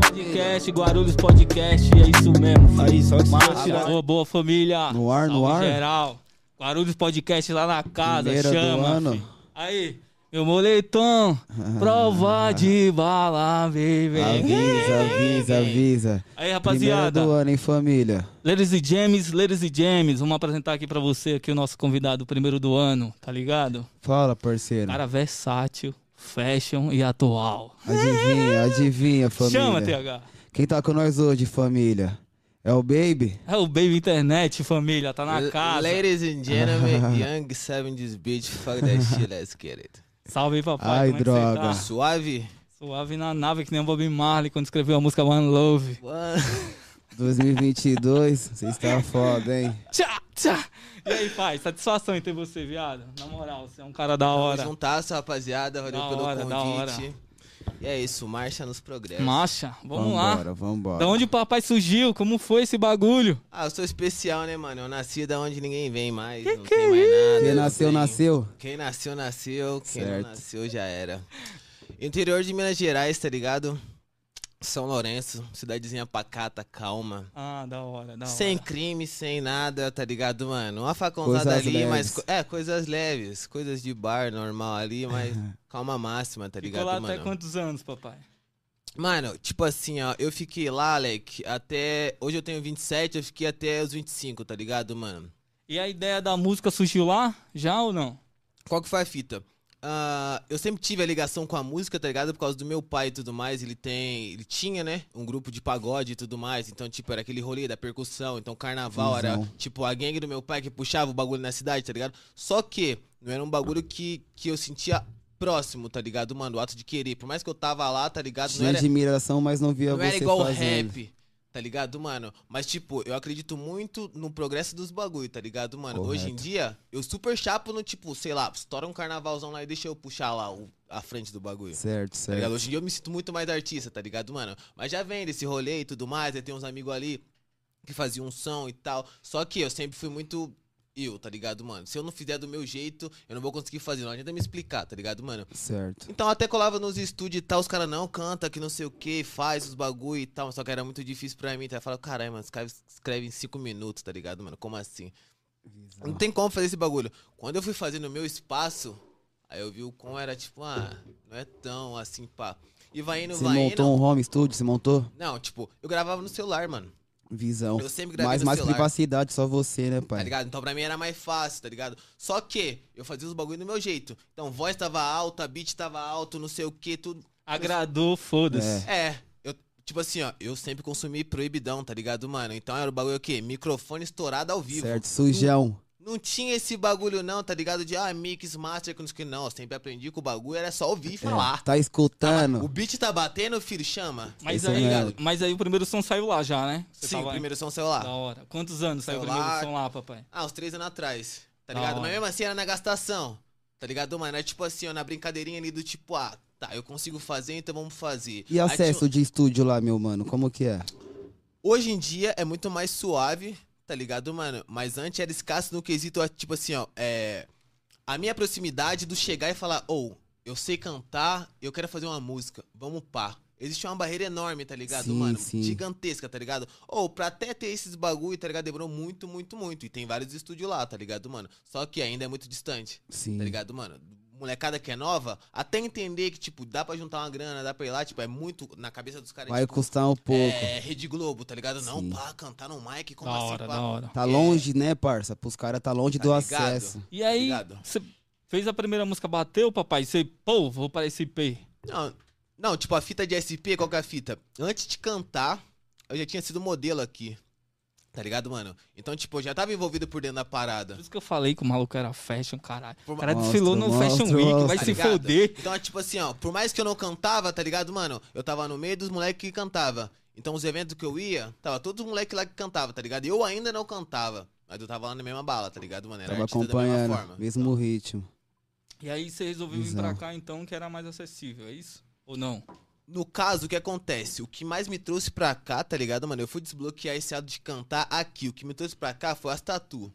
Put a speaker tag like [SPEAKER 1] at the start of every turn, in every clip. [SPEAKER 1] Podcast, Guarulhos Podcast, é isso mesmo. filho.
[SPEAKER 2] Aí, só que você vai
[SPEAKER 1] Mas,
[SPEAKER 2] tirar.
[SPEAKER 1] Ô, boa família.
[SPEAKER 2] No ar, no
[SPEAKER 1] Salve
[SPEAKER 2] ar.
[SPEAKER 1] geral. Guarulhos Podcast lá na casa,
[SPEAKER 2] Primeira do
[SPEAKER 1] chama.
[SPEAKER 2] ano.
[SPEAKER 1] filho. Aí, meu moletom, prova de bala, baby.
[SPEAKER 2] Avisa, avisa, avisa.
[SPEAKER 1] Aí,
[SPEAKER 2] Primeira
[SPEAKER 1] rapaziada.
[SPEAKER 2] do ano, hein, família?
[SPEAKER 1] Ladies e James, ladies e James, vamos apresentar aqui pra você aqui o nosso convidado primeiro do ano, tá ligado?
[SPEAKER 2] Fala, parceiro.
[SPEAKER 1] Cara versátil, fashion e atual.
[SPEAKER 3] é.
[SPEAKER 2] Adivinha, adivinha, família.
[SPEAKER 1] Chama, TH.
[SPEAKER 2] Quem tá com nós hoje, família? É o Baby?
[SPEAKER 1] É o Baby Internet, família, tá na
[SPEAKER 3] L-
[SPEAKER 1] casa.
[SPEAKER 3] Ladies and gentlemen, young 70s bitch, fuck that shit, let's get it.
[SPEAKER 1] Salve aí, papai.
[SPEAKER 2] Ai,
[SPEAKER 1] como é que
[SPEAKER 2] droga.
[SPEAKER 1] você tá?
[SPEAKER 3] Suave?
[SPEAKER 1] Suave na nave, que nem o Bob Marley quando escreveu a música One Love.
[SPEAKER 3] What?
[SPEAKER 2] 2022, você está tá foda, hein?
[SPEAKER 1] Tchá, tchá. E aí, pai, satisfação em ter você, viado. Na moral, você é um cara da hora.
[SPEAKER 3] Juntasso, rapaziada, valeu
[SPEAKER 1] Da
[SPEAKER 3] pelo
[SPEAKER 1] hora, da
[SPEAKER 3] convite. E é isso, marcha nos progressos.
[SPEAKER 1] Macha, vamos lá.
[SPEAKER 2] vambora, vambora.
[SPEAKER 1] Da onde o papai surgiu? Como foi esse bagulho?
[SPEAKER 3] Ah, eu sou especial, né, mano? Eu nasci da onde ninguém vem mais, não
[SPEAKER 1] que é
[SPEAKER 3] tem mais nada.
[SPEAKER 2] Quem
[SPEAKER 3] é? não
[SPEAKER 2] nasceu,
[SPEAKER 3] tem-
[SPEAKER 2] nasceu.
[SPEAKER 3] Quem nasceu, nasceu. Quem
[SPEAKER 2] Certo.
[SPEAKER 3] não nasceu, já era. Interior de Minas Gerais, tá ligado? São Lourenço, cidadezinha pacata, calma.
[SPEAKER 1] Ah, da hora, da hora.
[SPEAKER 3] Sem crime, sem nada, tá ligado, mano? Uma faconzada
[SPEAKER 2] Coisas
[SPEAKER 3] ali,
[SPEAKER 2] leves.
[SPEAKER 3] mas. co- É, coisas leves, coisas de bar normal ali, mas calma máxima, tá
[SPEAKER 1] Ficou
[SPEAKER 3] ligado,
[SPEAKER 1] lá
[SPEAKER 3] mano?
[SPEAKER 1] até quantos anos, papai?
[SPEAKER 3] Mano, tipo assim, ó, eu fiquei lá, Alec, até. Hoje eu tenho 27, eu fiquei até os 25, tá ligado, mano?
[SPEAKER 1] E a ideia da música surgiu lá? Já ou não?
[SPEAKER 3] Qual que foi a fita? Ah, eu sempre tive a ligação com a música, tá ligado? Por causa do meu pai e tudo mais. Ele tem. Ele tinha, né? Um grupo de pagode e tudo mais. Então, tipo, era aquele rolê da percussão. Então, carnaval era,
[SPEAKER 2] Visão.
[SPEAKER 3] tipo, a gangue do meu pai que puxava o bagulho na cidade, tá ligado? Só que não era um bagulho que, que eu sentia próximo, tá ligado, mano? O ato de querer. Por mais que eu tava lá, tá ligado? Não
[SPEAKER 2] Tinha
[SPEAKER 3] era,
[SPEAKER 2] admiração, mas não via
[SPEAKER 3] não
[SPEAKER 2] você
[SPEAKER 3] era igual o
[SPEAKER 2] fazendo.
[SPEAKER 3] rap, tá ligado, mano? Mas, tipo, eu acredito muito no progresso dos bagulho, tá ligado, mano? Hoje em
[SPEAKER 2] Correto.
[SPEAKER 3] dia, eu super chapo no, tipo, sei lá, estoura um carnavalzão lá e deixa eu puxar lá o- a frente do bagulho.
[SPEAKER 2] Certo,
[SPEAKER 3] Tá ligado?
[SPEAKER 2] certo.
[SPEAKER 3] Hoje em dia eu me sinto muito mais artista, tá ligado, mano? Mas já vem desse rolê e tudo mais, aí tem uns amigos ali que faziam um som e tal. Só que eu sempre fui muito eu, tá ligado, mano? Se eu não fizer do meu jeito, eu não vou conseguir fazer. Não adianta me explicar, tá ligado, mano?
[SPEAKER 2] Certo.
[SPEAKER 3] Então até colava nos estúdios e tal, os caras não canta, que não sei o que, faz os bagulho e tal, só que era muito difícil pra mim. Tá? Eu falava, caralho, mano, os caras escrevem em cinco minutos, tá ligado, mano? Como assim? Não tem como fazer esse bagulho. Quando eu fui fazer no meu espaço, aí eu vi o com era tipo, ah, não é tão assim, pá. E vai indo,
[SPEAKER 2] Você
[SPEAKER 3] vai
[SPEAKER 2] montou um
[SPEAKER 3] indo.
[SPEAKER 2] home studio, você montou?
[SPEAKER 3] Não, tipo, eu gravava no celular, mano. tá
[SPEAKER 2] Visão.
[SPEAKER 3] Eu sempre gravei
[SPEAKER 2] Mas
[SPEAKER 3] no
[SPEAKER 2] mais
[SPEAKER 3] celular.
[SPEAKER 2] privacidade, só você, né,
[SPEAKER 3] Tá
[SPEAKER 2] pai?
[SPEAKER 3] ligado? Então pra mim era mais fácil, tá ligado? Só que eu fazia os bagulho do meu jeito. Então voz tava alta, beat tava alto, não sei o que, tudo.
[SPEAKER 1] Agradou, foda-se.
[SPEAKER 3] É, eu, tipo assim, ó, eu sempre consumi proibidão, tá ligado, mano? Então era o bagulho o quê? Microfone estourado ao vivo.
[SPEAKER 2] Certo, sujão.
[SPEAKER 3] Não tinha esse bagulho não, tá ligado? De, ah, mix, master, que não sei o que não. Eu sempre aprendi que o bagulho era só ouvir e falar.
[SPEAKER 2] Tá
[SPEAKER 3] O
[SPEAKER 2] escutando?
[SPEAKER 3] beat tá batendo, filho, chama.
[SPEAKER 1] Mas,
[SPEAKER 2] Isso né?
[SPEAKER 1] aí,
[SPEAKER 2] mesmo.
[SPEAKER 1] mas aí o primeiro som saiu lá já, né? Você
[SPEAKER 3] Sim,
[SPEAKER 1] tava-
[SPEAKER 3] o primeiro som
[SPEAKER 1] Da
[SPEAKER 3] celular.
[SPEAKER 1] hora. Quantos anos saiu o
[SPEAKER 3] Sei lá.
[SPEAKER 1] primeiro som lá, papai?
[SPEAKER 3] Ah, uns três anos atrás, tá
[SPEAKER 1] Da
[SPEAKER 3] ligado?
[SPEAKER 1] hora.
[SPEAKER 3] Mas mesmo assim era na gastação, tá ligado, mano? É tipo assim, ó, na brincadeirinha ali do tipo, ah, tá, eu consigo fazer, então vamos fazer.
[SPEAKER 2] E
[SPEAKER 3] Aí tinha- um-
[SPEAKER 2] acesso de estúdio lá, meu mano? Como que é?
[SPEAKER 3] Tá Hoje em dia é muito mais suave, tá ligado, mano? Mas antes era escasso no quesito, ó, tipo assim, ó, é. A minha proximidade do chegar e falar, ou, eu sei cantar, eu quero fazer uma música, vamos pá. Existe uma barreira enorme, tá ligado,
[SPEAKER 2] Sim,
[SPEAKER 3] mano?
[SPEAKER 2] sim.
[SPEAKER 3] Gigantesca, tá ligado? Ou, pra até ter esses bagulho, tá ligado? Demorou muito, muito, muito. E tem vários estúdios lá, tá ligado, mano? Só que ainda é muito distante
[SPEAKER 2] Sim.
[SPEAKER 3] tá ligado, mano? Molecada que é nova, até entender que, tipo, dá pra juntar uma grana, dá pra ir lá, tipo, é muito. Na cabeça dos caras, é,
[SPEAKER 2] Vai
[SPEAKER 3] tipo,
[SPEAKER 2] custar um pouco.
[SPEAKER 3] é, Rede Globo, tá ligado? Não,
[SPEAKER 2] Sim.
[SPEAKER 3] pá, cantar no mic, como
[SPEAKER 1] da
[SPEAKER 3] assim,
[SPEAKER 1] hora,
[SPEAKER 3] pá?
[SPEAKER 1] da hora.
[SPEAKER 2] Tá longe, né, parça? Pros caras tá longe
[SPEAKER 3] Tá
[SPEAKER 2] do
[SPEAKER 3] ligado?
[SPEAKER 2] acesso.
[SPEAKER 1] E aí,
[SPEAKER 3] Tá ligado?
[SPEAKER 1] você fez a primeira música, bateu, papai? Você, pô, vou pra SP.
[SPEAKER 3] Não, não, tipo, a fita de SP, qual que é a fita? Antes de cantar, eu já tinha sido modelo aqui. Tá ligado, mano? Então, tipo, eu já tava envolvido por dentro da parada.
[SPEAKER 1] Por isso que eu falei que o maluco era fashion, caralho. O
[SPEAKER 3] Por-
[SPEAKER 1] cara
[SPEAKER 2] Monstro,
[SPEAKER 1] desfilou no
[SPEAKER 2] monstro,
[SPEAKER 1] Fashion Week,
[SPEAKER 2] monstro.
[SPEAKER 1] vai
[SPEAKER 3] Tá
[SPEAKER 1] se
[SPEAKER 3] ligado?
[SPEAKER 1] foder.
[SPEAKER 3] Então, é tipo assim, ó, por mais que eu não cantava, tá ligado, mano? Eu tava no meio dos moleques que cantava. Então, os eventos que eu ia, tava todos os moleques lá que cantava, tá ligado? Eu ainda não cantava. Mas eu tava lá na mesma bala, tá ligado, mano? Era
[SPEAKER 2] Tava
[SPEAKER 3] artista da mesma forma. Tá
[SPEAKER 2] acompanhando, mesmo ritmo.
[SPEAKER 1] E aí você resolveu vir
[SPEAKER 2] Visão.
[SPEAKER 1] pra cá, então, que era mais acessível, é isso? Ou não?
[SPEAKER 3] No caso, o que acontece? O que mais me trouxe pra cá, tá ligado, mano? Eu fui desbloquear esse lado de cantar aqui. O que me trouxe pra cá foi as tatu.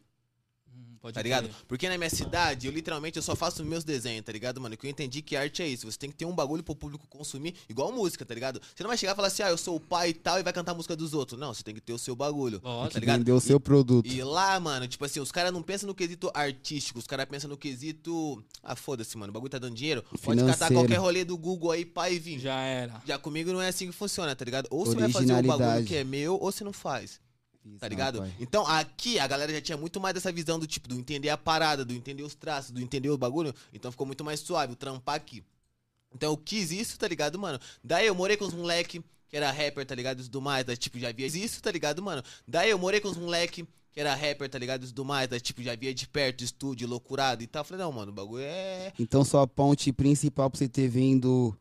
[SPEAKER 1] Hum, pode
[SPEAKER 3] tá ligado? Porque na minha cidade, eu literalmente eu só faço meus desenhos, tá ligado, mano? Que eu entendi que arte é isso. Você tem que ter um bagulho pro público consumir, igual música, tá ligado? Você não vai chegar e falar assim, ah, eu sou o pai e tal, e vai cantar a música dos outros. Não, você tem que ter o seu bagulho.
[SPEAKER 1] Lógico.
[SPEAKER 3] Tá
[SPEAKER 1] Tem que
[SPEAKER 3] ligado?
[SPEAKER 2] Vendeu o seu produto.
[SPEAKER 3] E lá, mano, tipo assim, os caras não pensam no quesito artístico, os caras pensam no quesito. Ah, foda-se, mano, o bagulho tá dando dinheiro. Pode catar
[SPEAKER 2] Financeiro.
[SPEAKER 3] qualquer rolê do Google aí, pai e vim. Já.
[SPEAKER 1] Já era.
[SPEAKER 3] comigo não é assim que funciona, tá ligado? Ou você vai fazer um bagulho
[SPEAKER 2] Originalidade.
[SPEAKER 3] que é meu, ou você não faz. Tá ligado? Então, aqui a galera já tinha muito mais dessa visão do tipo, do entender a parada, do entender os traços, do entender o bagulho. Então ficou muito mais suave, o trampar aqui. Então eu quis isso, tá ligado, mano? Daí eu morei com os moleque que era rapper, tá ligado? Isso do mais, daí, tipo, já via isso, tá ligado, mano? Daí eu morei com os moleque que era rapper, tá ligado? Isso do mais, daí, tipo, já via de perto, estúdio, loucurado e tal. Eu Falei, não, mano, o bagulho é.
[SPEAKER 2] Então sua ponte principal pra você ter vindo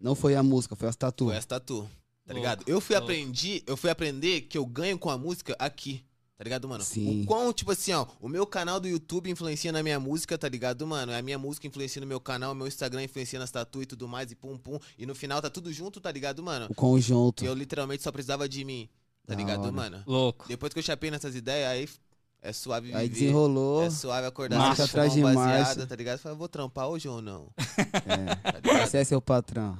[SPEAKER 2] não foi a música, foi as tatu.
[SPEAKER 3] Foi essa tatu, tá
[SPEAKER 1] Louco,
[SPEAKER 3] ligado? Eu fui
[SPEAKER 1] louco.
[SPEAKER 3] aprendi, eu fui aprender que eu ganho com a música aqui. Tá ligado, mano?
[SPEAKER 2] Sim.
[SPEAKER 3] O quão, tipo assim, ó, o meu canal do YouTube influencia na minha música, tá ligado, mano? A minha música influencia no meu canal, o meu Instagram influencia nas tatu e tudo mais, e pum pum. E no final tá tudo junto, tá ligado, mano?
[SPEAKER 2] O conjunto.
[SPEAKER 3] Eu literalmente só precisava de mim, tá
[SPEAKER 2] Da
[SPEAKER 3] ligado,
[SPEAKER 2] hora.
[SPEAKER 3] mano?
[SPEAKER 1] Louco.
[SPEAKER 3] Depois que eu chapei nessas ideias, aí f- é suave viver.
[SPEAKER 2] Aí desenrolou.
[SPEAKER 3] É suave acordar
[SPEAKER 1] Marcha
[SPEAKER 3] sem
[SPEAKER 2] atrás de
[SPEAKER 3] fumar um
[SPEAKER 2] marcha.
[SPEAKER 3] baseado, tá ligado? Falei, vou trampar hoje ou não?
[SPEAKER 2] É.
[SPEAKER 3] Tá ligado?
[SPEAKER 2] Você é seu patrão.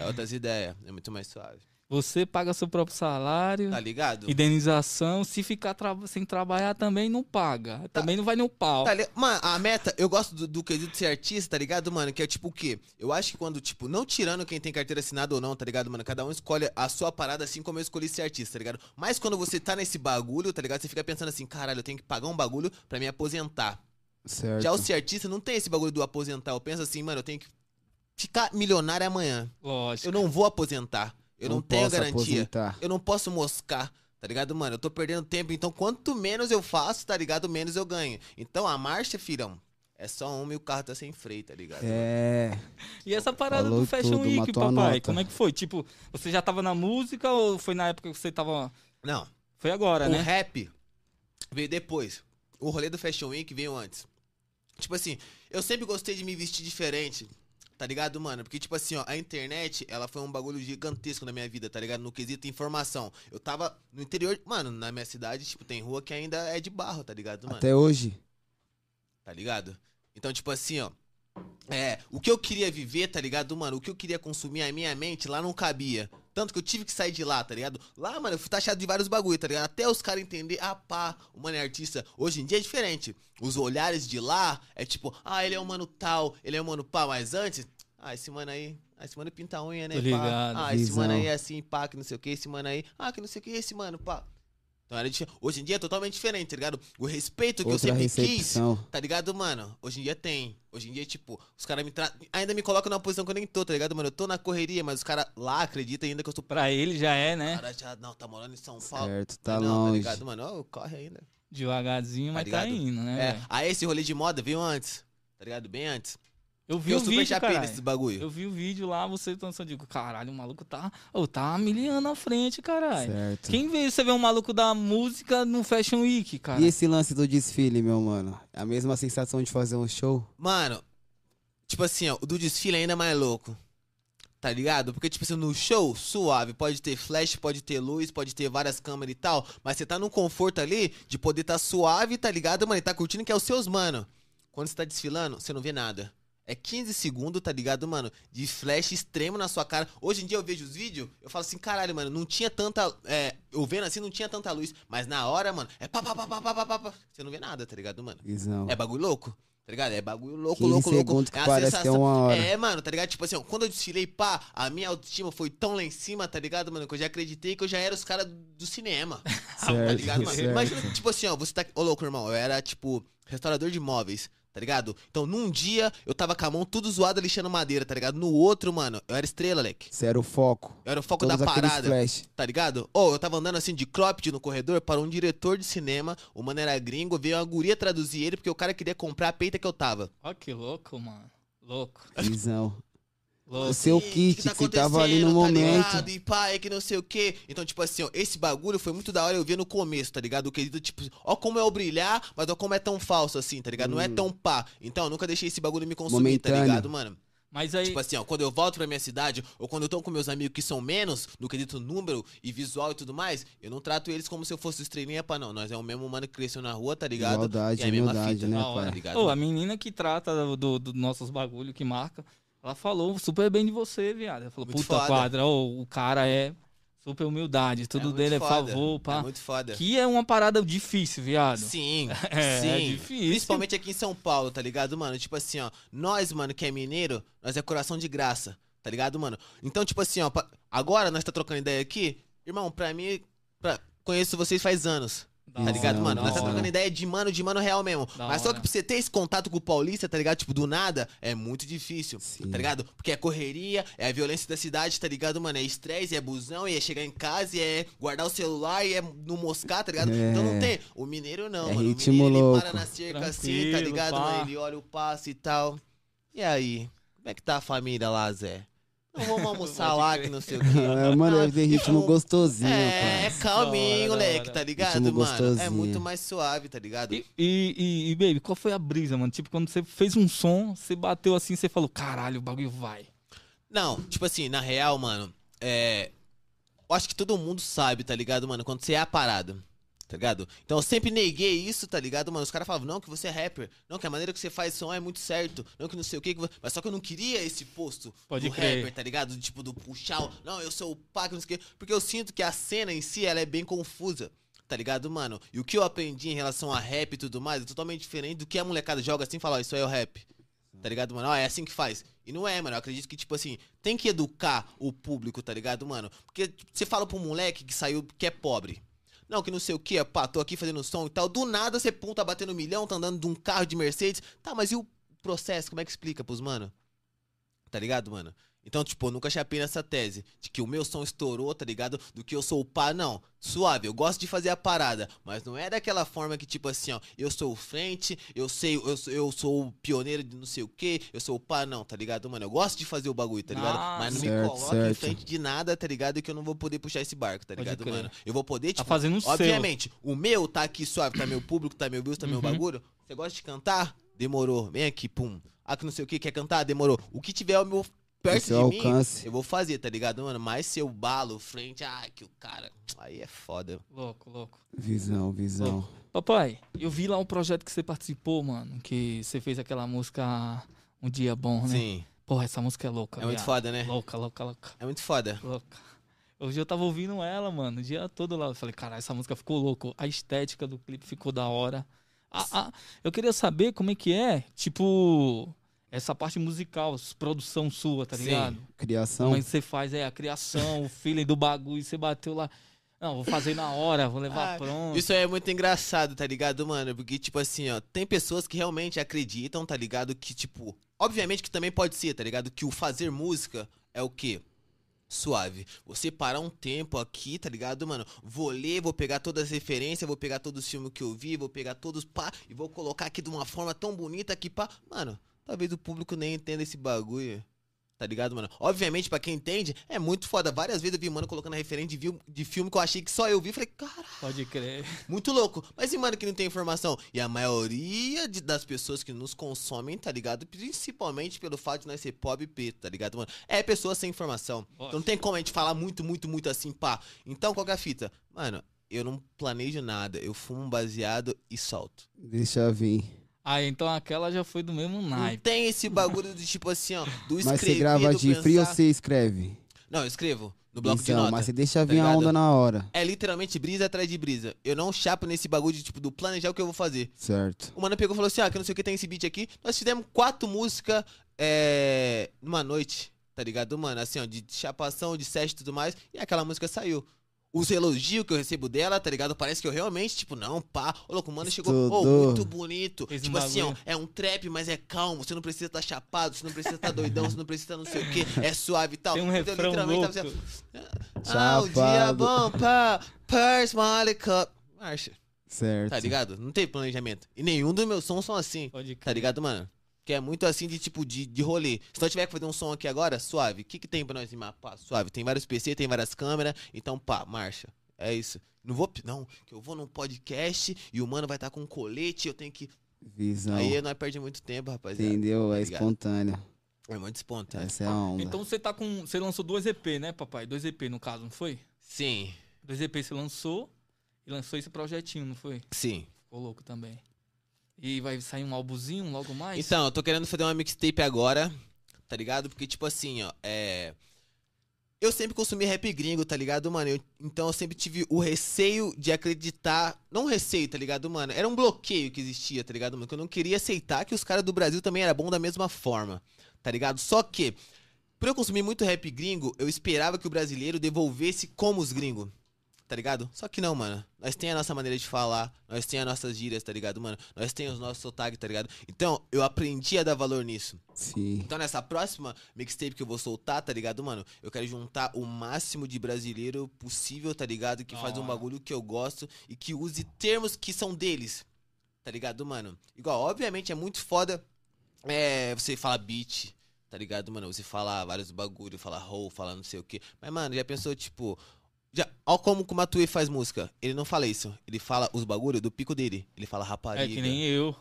[SPEAKER 3] É outras ideias, é muito mais suave.
[SPEAKER 1] Você paga seu próprio salário,
[SPEAKER 3] Tá ligado?
[SPEAKER 1] indenização. Se ficar tra- sem trabalhar também não paga. Também não vai no pau.
[SPEAKER 3] Tá li- Mano, a meta, eu gosto do, do quesito ser artista, tá ligado, mano? Que é tipo o quê? Eu acho que quando, tipo, não tirando quem tem carteira assinada ou não, tá ligado, mano? Cada um escolhe a sua parada assim como eu escolhi ser artista, tá ligado? Mas quando você tá nesse bagulho, tá ligado? Você fica pensando assim, caralho, eu tenho que pagar um bagulho pra me aposentar.
[SPEAKER 2] Certo.
[SPEAKER 3] Já o ser artista não tem esse bagulho do aposentar. Eu penso assim, mano, eu tenho que ficar milionário amanhã.
[SPEAKER 1] Lógico.
[SPEAKER 3] Eu não vou aposentar. Eu não, tenho
[SPEAKER 2] posso
[SPEAKER 3] garantia.
[SPEAKER 2] aposentar.
[SPEAKER 3] Eu não posso moscar, tá ligado, mano? Eu tô perdendo tempo, então quanto menos eu faço, tá ligado, menos eu ganho. Então a marcha, filhão, é só uma e o carro tá sem freio, tá ligado?
[SPEAKER 2] É.
[SPEAKER 1] E essa parada
[SPEAKER 2] Falou
[SPEAKER 1] do Fashion
[SPEAKER 2] tudo,
[SPEAKER 1] Week,
[SPEAKER 2] matou a
[SPEAKER 1] papai,
[SPEAKER 2] nota.
[SPEAKER 1] como é que foi? Tipo, você já tava na música ou foi na época que você tava.
[SPEAKER 3] Não,
[SPEAKER 1] Foi
[SPEAKER 2] É,
[SPEAKER 1] agora,
[SPEAKER 3] o
[SPEAKER 1] né?
[SPEAKER 3] rap veio depois. O rolê do Fashion Week veio antes. Tipo assim, eu sempre gostei de me vestir diferente. Tá ligado, mano? Porque, tipo assim, ó, a internet, ela foi um bagulho gigantesco na minha vida, tá ligado? No quesito informação. Eu tava no interior, mano, na minha cidade, tipo, tem rua que ainda é de barro, tá ligado, mano?
[SPEAKER 2] Até hoje.
[SPEAKER 3] tá ligado? Então, tipo assim, ó. É, o que eu queria viver, tá ligado, mano? O que eu queria consumir, a minha mente lá não cabia. Tanto que eu tive que sair de lá, tá ligado? Lá, mano, eu fui taxado de vários bagulho, tá ligado? Até os caras entender, ah, pá, o mano é artista. Hoje em dia é diferente. Os olhares de lá é tipo, ah, ele é um mano tal, ele é um mano pá, mas antes, ah, esse mano aí, ah, esse mano pinta a unha, né,
[SPEAKER 1] Tô
[SPEAKER 3] pá?
[SPEAKER 1] ligado,
[SPEAKER 3] Ah, esse mano
[SPEAKER 2] visão.
[SPEAKER 3] aí é assim, pá, que não sei o que, esse mano aí, ah, que não sei o que, esse mano, pá. Então era dif- hoje em dia é totalmente diferente, tá ligado? O respeito que eu
[SPEAKER 2] Outra
[SPEAKER 3] sempre quis,
[SPEAKER 2] recepção.
[SPEAKER 3] Tá ligado, mano? Hoje em dia tem. Hoje em dia, tipo, os caras me tratam. Ainda me colocam numa posição que eu nem tô, tá ligado, mano? Eu tô na correria, mas os caras lá acreditam ainda que eu sou.
[SPEAKER 1] Pra ele já é, né?
[SPEAKER 3] Cara, já, não, tá morando em São Paulo.
[SPEAKER 2] Certo, tá
[SPEAKER 3] não, Tá
[SPEAKER 2] longe.
[SPEAKER 3] ligado, mano? Ó, corre ainda.
[SPEAKER 1] Devagarzinho, mas tá,
[SPEAKER 3] ligado?
[SPEAKER 1] indo, né?
[SPEAKER 3] É.
[SPEAKER 1] velho?
[SPEAKER 3] Aí esse rolê de moda veio antes. Tá ligado? Bem antes.
[SPEAKER 1] Eu vi
[SPEAKER 3] eu
[SPEAKER 1] o
[SPEAKER 3] super
[SPEAKER 1] um vídeo,
[SPEAKER 3] chapei
[SPEAKER 1] cara.
[SPEAKER 3] nesses bagulho.
[SPEAKER 1] Eu vi o vídeo lá, você dançando. Eu digo, caralho, o maluco tá. Ô, tá miliano na frente, caralho.
[SPEAKER 2] Certo.
[SPEAKER 1] Quem vê você vê um maluco da música no Fashion Week, cara?
[SPEAKER 2] E esse lance do desfile, meu mano? É a mesma sensação de fazer um show?
[SPEAKER 3] Mano, tipo assim, ó, o do desfile é ainda mais louco. Tá ligado? Porque, tipo assim, no show, suave, pode ter flash, pode ter luz, pode ter várias câmeras e tal, mas você tá num conforto ali de poder tá suave, tá ligado, mano? E tá curtindo que é os seus, mano. Quando você tá desfilando, você não vê nada. É 15 segundos, tá ligado, mano? De flash extremo na sua cara. Hoje em dia eu vejo os vídeos, eu falo assim, caralho, mano, não tinha tanta. É, eu vendo assim, não tinha tanta luz. Mas na hora, mano, é pá, pá, pá, pá, pá, pá, pá, pá. Você não vê nada, tá ligado, mano?
[SPEAKER 2] Visão.
[SPEAKER 3] É bagulho louco, tá ligado? É bagulho louco,
[SPEAKER 2] 15
[SPEAKER 3] louco, louco.
[SPEAKER 2] segundos que parece que é uma hora.
[SPEAKER 3] É, mano, tá ligado? Tipo assim, ó, quando eu desfilei, pá, a minha autoestima foi tão lá em cima, tá ligado, mano? Que eu já acreditei que eu já era os caras do cinema.
[SPEAKER 2] certo,
[SPEAKER 3] tá ligado, mano?
[SPEAKER 2] certo.
[SPEAKER 3] Imagina, tipo assim, ó, você tá. Ô, louco, irmão, eu era, tipo, restaurador de móveis. Tá ligado? Então, num dia, eu tava com a mão tudo zoada lixando madeira, tá ligado? No outro, mano, eu era estrela, leque.
[SPEAKER 2] Você era o foco.
[SPEAKER 3] Eu era o foco
[SPEAKER 2] Todos
[SPEAKER 3] da
[SPEAKER 2] aqueles
[SPEAKER 3] parada
[SPEAKER 2] flash.
[SPEAKER 3] tá ligado? Ou eu tava andando assim de cropped no corredor para um diretor de cinema, o mano era gringo, veio uma guria traduzir ele porque o cara queria comprar a peita que eu tava.
[SPEAKER 1] Ó, que louco, mano. Louco.
[SPEAKER 2] Visão.
[SPEAKER 3] Tá
[SPEAKER 2] O
[SPEAKER 1] Louco.
[SPEAKER 2] seu
[SPEAKER 3] Ih,
[SPEAKER 2] kit que, você tava ali no
[SPEAKER 3] tá acontecendo,
[SPEAKER 2] momento.
[SPEAKER 3] Tá ligado? E pá, é que não sei o quê. Então, tipo assim, ó, esse bagulho foi muito da hora eu ver no começo, tá ligado? O querido, tipo, ó como é o brilhar, mas ó como é tão falso assim, tá ligado? Não é tão pá. Então, eu nunca deixei esse bagulho me consumir, tá
[SPEAKER 2] Hum. Momentâneo.
[SPEAKER 3] ligado, mano?
[SPEAKER 1] Mas aí.
[SPEAKER 3] Tipo assim, ó, quando eu volto pra minha cidade, ou quando eu tô com meus amigos que são menos, no quesito número e visual e tudo mais, eu não trato eles como se eu fosse os treininha pra não. Nós é o mesmo mano que cresceu na rua, tá ligado?
[SPEAKER 2] Igualdade,
[SPEAKER 3] e é a mesma
[SPEAKER 2] humildade,
[SPEAKER 3] fita,
[SPEAKER 2] né,
[SPEAKER 1] Da hora.
[SPEAKER 3] Tá
[SPEAKER 2] pai?
[SPEAKER 3] ligado?
[SPEAKER 1] Ô, a menina que trata dos do, do nossos bagulho, que marca, ela falou super bem de você, viado. Ela falou,
[SPEAKER 3] Muito
[SPEAKER 1] puta
[SPEAKER 3] foda.
[SPEAKER 1] quadra, ô, o cara é super humildade, tudo
[SPEAKER 3] muito
[SPEAKER 1] dele é
[SPEAKER 3] foda,
[SPEAKER 1] favor, pá.
[SPEAKER 3] É muito foda.
[SPEAKER 1] Que é uma parada difícil, viado.
[SPEAKER 3] Sim,
[SPEAKER 1] É,
[SPEAKER 3] sim.
[SPEAKER 1] é difícil.
[SPEAKER 3] Principalmente aqui em São Paulo, tá ligado, mano? Tipo assim, ó, nós, mano, que é mineiro, nós é coração de graça, tá ligado, mano? Então, tipo assim, ó, pa- agora nós tá trocando ideia aqui, irmão, pra mim, pra... conheço vocês faz anos.
[SPEAKER 1] Da
[SPEAKER 3] Tá
[SPEAKER 1] hora,
[SPEAKER 3] ligado,
[SPEAKER 2] Não,
[SPEAKER 3] mano?
[SPEAKER 1] da
[SPEAKER 3] Nós tá
[SPEAKER 1] hora.
[SPEAKER 3] trocando ideia de mano, de mano real mesmo.
[SPEAKER 1] Da
[SPEAKER 3] Mas só
[SPEAKER 1] hora.
[SPEAKER 3] que pra você ter esse contato com o paulista, tá ligado? Tipo, do nada, é muito difícil,
[SPEAKER 2] Sim.
[SPEAKER 3] tá ligado? Porque é correria, é a violência da cidade, tá ligado, mano? É estresse, é busão, e é chegar em casa, e é guardar o celular, e é no moscar, tá ligado?
[SPEAKER 2] É.
[SPEAKER 3] Então não tem. O mineiro não,
[SPEAKER 2] É
[SPEAKER 3] mano.
[SPEAKER 2] ritmo
[SPEAKER 3] o mineiro,
[SPEAKER 2] louco.
[SPEAKER 3] ele para na cerca assim, tá
[SPEAKER 1] Tranquilo,
[SPEAKER 3] ligado,
[SPEAKER 1] pá.
[SPEAKER 3] mano? Ele olha o passe e tal. E aí? Como é que tá a família lá, Zé? Não vamos almoçar
[SPEAKER 1] Pode
[SPEAKER 3] lá,
[SPEAKER 1] crer.
[SPEAKER 3] que não sei o quê.
[SPEAKER 2] Ah, mano, deve ter ritmo
[SPEAKER 3] Não.
[SPEAKER 2] gostosinho,
[SPEAKER 3] É, é
[SPEAKER 2] pai.
[SPEAKER 1] Da hora,
[SPEAKER 3] calminho,
[SPEAKER 1] da
[SPEAKER 3] moleque,
[SPEAKER 1] hora.
[SPEAKER 3] tá ligado,
[SPEAKER 2] Ritmo
[SPEAKER 3] mano? É
[SPEAKER 2] gostosinho.
[SPEAKER 3] muito mais suave, tá ligado?
[SPEAKER 1] E, e, e- e, baby, qual foi a brisa, mano? Tipo, quando você fez um som, você bateu assim, você falou, caralho, o bagulho vai. Tá
[SPEAKER 3] Não, tipo assim, na real, mano, é. Eu acho que todo mundo sabe, tá ligado, mano? Quando você é a parada. Tá ligado? Então eu sempre neguei isso, tá ligado, mano? Os caras falavam, não, que você é rapper, não, que a maneira que você faz som é muito certo, não, que não sei o que, mas só que eu não queria esse posto
[SPEAKER 1] Pode
[SPEAKER 3] do
[SPEAKER 1] crer.
[SPEAKER 3] rapper, tá ligado? Tipo, do puxar, o- não, eu sou o pá, que não sei o que, porque eu sinto que a cena em si, ela é bem confusa, tá ligado, mano? E o que eu aprendi em relação a rap e tudo mais é totalmente diferente do que a molecada joga assim e fala, ó, isso aí é o rap, tá ligado, mano? Ó, é assim que faz. E não é, mano. Eu acredito que, tipo assim, tem que educar o público, tá ligado, mano? Porque tipo, você fala pro moleque que saiu que é pobre. Não, que não sei o que, pá, tô aqui fazendo som e tal. Do nada você pum, tá batendo um milhão, tá andando de um carro de Mercedes. Tá, mas e o processo? Como é que explica pros mano? Tá ligado, mano? Então, tipo, eu nunca chapei nessa tese de que o meu som estourou, tá ligado? Do que eu sou o pá, não. Suave, eu gosto de fazer a parada, mas não é daquela forma que, tipo assim, ó, eu sou o frente, eu sei, eu, sou- eu sou o pioneiro de não sei o que, eu sou o pá, não, tá ligado, mano? Eu gosto de fazer o bagulho, tá ligado? mas não me
[SPEAKER 2] Certo,
[SPEAKER 3] coloca em
[SPEAKER 2] certo.
[SPEAKER 3] frente de nada, tá ligado? Que eu não vou poder puxar esse barco, tá
[SPEAKER 1] Pode
[SPEAKER 3] ligado,
[SPEAKER 1] crer.
[SPEAKER 3] mano? Eu vou poder,
[SPEAKER 1] Tá
[SPEAKER 3] tipo,
[SPEAKER 1] fazendo o seu.
[SPEAKER 3] Obviamente, o meu tá aqui suave, tá meu público, tá meu views, tá meu
[SPEAKER 1] Uhum.
[SPEAKER 3] bagulho. Você gosta de cantar? Demorou. Vem aqui, pum. Ah, que não sei o que, quer cantar? Demorou. O que tiver ao meu perto de
[SPEAKER 2] seu é alcance.
[SPEAKER 3] mim, eu vou fazer, tá ligado, mano? Mas se eu balo frente, ah, que o cara. Aí é foda.
[SPEAKER 1] Louco, louco.
[SPEAKER 2] Visão, visão.
[SPEAKER 1] Papai, eu vi lá um projeto que você participou, mano, que você fez aquela música Um Dia Bom, né?
[SPEAKER 3] Sim.
[SPEAKER 1] Porra, essa música é louca,
[SPEAKER 3] É muito
[SPEAKER 1] viado.
[SPEAKER 3] foda, né?
[SPEAKER 1] Louca, louca, louca,
[SPEAKER 3] É muito foda.
[SPEAKER 1] louca. Hoje eu tava ouvindo ela, mano, o dia todo lá. Eu falei, caralho, essa música ficou louco. A estética do clipe ficou da hora. A- a- eu queria saber como é que é, tipo, essa parte musical, produção sua, tá
[SPEAKER 3] Sim. Então
[SPEAKER 1] ligado?
[SPEAKER 2] Criação.
[SPEAKER 1] Como é que você faz é a criação, o feeling do bagulho, você bateu lá. Não, vou fazer na hora, vou levar
[SPEAKER 3] Ah,
[SPEAKER 1] pronto.
[SPEAKER 3] Isso aí é muito engraçado, tá ligado, mano? Porque, tipo assim, ó, tem pessoas que realmente acreditam, tá ligado? Que, tipo, obviamente que também pode ser, tá ligado? Que o fazer música é o quê? Suave. Você parar um tempo aqui, tá ligado, mano? Vou ler, vou pegar todas as referências, vou pegar todos os filmes que eu vi, vou pegar todos, pá, e vou colocar aqui de uma forma tão bonita que, pá. Mano, talvez o público nem entenda esse bagulho. Tá ligado, mano? Obviamente, pra quem entende, é muito foda. Várias vezes eu vi, mano, colocando referência de, vi- de filme que eu achei que só eu vi. Falei, cara,
[SPEAKER 1] Pode crer.
[SPEAKER 3] muito louco. Mas e, mano, que não tem informação? E a maioria de- das pessoas que nos consomem, tá ligado? Principalmente pelo fato de nós ser pobre e preto, tá ligado, mano? É pessoa sem informação. Então não tem como a gente falar muito, muito, muito assim, pá. Então, qual que é a fita? Mano, eu não planejo nada. Eu fumo um baseado e solto.
[SPEAKER 2] Deixa vir.
[SPEAKER 1] Ah, então aquela já foi do mesmo
[SPEAKER 3] Não
[SPEAKER 1] naipe.
[SPEAKER 3] tem esse bagulho do tipo assim, ó. Do escrever,
[SPEAKER 2] Mas você grava
[SPEAKER 3] do
[SPEAKER 2] de free ou
[SPEAKER 3] pensar.
[SPEAKER 2] você escreve?
[SPEAKER 3] Não, eu escrevo no bloco de
[SPEAKER 2] Visão,
[SPEAKER 3] nota.
[SPEAKER 2] mas você deixa
[SPEAKER 3] tá
[SPEAKER 2] vir a
[SPEAKER 3] ligado?
[SPEAKER 2] onda na hora.
[SPEAKER 3] É literalmente brisa atrás de brisa. Eu não chapo nesse bagulho de, tipo, do planejar o que eu vou fazer.
[SPEAKER 2] Certo.
[SPEAKER 3] O mano pegou e falou assim: ah, que não sei o que tem esse beat aqui. Nós fizemos quatro músicas é, numa noite, tá ligado, mano? Assim, ó, de chapação, de set e tudo mais. E aquela música saiu. Os elogios que eu recebo dela, tá ligado? Parece que eu realmente, tipo, não, pá. Ô, louco, o mano chegou, ô,
[SPEAKER 2] Estudou.
[SPEAKER 3] muito bonito.
[SPEAKER 1] Fez um
[SPEAKER 3] tipo assim, ó,
[SPEAKER 1] bagulho.
[SPEAKER 3] é um trap, mas é calmo. Você não precisa tá chapado, você não precisa tá doidão, você não precisa tá não sei o que. É suave e tal.
[SPEAKER 1] Tem um
[SPEAKER 3] Então,
[SPEAKER 1] refrão
[SPEAKER 3] literalmente,
[SPEAKER 1] louco.
[SPEAKER 3] tava assim, ó, ah, o dia
[SPEAKER 2] Chapado.
[SPEAKER 3] bom, pá. Purse, Molly Cup. Marcha.
[SPEAKER 2] Certo.
[SPEAKER 3] Tá ligado? Não tem planejamento. E nenhum dos meus sons são assim.
[SPEAKER 1] Pode crer.
[SPEAKER 3] Tá ligado, mano? Que é muito assim de tipo de, de rolê. Se nós tiver que fazer um som aqui agora, suave. O que, que tem pra nós rimar? Pá, suave. Tem vários PC, tem várias câmeras. Então, pá, marcha. É isso. Não vou. Não, que eu vou num podcast e o mano vai estar tá com um colete. Eu tenho que.
[SPEAKER 2] Visão.
[SPEAKER 3] Aí nós perdemos muito tempo, rapaziada.
[SPEAKER 2] Entendeu?
[SPEAKER 3] é Tá
[SPEAKER 2] É
[SPEAKER 3] ligado?
[SPEAKER 2] espontânea.
[SPEAKER 3] É muito espontâneo.
[SPEAKER 2] Essa é a onda.
[SPEAKER 1] Então você tá com. Você lançou dois EP, né, papai? Dois EP no caso, não foi?
[SPEAKER 3] Sim,
[SPEAKER 1] Dois EP você lançou e lançou esse projetinho, não foi?
[SPEAKER 3] sim.
[SPEAKER 1] Ficou louco também. E vai sair um álbumzinho logo mais?
[SPEAKER 3] Então, eu tô querendo fazer uma mixtape agora, tá ligado? Porque, tipo assim, ó, é. Eu sempre consumi rap gringo, tá ligado, mano? Eu- então eu sempre tive o receio de acreditar. Não receio, tá ligado, mano? Era um bloqueio que existia, tá ligado, mano? Que eu não queria aceitar que os caras do Brasil também eram bom da mesma forma, tá ligado? Só que, por eu consumir muito rap gringo, eu esperava que o brasileiro devolvesse como os gringos. Tá ligado? Só que não, mano. Nós tem a nossa maneira de falar, nós tem as nossas gírias, tá ligado, mano? Nós tem os nossos sotaques, tá ligado? Então, eu aprendi a dar valor nisso.
[SPEAKER 2] Sim.
[SPEAKER 3] Então, nessa próxima mixtape que eu vou soltar, tá ligado, mano? Eu quero juntar o máximo de brasileiro possível, tá ligado? Que
[SPEAKER 1] Da
[SPEAKER 3] faz um
[SPEAKER 1] hora.
[SPEAKER 3] bagulho que eu gosto e que use termos que são deles, tá ligado, mano? Igual, obviamente é muito foda é, você falar beat, tá ligado, mano? Você falar vários bagulho, falar roll, falar não sei o quê. Mas, mano, já pensou, tipo. Já, ó como o Matue faz música. Ele não fala isso. Ele fala os bagulho do pico dele. Ele fala rapariga.
[SPEAKER 1] é que nem eu.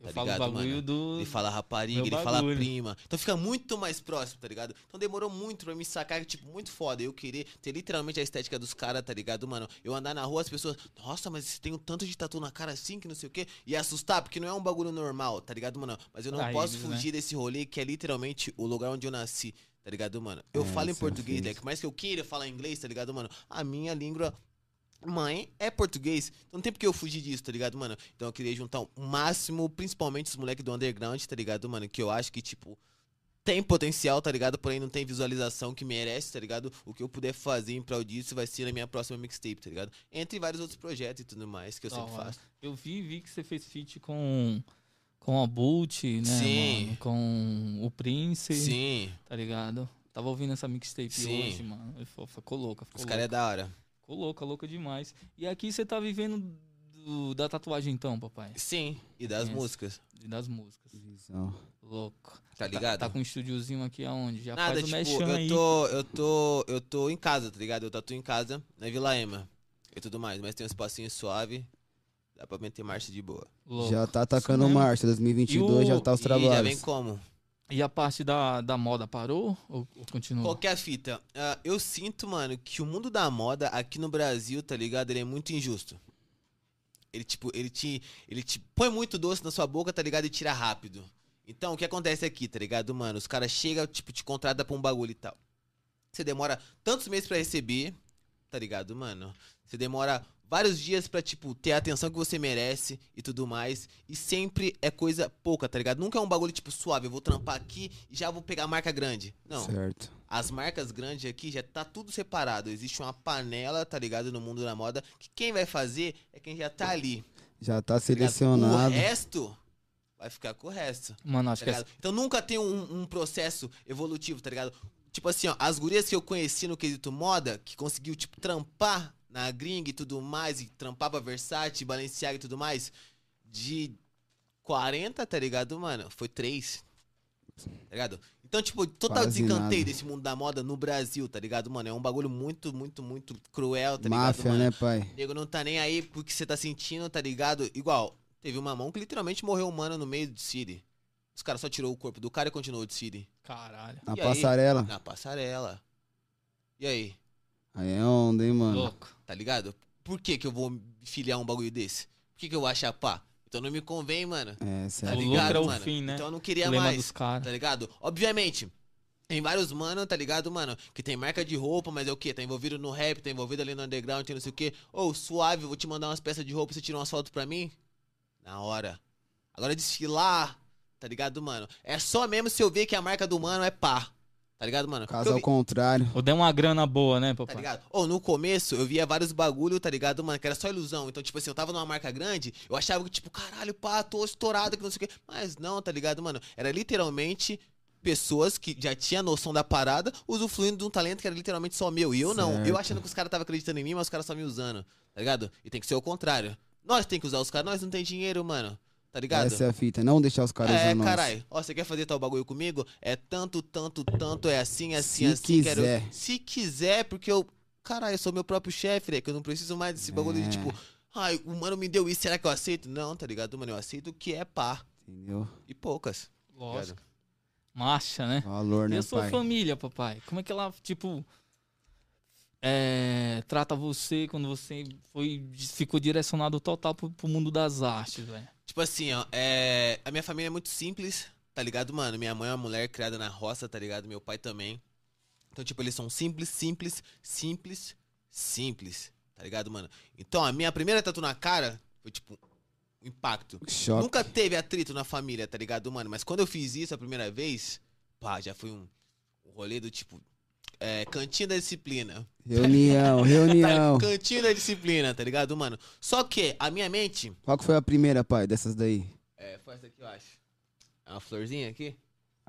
[SPEAKER 1] Eu
[SPEAKER 3] Tá
[SPEAKER 1] falo o
[SPEAKER 3] ligado,
[SPEAKER 1] bagulho
[SPEAKER 3] mano?
[SPEAKER 1] do.
[SPEAKER 3] Ele fala rapariga,
[SPEAKER 1] Meu
[SPEAKER 3] ele fala
[SPEAKER 1] bagulho.
[SPEAKER 3] prima. Então fica muito mais próximo, tá ligado? Então demorou muito pra me sacar, que, tipo, muito foda. Eu querer ter literalmente a estética dos caras, tá ligado, mano? Eu andar na rua, as pessoas, nossa, mas você tem um tanto de tatu na cara assim, que não sei o quê. E assustar, porque não é um bagulho normal, tá ligado, mano? Mas eu não
[SPEAKER 1] Pra
[SPEAKER 3] posso
[SPEAKER 1] eles, né?
[SPEAKER 3] fugir desse rolê que é literalmente o lugar onde eu nasci. Tá ligado, mano? Eu
[SPEAKER 2] É,
[SPEAKER 3] falo em
[SPEAKER 2] isso é
[SPEAKER 3] português,
[SPEAKER 2] difícil.
[SPEAKER 3] né? Por mais que eu queira falar inglês, tá ligado, mano? A minha língua mãe é português. Então não tem porque eu fugir disso, tá ligado, mano? Então eu queria juntar o máximo, principalmente os moleques do underground, tá ligado, mano? Que eu acho que, tipo, tem potencial, tá ligado? Porém não tem visualização que merece, tá ligado? O que eu puder fazer em prol disso vai ser na minha próxima mixtape, tá ligado? Entre vários outros projetos e tudo mais que eu
[SPEAKER 1] Da
[SPEAKER 3] sempre
[SPEAKER 1] hora.
[SPEAKER 3] faço.
[SPEAKER 1] Eu vi, vi que você fez feat com. Com a Bolt, né?
[SPEAKER 3] Sim.
[SPEAKER 1] mano? Com o Prince.
[SPEAKER 3] Sim,
[SPEAKER 1] Tá ligado? Tava ouvindo essa mixtape
[SPEAKER 3] Sim.
[SPEAKER 1] hoje, mano. E fo- Ficou louca. Ficou
[SPEAKER 3] os caras é da hora.
[SPEAKER 1] Ficou louca, louca demais. E aqui você tá vivendo do- da tatuagem então, papai?
[SPEAKER 3] Sim, e das
[SPEAKER 1] Yes.
[SPEAKER 3] músicas,
[SPEAKER 1] E das músicas.
[SPEAKER 2] Visão.
[SPEAKER 1] Louco.
[SPEAKER 3] tá ligado?
[SPEAKER 1] Tá, com um estúdiozinho aqui aonde? Já
[SPEAKER 3] Nada,
[SPEAKER 1] faz o
[SPEAKER 3] tipo,
[SPEAKER 1] mexão
[SPEAKER 3] eu
[SPEAKER 1] aí.
[SPEAKER 3] tô, eu tô. Eu tô em casa, tá ligado? Eu tatuo em casa, na Vila Ema e tudo mais, mas tem um espacinho suave. Dá pra meter marcha de boa.
[SPEAKER 1] Louco.
[SPEAKER 2] Já tá
[SPEAKER 1] Isso
[SPEAKER 2] atacando
[SPEAKER 1] mesmo.
[SPEAKER 2] marcha. 2022
[SPEAKER 1] E o-
[SPEAKER 2] já tá os
[SPEAKER 3] e já vem
[SPEAKER 2] trabalhos.
[SPEAKER 3] como?
[SPEAKER 1] E a parte da, da moda parou ou, ou continua?
[SPEAKER 3] Qual que é a fita? Ah, eu sinto, mano, que o mundo da moda aqui no Brasil, tá ligado? Ele é muito injusto. Ele, tipo, ele te, ele te põe muito doce na sua boca, tá ligado? E tira rápido. Então, o que acontece aqui, tá ligado, mano? Os caras chegam, tipo, te contrata pra um bagulho e tal. Você demora tantos meses pra receber, tá ligado, mano? Você demora vários dias pra, tipo, ter a atenção que você merece e tudo mais. E sempre é coisa pouca, tá ligado? Nunca é um bagulho, tipo, suave. Eu vou trampar aqui e já vou pegar a marca grande. Não.
[SPEAKER 2] Certo.
[SPEAKER 3] As marcas grandes aqui já tá tudo separado. Existe uma panela, tá ligado? No mundo da moda, que quem vai fazer é quem já tá ali.
[SPEAKER 2] Já tá
[SPEAKER 3] tá ligado? O
[SPEAKER 2] selecionado.
[SPEAKER 3] resto vai ficar com o resto.
[SPEAKER 1] Mano, acho
[SPEAKER 3] tá
[SPEAKER 1] que é
[SPEAKER 3] ligado? Então nunca tem um, um processo evolutivo, tá ligado? Tipo assim, ó, as gurias que eu conheci no quesito moda, que conseguiu, tipo, trampar na gringa e tudo mais, e trampar pra Versace, Balenciaga e tudo mais, de 40, tá ligado, mano? Foi 3. Tá ligado? Então, tipo, total
[SPEAKER 2] Quase
[SPEAKER 3] desencanteio
[SPEAKER 2] nada.
[SPEAKER 3] desse mundo da moda no Brasil, tá ligado, mano? É um bagulho muito, muito, muito cruel, tá ligado,
[SPEAKER 2] Máfia,
[SPEAKER 3] mano?
[SPEAKER 2] né, pai?
[SPEAKER 3] O nego não tá nem aí porque você tá sentindo, tá ligado? Igual, teve uma mão que literalmente morreu humano no meio do City. Os caras só tirou o corpo do cara e continuou de City.
[SPEAKER 1] Caralho.
[SPEAKER 2] Na
[SPEAKER 3] E aí?
[SPEAKER 2] passarela.
[SPEAKER 3] Na passarela. E aí,
[SPEAKER 2] Aí é onda, hein, mano.
[SPEAKER 1] Louco.
[SPEAKER 3] tá ligado? Por que que eu vou me filiar a um bagulho desse? Por que que eu vou achar pá? Então não me convém, mano.
[SPEAKER 2] É,
[SPEAKER 3] Tá
[SPEAKER 1] O
[SPEAKER 2] certo.
[SPEAKER 1] lucro
[SPEAKER 3] ligado,
[SPEAKER 1] é o
[SPEAKER 3] mano?
[SPEAKER 1] fim, né?
[SPEAKER 3] Então eu não
[SPEAKER 1] O
[SPEAKER 3] queria
[SPEAKER 1] lema
[SPEAKER 3] mais.
[SPEAKER 1] dos caras.
[SPEAKER 3] Tá ligado? Obviamente. Tem vários mano, tá ligado, mano? Que tem marca de roupa, mas é o quê? Tá envolvido no rap, tá envolvido ali no underground, tem não sei o quê. Ô, suave, vou te mandar umas peças de roupa, você tira umas fotos pra mim? Na hora. Agora desfilar, tá ligado, mano? É só mesmo se eu ver que a marca do mano é pá. Tá ligado, mano? Porque
[SPEAKER 2] Caso
[SPEAKER 3] eu
[SPEAKER 2] ao
[SPEAKER 3] vi-
[SPEAKER 2] contrário.
[SPEAKER 1] Ou deu uma grana boa, né,
[SPEAKER 3] Tá
[SPEAKER 1] papai?
[SPEAKER 3] ligado? Ou no começo eu via vários bagulho, tá ligado, mano? Que era só ilusão. Então, tipo assim, eu tava numa marca grande, eu achava que, tipo, caralho, pá, tô estourado, que não sei o quê. Mas não, tá ligado, mano? Era literalmente pessoas que já tinham noção da parada, usufruindo de um talento que era literalmente só meu. E eu não. Eu
[SPEAKER 2] Certo.
[SPEAKER 3] achando que os caras estavam acreditando em mim, mas os caras só me usando, tá ligado? E tem que ser o contrário. Nós tem que usar os caras, nós não tem dinheiro, mano. Tá ligado?
[SPEAKER 2] Essa é a fita. Não deixar os caras
[SPEAKER 3] É,
[SPEAKER 2] usar nós.
[SPEAKER 3] caralho. Ó, você quer fazer tal bagulho comigo? É tanto, tanto, tanto, é assim, assim,
[SPEAKER 2] Se
[SPEAKER 3] assim.
[SPEAKER 2] quiser.
[SPEAKER 3] Quero... Se quiser, porque eu. Caralho, eu sou meu próprio chefe, né? Que eu não preciso mais desse bagulho
[SPEAKER 2] É.
[SPEAKER 3] de tipo. Ai, o mano me deu isso, será que eu aceito? Não, tá ligado, mano? Eu aceito o que é pá.
[SPEAKER 2] Entendeu?
[SPEAKER 3] E poucas.
[SPEAKER 1] Lógico. Marcha, né?
[SPEAKER 2] Valor,
[SPEAKER 1] E
[SPEAKER 2] né,
[SPEAKER 1] a sua
[SPEAKER 2] pai?
[SPEAKER 1] família, papai? Como é que ela, tipo, é, trata você quando você foi, ficou direcionado total pro, pro mundo das artes, velho?
[SPEAKER 3] Tipo assim, ó, é, a minha família é muito simples, tá ligado, mano? Minha mãe é uma mulher criada na roça, tá ligado? Meu pai também. Então, tipo, eles são simples, simples, simples, simples, tá ligado, mano? Então, a minha primeira tatu na cara foi, tipo, um impacto.
[SPEAKER 2] Choque.
[SPEAKER 3] Nunca teve atrito na família, tá ligado, mano? Mas quando eu fiz isso a primeira vez, pá, já foi um um rolê do tipo. É, cantinho da disciplina.
[SPEAKER 2] Reunião, reunião.
[SPEAKER 3] Cantinho da disciplina, tá ligado, mano? Só que a minha mente.
[SPEAKER 2] Qual que foi a primeira, pai, dessas daí?
[SPEAKER 3] É, foi essa aqui, eu acho. É uma florzinha aqui?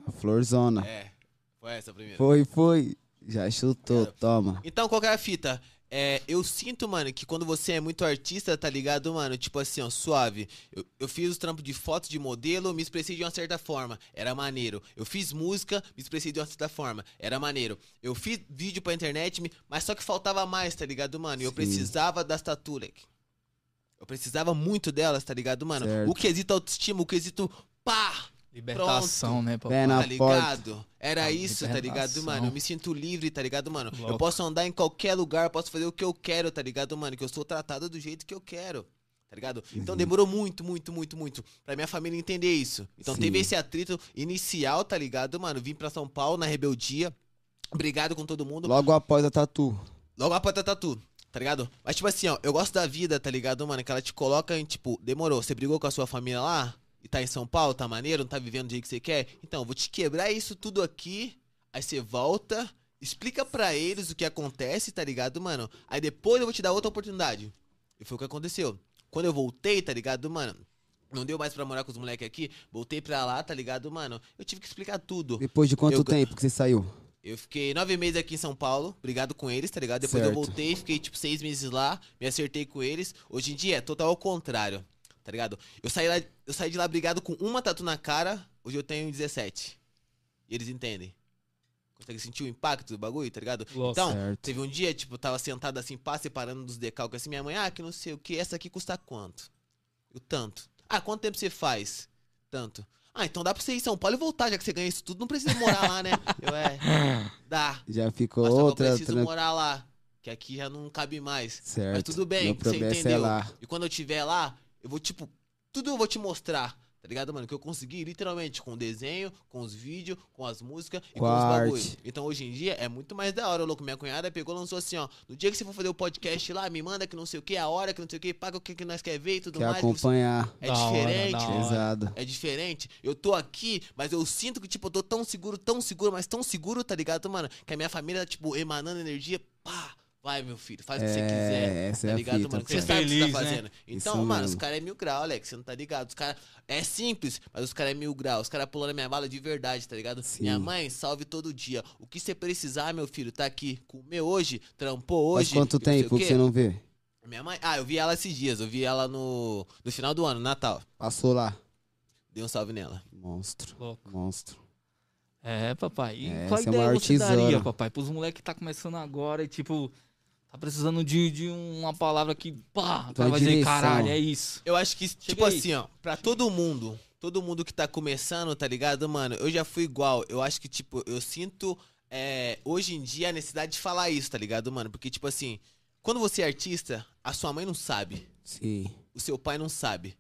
[SPEAKER 2] A Florzona.
[SPEAKER 3] É, foi essa a primeira.
[SPEAKER 2] Foi, foi. Já chutou,
[SPEAKER 3] Cara,
[SPEAKER 2] toma.
[SPEAKER 3] Então, qual que é a fita? É, eu sinto, mano, que quando você é muito artista, tá ligado, mano? Tipo assim, ó, suave. Eu, eu fiz os trampos de foto de modelo, me expressei de uma certa forma, era maneiro. Eu fiz música, me expressei de uma certa forma, era maneiro. Eu fiz vídeo pra internet, me- mas só que faltava mais, tá ligado, mano? E eu
[SPEAKER 2] Sim.
[SPEAKER 3] precisava das Tatulek. Eu precisava muito delas, tá ligado, mano?
[SPEAKER 2] Certo.
[SPEAKER 3] O quesito autoestima, o quesito pá!
[SPEAKER 1] Libertação,
[SPEAKER 3] Pronto.
[SPEAKER 1] né,
[SPEAKER 2] Pé
[SPEAKER 1] papai?
[SPEAKER 2] na
[SPEAKER 3] tá ligado? Era
[SPEAKER 1] A
[SPEAKER 3] isso, tá ligado,
[SPEAKER 1] libertação.
[SPEAKER 3] mano? Eu me sinto livre, tá ligado, mano?
[SPEAKER 1] Louco.
[SPEAKER 3] Eu posso andar em qualquer lugar, posso fazer o que eu quero, tá ligado, mano? Que eu sou tratado do jeito que eu quero. Tá ligado?
[SPEAKER 2] Uhum.
[SPEAKER 3] Então demorou muito, muito, muito, muito pra minha família entender isso. Então
[SPEAKER 2] Sim.
[SPEAKER 3] teve esse atrito inicial, tá ligado, mano? Vim pra São Paulo na rebeldia. Obrigado com todo mundo.
[SPEAKER 2] Logo após a tatu.
[SPEAKER 3] Logo após a tatu, tá ligado? Mas tipo assim, ó, eu gosto da vida, tá ligado, mano? Que ela te coloca em, tipo, demorou, você brigou com a sua família lá? E tá em São Paulo, tá maneiro, não tá vivendo do jeito que você quer? Então, eu vou te quebrar isso tudo aqui, aí você volta, explica pra eles o que acontece, tá ligado, mano? Aí depois eu vou te dar outra oportunidade. E foi o que aconteceu. Quando eu voltei, tá ligado, mano? Não deu mais pra morar com os moleques aqui, voltei pra lá, tá ligado, mano? Eu tive que explicar tudo.
[SPEAKER 2] Depois de quanto
[SPEAKER 3] Eu-
[SPEAKER 2] tempo que você saiu?
[SPEAKER 3] Eu fiquei nove meses aqui em São Paulo, brigado com eles, tá ligado? Depois eu
[SPEAKER 2] Certo.
[SPEAKER 3] voltei, fiquei tipo seis meses lá, me acertei com eles. Hoje em dia é total ao contrário, tá ligado? Eu saí, lá, eu saí de lá brigado com uma tatu na cara, hoje eu tenho 17. E eles entendem. Consegue sentir o impacto do bagulho, tá ligado?
[SPEAKER 1] Louco.
[SPEAKER 3] Então,
[SPEAKER 2] Certo.
[SPEAKER 3] teve um dia, tipo, eu tava sentado assim, pá, separando dos decalques assim, minha mãe, ah, que não sei o que, essa aqui custa quanto? Eu, tanto. Ah, quanto tempo você faz? Tanto. Ah, então dá pra você ir em São Paulo e voltar, já que você ganha isso tudo, não precisa morar lá, né? Eu, é, dá.
[SPEAKER 2] Já ficou
[SPEAKER 3] Mas só que eu
[SPEAKER 2] outra.
[SPEAKER 3] preciso
[SPEAKER 2] tran-
[SPEAKER 3] morar lá, que aqui já não cabe mais.
[SPEAKER 2] Certo.
[SPEAKER 3] Mas tudo bem,
[SPEAKER 2] Meu
[SPEAKER 3] você
[SPEAKER 2] progresso
[SPEAKER 3] entendeu.
[SPEAKER 2] é lá.
[SPEAKER 3] E quando eu tiver lá, eu vou, tipo, tudo eu vou te mostrar. Tá ligado, mano? Que eu consegui literalmente com o desenho, com os vídeos, com as músicas e
[SPEAKER 2] Com
[SPEAKER 3] com os
[SPEAKER 2] a
[SPEAKER 3] bagulhos.
[SPEAKER 2] arte.
[SPEAKER 3] Então hoje em dia é muito mais da hora, louco. Minha cunhada pegou e lançou assim, ó. No dia que você for fazer o podcast lá, me manda que não sei o que, a hora que não sei o que, paga o que, que nós quer ver e tudo
[SPEAKER 2] Quer
[SPEAKER 3] mais. que não sei-
[SPEAKER 2] acompanhar.
[SPEAKER 3] É
[SPEAKER 1] Da hora,
[SPEAKER 3] diferente,
[SPEAKER 1] da
[SPEAKER 3] mano.
[SPEAKER 1] hora.
[SPEAKER 2] Pesado.
[SPEAKER 3] É diferente. Eu tô aqui, mas eu sinto que, tipo, eu tô tão seguro, tão seguro, mas tão seguro, tá ligado, mano? Que a minha família tá, tipo, emanando energia. Pá! Vai, meu filho, faz o que você
[SPEAKER 2] É,
[SPEAKER 3] quiser.
[SPEAKER 2] essa é
[SPEAKER 3] tá
[SPEAKER 2] a
[SPEAKER 3] ligado,
[SPEAKER 2] fita,
[SPEAKER 3] mano? Que
[SPEAKER 1] cara.
[SPEAKER 3] Você sabe o que você
[SPEAKER 1] Feliz,
[SPEAKER 3] tá
[SPEAKER 1] né?
[SPEAKER 3] fazendo. Então,
[SPEAKER 2] Isso
[SPEAKER 3] mano, os
[SPEAKER 2] mesmo.
[SPEAKER 3] caras é mil grau, Alex. Você não tá ligado. Os caras. É simples, mas os caras é mil grau. Os caras pulando a minha bala de verdade, tá ligado?
[SPEAKER 2] Sim.
[SPEAKER 3] Minha mãe, salve todo dia. O que você precisar, meu filho, tá aqui. Comeu hoje, trampou
[SPEAKER 2] Faz
[SPEAKER 3] hoje.
[SPEAKER 2] quanto
[SPEAKER 3] e não sei o
[SPEAKER 2] tempo que
[SPEAKER 3] quê.
[SPEAKER 2] você não vê?
[SPEAKER 3] Minha mãe. Ah, eu vi ela esses dias. Eu vi ela no. No final do ano, Natal.
[SPEAKER 2] Passou lá.
[SPEAKER 3] Dei um salve nela.
[SPEAKER 2] Monstro.
[SPEAKER 1] Louco.
[SPEAKER 2] Monstro.
[SPEAKER 1] É, papai. E
[SPEAKER 2] É,
[SPEAKER 1] qual
[SPEAKER 2] esse é o
[SPEAKER 1] ideia
[SPEAKER 2] maior
[SPEAKER 1] você daria,
[SPEAKER 2] tesouro.
[SPEAKER 1] papai? Pros moleques que tá começando agora e, tipo, tá precisando de, de uma palavra que, pá, o cara
[SPEAKER 2] Tua
[SPEAKER 1] vai dizer,
[SPEAKER 2] direção.
[SPEAKER 1] caralho, é isso.
[SPEAKER 3] Eu acho que, tipo
[SPEAKER 1] aí.
[SPEAKER 3] assim, ó, pra todo mundo, todo mundo que tá começando, tá ligado, mano? Eu já fui igual. Eu acho que, tipo, eu sinto é, hoje em dia a necessidade de falar isso, tá ligado, mano? Porque, tipo assim, quando você é artista, a sua mãe não sabe,
[SPEAKER 2] Sim.
[SPEAKER 3] o seu pai não sabe.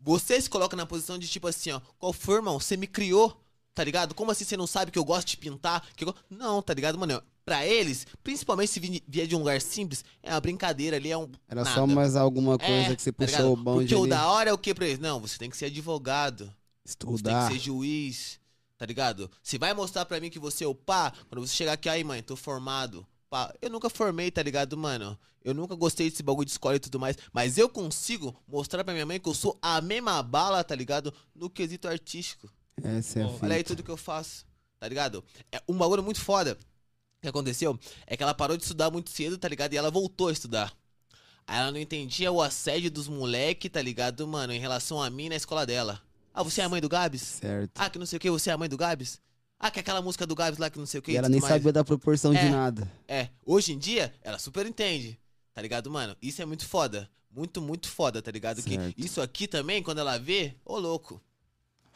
[SPEAKER 3] Você se coloca na posição de, tipo assim, ó, qual foi, irmão? Você me criou, tá ligado? Como assim você não sabe que eu gosto de pintar? Que eu... go- Não, tá ligado, mano? Pra eles, principalmente se vi- vier de um lugar simples, é uma brincadeira ali, é um.
[SPEAKER 2] Era
[SPEAKER 3] nada.
[SPEAKER 2] só mais alguma coisa
[SPEAKER 3] É,
[SPEAKER 2] que você
[SPEAKER 3] tá
[SPEAKER 2] puxou o
[SPEAKER 3] ligado?
[SPEAKER 2] bonde
[SPEAKER 3] Porque o
[SPEAKER 2] ali.
[SPEAKER 3] da hora é o que pra eles? Não, você tem que ser advogado. Você tem
[SPEAKER 2] Estudar.
[SPEAKER 3] que ser juiz, tá ligado? Você vai mostrar pra mim que você é o pá, quando você chegar aqui, aí, mãe, tô formado. Pá, eu nunca formei, tá ligado, mano? Eu nunca gostei desse bagulho de escola e tudo mais. Mas eu consigo mostrar pra minha mãe que eu sou a mesma bala, tá ligado? No quesito artístico.
[SPEAKER 2] Essa é a
[SPEAKER 1] Olha
[SPEAKER 2] fita.
[SPEAKER 3] Olha aí tudo que eu faço, tá ligado? É um bagulho muito foda que aconteceu é que ela parou de estudar muito cedo, tá ligado? E ela voltou a estudar. Aí ela não entendia o assédio dos moleque, tá ligado, mano, em relação a mim na escola dela. Ah, você é a mãe do Gabs?
[SPEAKER 2] Certo.
[SPEAKER 3] Ah, que não sei o que, você é a mãe do Gabs? Ah, que aquela música do Gabs lá que não sei o que.
[SPEAKER 2] e ela nem sabia da proporção
[SPEAKER 3] É.
[SPEAKER 2] de nada.
[SPEAKER 3] É, hoje em dia, ela super entende, tá ligado, mano? Isso é muito foda. Muito, muito foda, tá ligado? Que
[SPEAKER 2] Certo.
[SPEAKER 3] isso aqui também, quando ela vê, ô louco.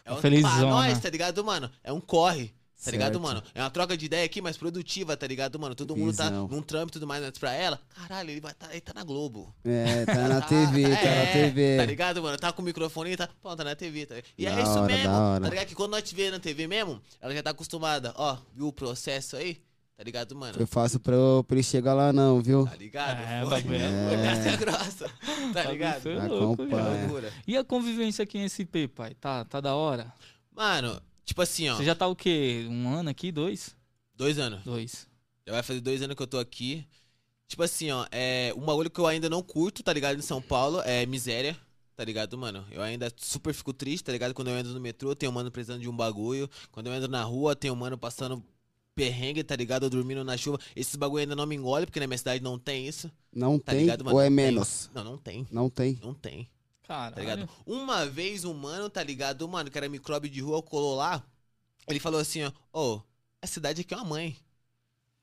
[SPEAKER 3] É um,
[SPEAKER 1] Felizona.
[SPEAKER 3] Pra nós, tá ligado, mano? É um corre. Tá
[SPEAKER 2] Certo.
[SPEAKER 3] ligado, mano? É uma troca de ideia aqui, mas produtiva, tá ligado, mano? Todo mundo tá
[SPEAKER 2] Visão.
[SPEAKER 3] num trampo e tudo mais, mas pra ela, caralho, ele, vai tá, ele tá na Globo.
[SPEAKER 2] É, tá na
[SPEAKER 3] Tá,
[SPEAKER 2] TV, tá
[SPEAKER 3] é,
[SPEAKER 2] na TV.
[SPEAKER 3] Tá ligado, mano? Tá com o microfone, tá. Pô, tá na TV, tá ligado? E
[SPEAKER 2] Da
[SPEAKER 3] é isso
[SPEAKER 2] hora,
[SPEAKER 3] mesmo,
[SPEAKER 2] da hora.
[SPEAKER 3] tá ligado? Que quando nós te vê na TV mesmo, ela já tá acostumada. Ó, viu o processo aí? Tá ligado, mano?
[SPEAKER 2] Eu faço pra, eu- pra ele chegar lá, não, viu?
[SPEAKER 3] Tá ligado?
[SPEAKER 1] É,
[SPEAKER 3] Foi.
[SPEAKER 1] bagulho é
[SPEAKER 3] Foi casca grossa. Tá ligado?
[SPEAKER 1] Isso é louco,
[SPEAKER 2] Acompanha.
[SPEAKER 1] já.
[SPEAKER 3] Loucura.
[SPEAKER 1] E a convivência aqui em SP, pai? Tá, tá da hora?
[SPEAKER 3] Mano, tipo assim, ó.
[SPEAKER 1] Você já tá o quê? Um ano aqui? Dois?
[SPEAKER 3] Dois anos.
[SPEAKER 1] Dois.
[SPEAKER 3] Já vai fazer dois anos que eu tô aqui. Tipo assim, ó, é. Um bagulho que eu ainda não curto, tá ligado? Em São Paulo, é miséria. Tá ligado, mano? Eu ainda super fico triste, tá ligado? Quando eu entro no metrô, tem um mano precisando de um bagulho. Quando eu entro na rua, tem um mano passando perrengue, tá ligado? Eu dormindo na chuva. Esses bagulho ainda não me engole, porque na minha cidade não tem isso.
[SPEAKER 2] Não
[SPEAKER 3] Tá
[SPEAKER 2] tem
[SPEAKER 3] ligado, mano?
[SPEAKER 2] ou é
[SPEAKER 3] Não tem.
[SPEAKER 2] menos?
[SPEAKER 3] Não, não tem.
[SPEAKER 2] Não tem.
[SPEAKER 3] Não tem.
[SPEAKER 1] Caralho.
[SPEAKER 3] tá ligado? Uma vez um mano, tá ligado, mano, que era micróbio de rua, colou lá, ele falou assim, ó, ô, a cidade aqui é uma mãe.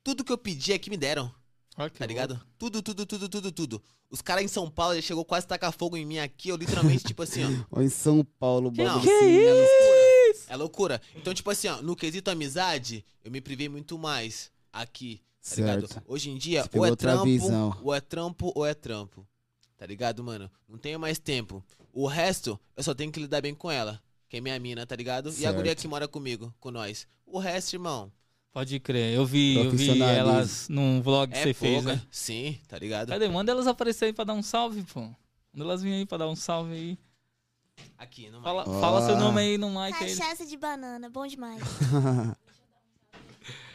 [SPEAKER 3] Tudo que eu pedi aqui me deram,
[SPEAKER 1] Olha que louco.
[SPEAKER 3] tá ligado? Tudo, tudo, tudo, tudo, tudo. Os caras em São Paulo, ele chegou quase a tacar fogo em mim aqui, eu literalmente, tipo assim, ó,
[SPEAKER 2] Ou em São Paulo, o
[SPEAKER 3] Que
[SPEAKER 2] bagulho
[SPEAKER 1] que
[SPEAKER 2] assim, né?
[SPEAKER 3] é loucura. É loucura. Então, tipo assim, ó, no quesito amizade, eu me privei muito mais aqui, tá ligado?
[SPEAKER 2] Certo.
[SPEAKER 3] Hoje em dia,
[SPEAKER 2] Você
[SPEAKER 3] ou
[SPEAKER 2] pegou
[SPEAKER 3] é
[SPEAKER 2] outra
[SPEAKER 3] trampo,
[SPEAKER 2] visão.
[SPEAKER 3] ou é trampo, ou é trampo. Tá ligado, mano? Não tenho mais tempo. O resto, eu só tenho que lidar bem com ela. Que é minha mina, tá ligado? E a
[SPEAKER 2] Certo.
[SPEAKER 3] guria que mora comigo, com nós. O resto, irmão,
[SPEAKER 1] Pode crer. Eu vi, eu vi
[SPEAKER 2] Profissionalismo.
[SPEAKER 1] elas num vlog que
[SPEAKER 3] é
[SPEAKER 1] você
[SPEAKER 3] pouca.
[SPEAKER 1] fez, né? É.
[SPEAKER 3] Sim, tá ligado?
[SPEAKER 1] Cadê? Manda elas aparecerem pra dar um salve, pô. Manda elas virem aí pra dar um salve aí.
[SPEAKER 3] Aqui, não
[SPEAKER 1] Fala,
[SPEAKER 2] Ó.
[SPEAKER 1] fala seu nome aí no mic aí. né?
[SPEAKER 4] Cachaça de banana, bom demais.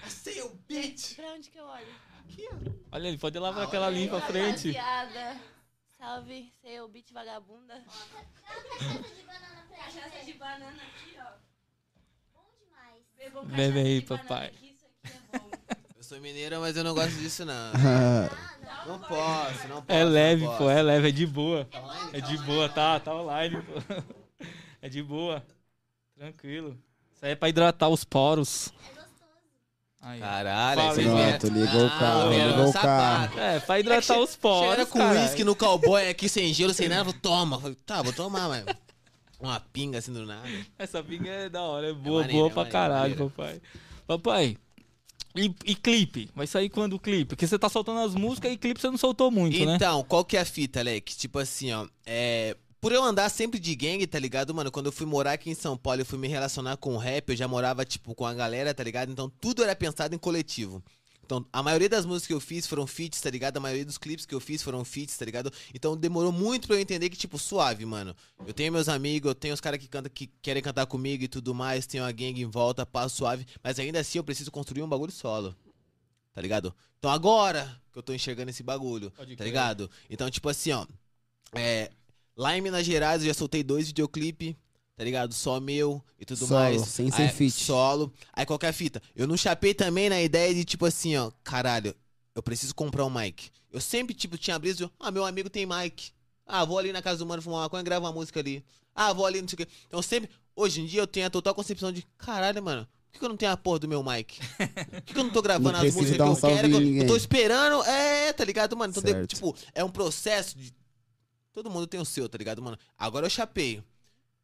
[SPEAKER 3] Passei o beat!
[SPEAKER 4] pra onde que eu olho?
[SPEAKER 1] Ah, Olha, ele pode ir lá pra aquela ali pra frente.
[SPEAKER 5] Rapaziada. Salve, seu beat vagabunda. Cachaça de banana aqui, ó. Pegou
[SPEAKER 1] Bebe
[SPEAKER 5] cachaça
[SPEAKER 1] aí,
[SPEAKER 5] de banana
[SPEAKER 1] papai.
[SPEAKER 5] aqui, isso aqui é bom.
[SPEAKER 3] Eu sou mineira, mas eu não gosto disso, não. Não posso, não posso.
[SPEAKER 1] É leve,
[SPEAKER 3] não posso.
[SPEAKER 1] pô, é leve, é de boa. É de boa, tá, tá online, pô. É de boa. Tranquilo. Isso aí é pra hidratar os poros. Aí. ó.
[SPEAKER 3] Caralho, Ah,
[SPEAKER 1] Fala,
[SPEAKER 3] aí vocês
[SPEAKER 1] Pronto,
[SPEAKER 3] vieram-
[SPEAKER 2] ligou o carro,
[SPEAKER 3] vieram
[SPEAKER 2] ligou o
[SPEAKER 3] safado.
[SPEAKER 1] É, pra hidratar os poros.
[SPEAKER 3] Chegaram com
[SPEAKER 1] caralho.
[SPEAKER 3] uísque no cowboy aqui, sem gelo, sem nada. Falei, toma. Falei, tá, vou tomar, mas... Uma pinga assim do nada.
[SPEAKER 1] Essa pinga é da hora, é boa,
[SPEAKER 3] maneira,
[SPEAKER 1] boa
[SPEAKER 3] é
[SPEAKER 1] pra
[SPEAKER 3] maneira,
[SPEAKER 1] caralho,
[SPEAKER 3] maneira.
[SPEAKER 1] papai. Papai, e, e clipe? Vai sair quando o clipe? Porque você tá soltando as músicas e clipe você não soltou muito, né?
[SPEAKER 3] Então, qual que é a fita, Alec? Tipo assim, ó. É. Por eu andar sempre de gangue, tá ligado, mano? Quando eu fui morar aqui em São Paulo, eu fui me relacionar com o rap, eu já morava, tipo, com a galera, tá ligado? Então tudo era pensado em coletivo. Então, a maioria das músicas que eu fiz foram feats, tá ligado? A maioria dos clipes que eu fiz foram feats, tá ligado? Então demorou muito pra eu entender que, tipo, suave, mano. Eu tenho meus amigos, eu tenho os caras que, canta, que querem cantar comigo e tudo mais, tenho a gangue em volta, passo suave, mas ainda assim eu preciso construir um bagulho solo. Tá ligado? Então agora que eu tô enxergando esse bagulho,
[SPEAKER 1] Pode
[SPEAKER 3] tá
[SPEAKER 1] crer.
[SPEAKER 3] ligado? Então, tipo assim, ó. É, lá em Minas Gerais eu já soltei dois videoclipes, tá ligado? Só meu e tudo
[SPEAKER 2] Solo,
[SPEAKER 3] mais.
[SPEAKER 2] sem ser
[SPEAKER 3] Aí,
[SPEAKER 2] feat.
[SPEAKER 3] Solo. Aí qualquer fita. Eu não chapei também na ideia de, tipo assim, ó, caralho, eu preciso comprar um mic. Eu sempre, tipo, tinha brisa, ah, meu amigo tem mic. Ah, vou ali na casa do mano fumar uma maconha e gravo uma música ali. Ah, vou ali, não sei o quê. Então sempre, hoje em dia eu tenho a total concepção de, caralho, mano, por que que eu não tenho a porra do meu mic? Por que que eu não tô gravando as
[SPEAKER 2] preciso
[SPEAKER 3] músicas
[SPEAKER 2] dar um
[SPEAKER 3] que eu quero?
[SPEAKER 2] salve
[SPEAKER 3] que eu-
[SPEAKER 2] em
[SPEAKER 3] eu tô
[SPEAKER 2] ninguém.
[SPEAKER 3] esperando, é, tá ligado, mano? Então, de-
[SPEAKER 2] Certo.
[SPEAKER 3] tipo, é um processo de. Todo mundo tem o seu, tá ligado, mano? Agora eu chapei.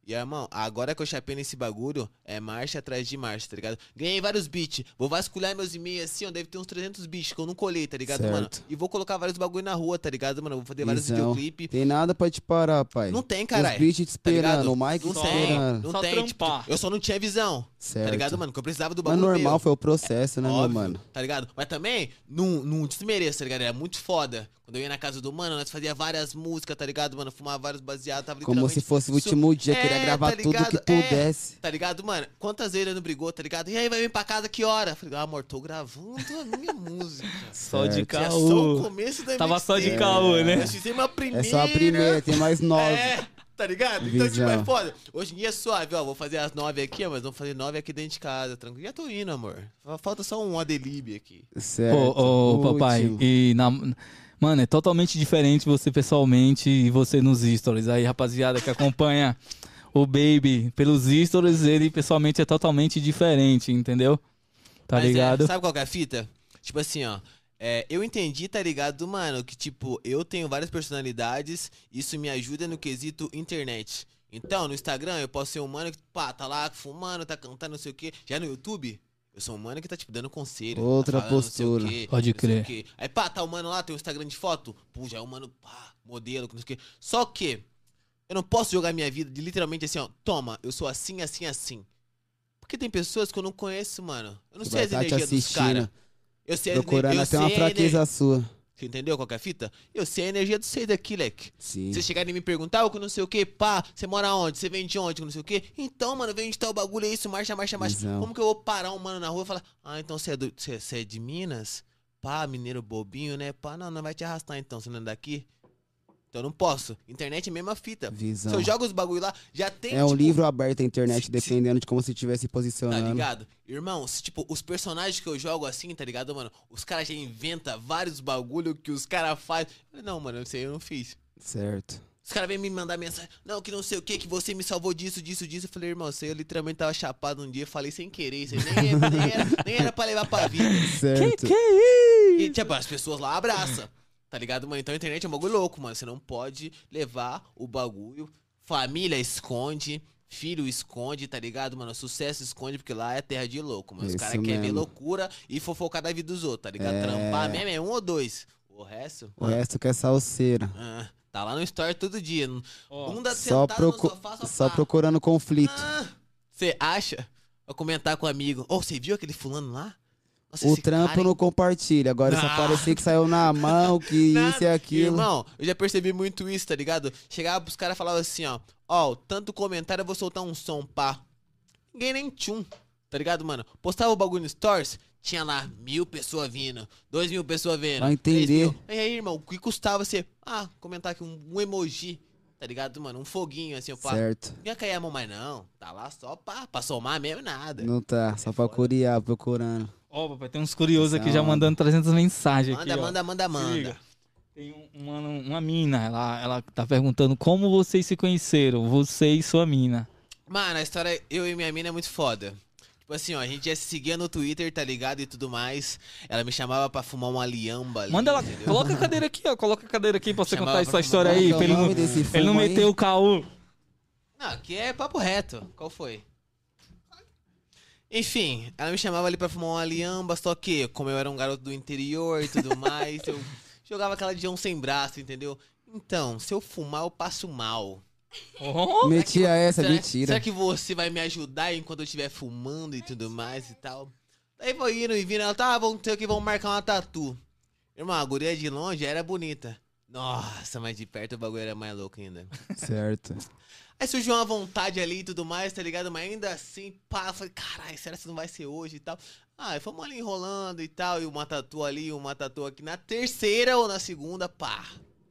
[SPEAKER 3] E, irmão, agora que eu chapei nesse bagulho, é marcha atrás de marcha, tá ligado? Ganhei vários beats. Vou vasculhar meus e-mails assim, ó. Deve ter uns 300 beats que eu não colhei, tá ligado, mano?
[SPEAKER 2] Certo.
[SPEAKER 3] E vou colocar vários bagulho na rua, tá ligado, mano? Vou fazer vários
[SPEAKER 2] Visão.
[SPEAKER 3] videoclipes.
[SPEAKER 2] Tem nada pra te parar, pai.
[SPEAKER 3] Não tem,
[SPEAKER 2] Os
[SPEAKER 3] caralho. Tá
[SPEAKER 2] beats te esperando,
[SPEAKER 3] ligado?
[SPEAKER 2] o Mike
[SPEAKER 3] Não
[SPEAKER 2] te
[SPEAKER 3] tem,
[SPEAKER 2] esperando.
[SPEAKER 3] Não
[SPEAKER 1] Só
[SPEAKER 3] tem, tipo,
[SPEAKER 1] trampar.
[SPEAKER 3] eu só não tinha visão,
[SPEAKER 2] Certo.
[SPEAKER 3] tá ligado, mano? Que eu precisava do
[SPEAKER 2] Mas
[SPEAKER 3] bagulho
[SPEAKER 2] normal
[SPEAKER 3] meu.
[SPEAKER 2] foi o processo, né, meu
[SPEAKER 3] Óbvio,
[SPEAKER 2] mano?
[SPEAKER 3] Tá ligado? Mas também, não, não desmereço, tá ligado? Era muito foda. Quando eu ia na casa do mano, nós fazia várias músicas, tá ligado, mano? Fumava vários baseados, tava
[SPEAKER 2] Como se
[SPEAKER 3] literalmente
[SPEAKER 2] fosse o
[SPEAKER 3] su-
[SPEAKER 2] último dia,
[SPEAKER 3] É,
[SPEAKER 2] queria gravar
[SPEAKER 3] tá
[SPEAKER 2] tudo que
[SPEAKER 3] ligado? É.
[SPEAKER 2] pudesse.
[SPEAKER 3] Tá ligado, mano? Quantas vezes ele não brigou, tá ligado? E aí, vai vir pra casa que hora? Falei, ah, amor, tô gravando a minha música.
[SPEAKER 1] Só de
[SPEAKER 2] Certo.
[SPEAKER 3] É só o
[SPEAKER 1] caô.
[SPEAKER 3] começo da
[SPEAKER 1] Tava só de
[SPEAKER 3] mixtape.
[SPEAKER 1] caô, né?
[SPEAKER 3] Nós fizemos a primeira.
[SPEAKER 2] É só a primeira, tem mais nove.
[SPEAKER 3] É, tá ligado? Então, tipo,
[SPEAKER 2] Visão.
[SPEAKER 3] é foda. Hoje em dia é suave, ó. Vou fazer as nove aqui, ó, mas vamos fazer nove aqui dentro de casa, tranquilo. Já tô indo, amor. Falta só um Adelibe aqui.
[SPEAKER 2] Certo.
[SPEAKER 1] Ô, ô, papai,
[SPEAKER 2] Último.
[SPEAKER 1] e na... Mano, é totalmente diferente você pessoalmente e você nos stories. Aí, rapaziada que acompanha o Baby pelos stories, ele pessoalmente é totalmente diferente, entendeu? Tá
[SPEAKER 3] Mas é,
[SPEAKER 1] ligado?
[SPEAKER 3] sabe qual que é a fita? Tipo assim, ó. é, eu entendi, tá ligado, mano, que tipo, eu tenho várias personalidades, isso me ajuda no quesito internet. Então, no Instagram eu posso ser um mano que, pá, tá lá fumando, tá cantando, não sei o quê. Já no YouTube, eu sou um mano que tá, tipo, dando conselho. tá
[SPEAKER 2] Outra
[SPEAKER 3] falando não sei o
[SPEAKER 2] postura.
[SPEAKER 3] quê,
[SPEAKER 1] Pode
[SPEAKER 3] não sei
[SPEAKER 1] crer.
[SPEAKER 3] o quê. Aí, pá, tá o mano lá, tem um Instagram de foto. Pô, já é um mano, pá, modelo, que não sei o quê. Só que eu não posso jogar minha vida de literalmente assim, ó. Toma, eu sou assim, assim, assim. Porque tem pessoas que eu não conheço, mano. Eu não
[SPEAKER 2] Que
[SPEAKER 3] sei
[SPEAKER 2] vai
[SPEAKER 3] as
[SPEAKER 2] tá te
[SPEAKER 3] energias dos caras.
[SPEAKER 2] assistindo,
[SPEAKER 3] Eu sei as ener-
[SPEAKER 2] procurando
[SPEAKER 3] eu
[SPEAKER 2] até uma
[SPEAKER 3] sei né? a ener-
[SPEAKER 2] fraqueza sua.
[SPEAKER 3] Você entendeu qual que é a fita? Eu sei a energia do sei daqui, leque.
[SPEAKER 2] Sim.
[SPEAKER 3] Vocês chegarem e me perguntar, ou que não sei o que, pá, você mora onde? Você vem de onde? Que não sei o que. Então, mano, vem de tal bagulho, é isso, marcha, marcha, marcha.
[SPEAKER 2] Visão.
[SPEAKER 3] Como que eu vou parar um mano na rua e falar, ah, então você é, do- você- você é de Minas? Pá, mineiro bobinho, né? Pá, não, não vai te arrastar então, você não é daqui? Então eu não posso. Internet é a mesma fita. Se
[SPEAKER 2] Visão.
[SPEAKER 3] eu jogo os bagulho lá, já tem.
[SPEAKER 2] É um
[SPEAKER 3] tipo,
[SPEAKER 2] livro aberto à internet,
[SPEAKER 3] se-
[SPEAKER 2] dependendo de como você estiver se
[SPEAKER 3] Tá
[SPEAKER 2] posicionando.
[SPEAKER 3] ligado? Irmão, se, tipo, os personagens que eu jogo assim, tá ligado, mano? Os caras já inventam vários bagulho que os caras fazem. Não, mano, isso aí eu não fiz.
[SPEAKER 2] certo.
[SPEAKER 3] Os caras vêm me mandar mensagem. Não, que não sei o que, que você me salvou disso, disso, disso. Eu falei, irmão, isso aí eu literalmente tava chapado um dia, falei sem querer. Isso aí nem, era- nem, era, nem era pra levar pra vida.
[SPEAKER 1] Que
[SPEAKER 2] Certo.
[SPEAKER 1] que é
[SPEAKER 3] E,
[SPEAKER 1] isso?
[SPEAKER 3] tipo, as pessoas lá abraçam. Tá ligado, mano? Então a internet é um bagulho louco, mano. Você não pode levar o bagulho. Família esconde, filho esconde, tá ligado, mano? Sucesso esconde, porque lá é terra de louco, mano. Os
[SPEAKER 2] Isso
[SPEAKER 3] caras querem ver
[SPEAKER 2] mesmo.
[SPEAKER 3] loucura e fofocar da vida dos outros, tá ligado? Trampar mesmo é um ou dois. O resto.
[SPEAKER 2] O resto que é salseira.
[SPEAKER 3] Ah, tá lá no story todo dia. Não-
[SPEAKER 1] Ó,
[SPEAKER 3] Bunda
[SPEAKER 2] Só,
[SPEAKER 3] sentada
[SPEAKER 2] procu-
[SPEAKER 3] no sofá, sofá.
[SPEAKER 2] só procurando conflito.
[SPEAKER 3] Você acha? Vou comentar com o amigo. Ô, você viu aquele fulano lá? Nossa,
[SPEAKER 2] o
[SPEAKER 3] esse cara,
[SPEAKER 2] trampo
[SPEAKER 3] hein?"
[SPEAKER 2] não compartilha. Agora só
[SPEAKER 3] Ah.
[SPEAKER 2] parecia que saiu na mão, que
[SPEAKER 3] Nada.
[SPEAKER 2] isso e aquilo.
[SPEAKER 3] Irmão, eu já percebi muito isso, tá ligado? Chegava pros caras e falava assim, ó. Ó, tanto comentário, eu vou soltar um som, pá. Ninguém nem tchum, tá ligado, mano? Postava o bagulho no Stories, tinha lá mil pessoas vindo, dois mil pessoas vendo.
[SPEAKER 2] Vai
[SPEAKER 3] três
[SPEAKER 2] entender.
[SPEAKER 3] mil. E aí, irmão, o que custava você, ah, comentar aqui um, um emoji, tá ligado, mano? Um foguinho, assim, ó, pá.
[SPEAKER 2] certo.
[SPEAKER 3] Não ia cair a mão mais não. Tá lá só pra, pra somar mesmo nada.
[SPEAKER 2] Não tá, só pra curiar, procurando.
[SPEAKER 1] Ó, papai, tem uns curiosos aqui
[SPEAKER 2] Não.
[SPEAKER 1] já mandando 300 mensagens
[SPEAKER 3] manda,
[SPEAKER 1] aqui, ó.
[SPEAKER 3] manda, manda,
[SPEAKER 1] Se
[SPEAKER 3] manda,
[SPEAKER 1] liga. Tem um- uma, uma mina, ela, ela tá perguntando como vocês se conheceram, você e sua mina.
[SPEAKER 3] Mano, a história eu e minha mina é muito foda. Tipo assim, ó, a gente já se seguia no Twitter, tá ligado? E tudo mais. Ela me chamava pra fumar uma liamba ali.
[SPEAKER 1] Manda ela,
[SPEAKER 3] entendeu?
[SPEAKER 1] coloca a cadeira aqui, ó, coloca a cadeira aqui pra você
[SPEAKER 3] Chamava
[SPEAKER 1] contar essa
[SPEAKER 3] pra
[SPEAKER 1] história
[SPEAKER 2] Qual
[SPEAKER 1] aí,
[SPEAKER 2] que é o
[SPEAKER 1] pra ele não,
[SPEAKER 2] nome desse
[SPEAKER 1] pra ele não
[SPEAKER 2] fumo aí?
[SPEAKER 1] meter o caô.
[SPEAKER 3] Não, aqui é papo reto. Qual foi? Enfim, ela me chamava ali pra fumar uma liamba, só que, como eu era um garoto do interior e tudo mais, eu jogava aquela de um sem braço, entendeu? Então, se eu fumar, eu passo mal. Oh.
[SPEAKER 1] Ó,
[SPEAKER 2] Metia essa, é
[SPEAKER 3] será,
[SPEAKER 2] mentira.
[SPEAKER 3] Será que você vai me ajudar enquanto eu estiver fumando e tudo mais e tal? Daí foi indo e vindo, ela tá, ah, vamos ter que vamos marcar uma tatu. Irmão, a guria de longe era bonita. Nossa, mas de perto o bagulho era mais louco ainda.
[SPEAKER 2] Certo.
[SPEAKER 3] Aí surgiu uma vontade ali e tudo mais, tá ligado? Mas ainda assim, pá, eu falei, caralho, será que não vai ser hoje e tal? Ah, e fomos ali enrolando e tal, e uma tatu ali, uma tatu aqui. Na terceira ou na segunda, pá.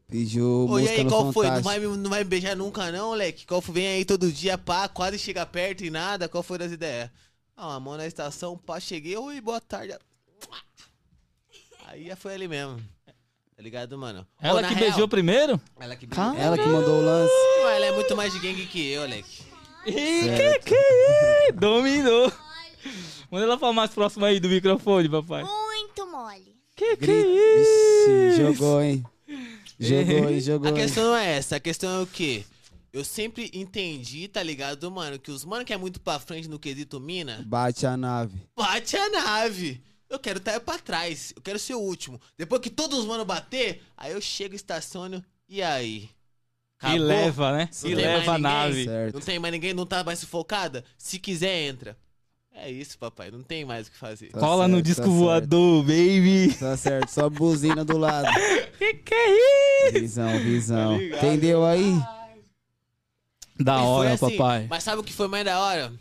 [SPEAKER 2] Pediu
[SPEAKER 3] Ô, e
[SPEAKER 2] música
[SPEAKER 3] aí,
[SPEAKER 2] no
[SPEAKER 3] qual foi? Não
[SPEAKER 2] Fantástico.
[SPEAKER 3] vai, me, não vai me beijar nunca, não, moleque? Qual foi? Vem aí todo dia, pá, quase chega perto e nada. Qual foi das ideias? Ah, a mão na estação, pá, cheguei. Oi, boa tarde. Aí já foi ali mesmo. Tá ligado, mano? Ô,
[SPEAKER 1] ela
[SPEAKER 3] na
[SPEAKER 1] que
[SPEAKER 3] real,
[SPEAKER 1] beijou primeiro?
[SPEAKER 3] Ela que beijou.
[SPEAKER 1] Cara.
[SPEAKER 3] Ela,
[SPEAKER 2] Ela que mandou o lance.
[SPEAKER 3] ela é muito mais de gangue que eu, moleque.
[SPEAKER 1] Ih, que que dominou.
[SPEAKER 5] Mole.
[SPEAKER 1] Manda ela falar mais próximo aí do microfone, papai.
[SPEAKER 5] Muito mole.
[SPEAKER 1] Que que
[SPEAKER 2] Grita.
[SPEAKER 1] isso?
[SPEAKER 2] Vixe, jogou, hein? Jogou, hein? Jogou,
[SPEAKER 3] A
[SPEAKER 2] hein?
[SPEAKER 3] questão não é essa, a questão é o quê? Eu sempre entendi, tá ligado, mano, que os mano que é muito pra frente no quesito mina,
[SPEAKER 2] Bate a nave.
[SPEAKER 3] Bate a nave. Eu quero estar pra trás. Eu quero ser o último. Depois que todos os mano bater, aí eu chego, estaciono e aí.
[SPEAKER 1] E leva, né?
[SPEAKER 3] Não
[SPEAKER 1] E
[SPEAKER 3] tem mais
[SPEAKER 1] leva a
[SPEAKER 3] ninguém?
[SPEAKER 1] nave.
[SPEAKER 2] Certo.
[SPEAKER 3] Não tem mais ninguém, não tá mais sufocada? Se quiser, entra. É isso, papai. Não tem mais o que fazer.
[SPEAKER 2] Tá
[SPEAKER 1] Cola no
[SPEAKER 2] certo, tá
[SPEAKER 1] disco
[SPEAKER 2] certo.
[SPEAKER 1] voador, baby.
[SPEAKER 2] Tá certo, só buzina do lado.
[SPEAKER 1] Que que é isso?
[SPEAKER 2] Visão, visão.
[SPEAKER 1] Tá ligado.
[SPEAKER 2] Entendeu aí?
[SPEAKER 3] E
[SPEAKER 1] Da
[SPEAKER 3] foi
[SPEAKER 1] hora,
[SPEAKER 3] assim.
[SPEAKER 1] papai.
[SPEAKER 3] Mas sabe o que foi mais da hora?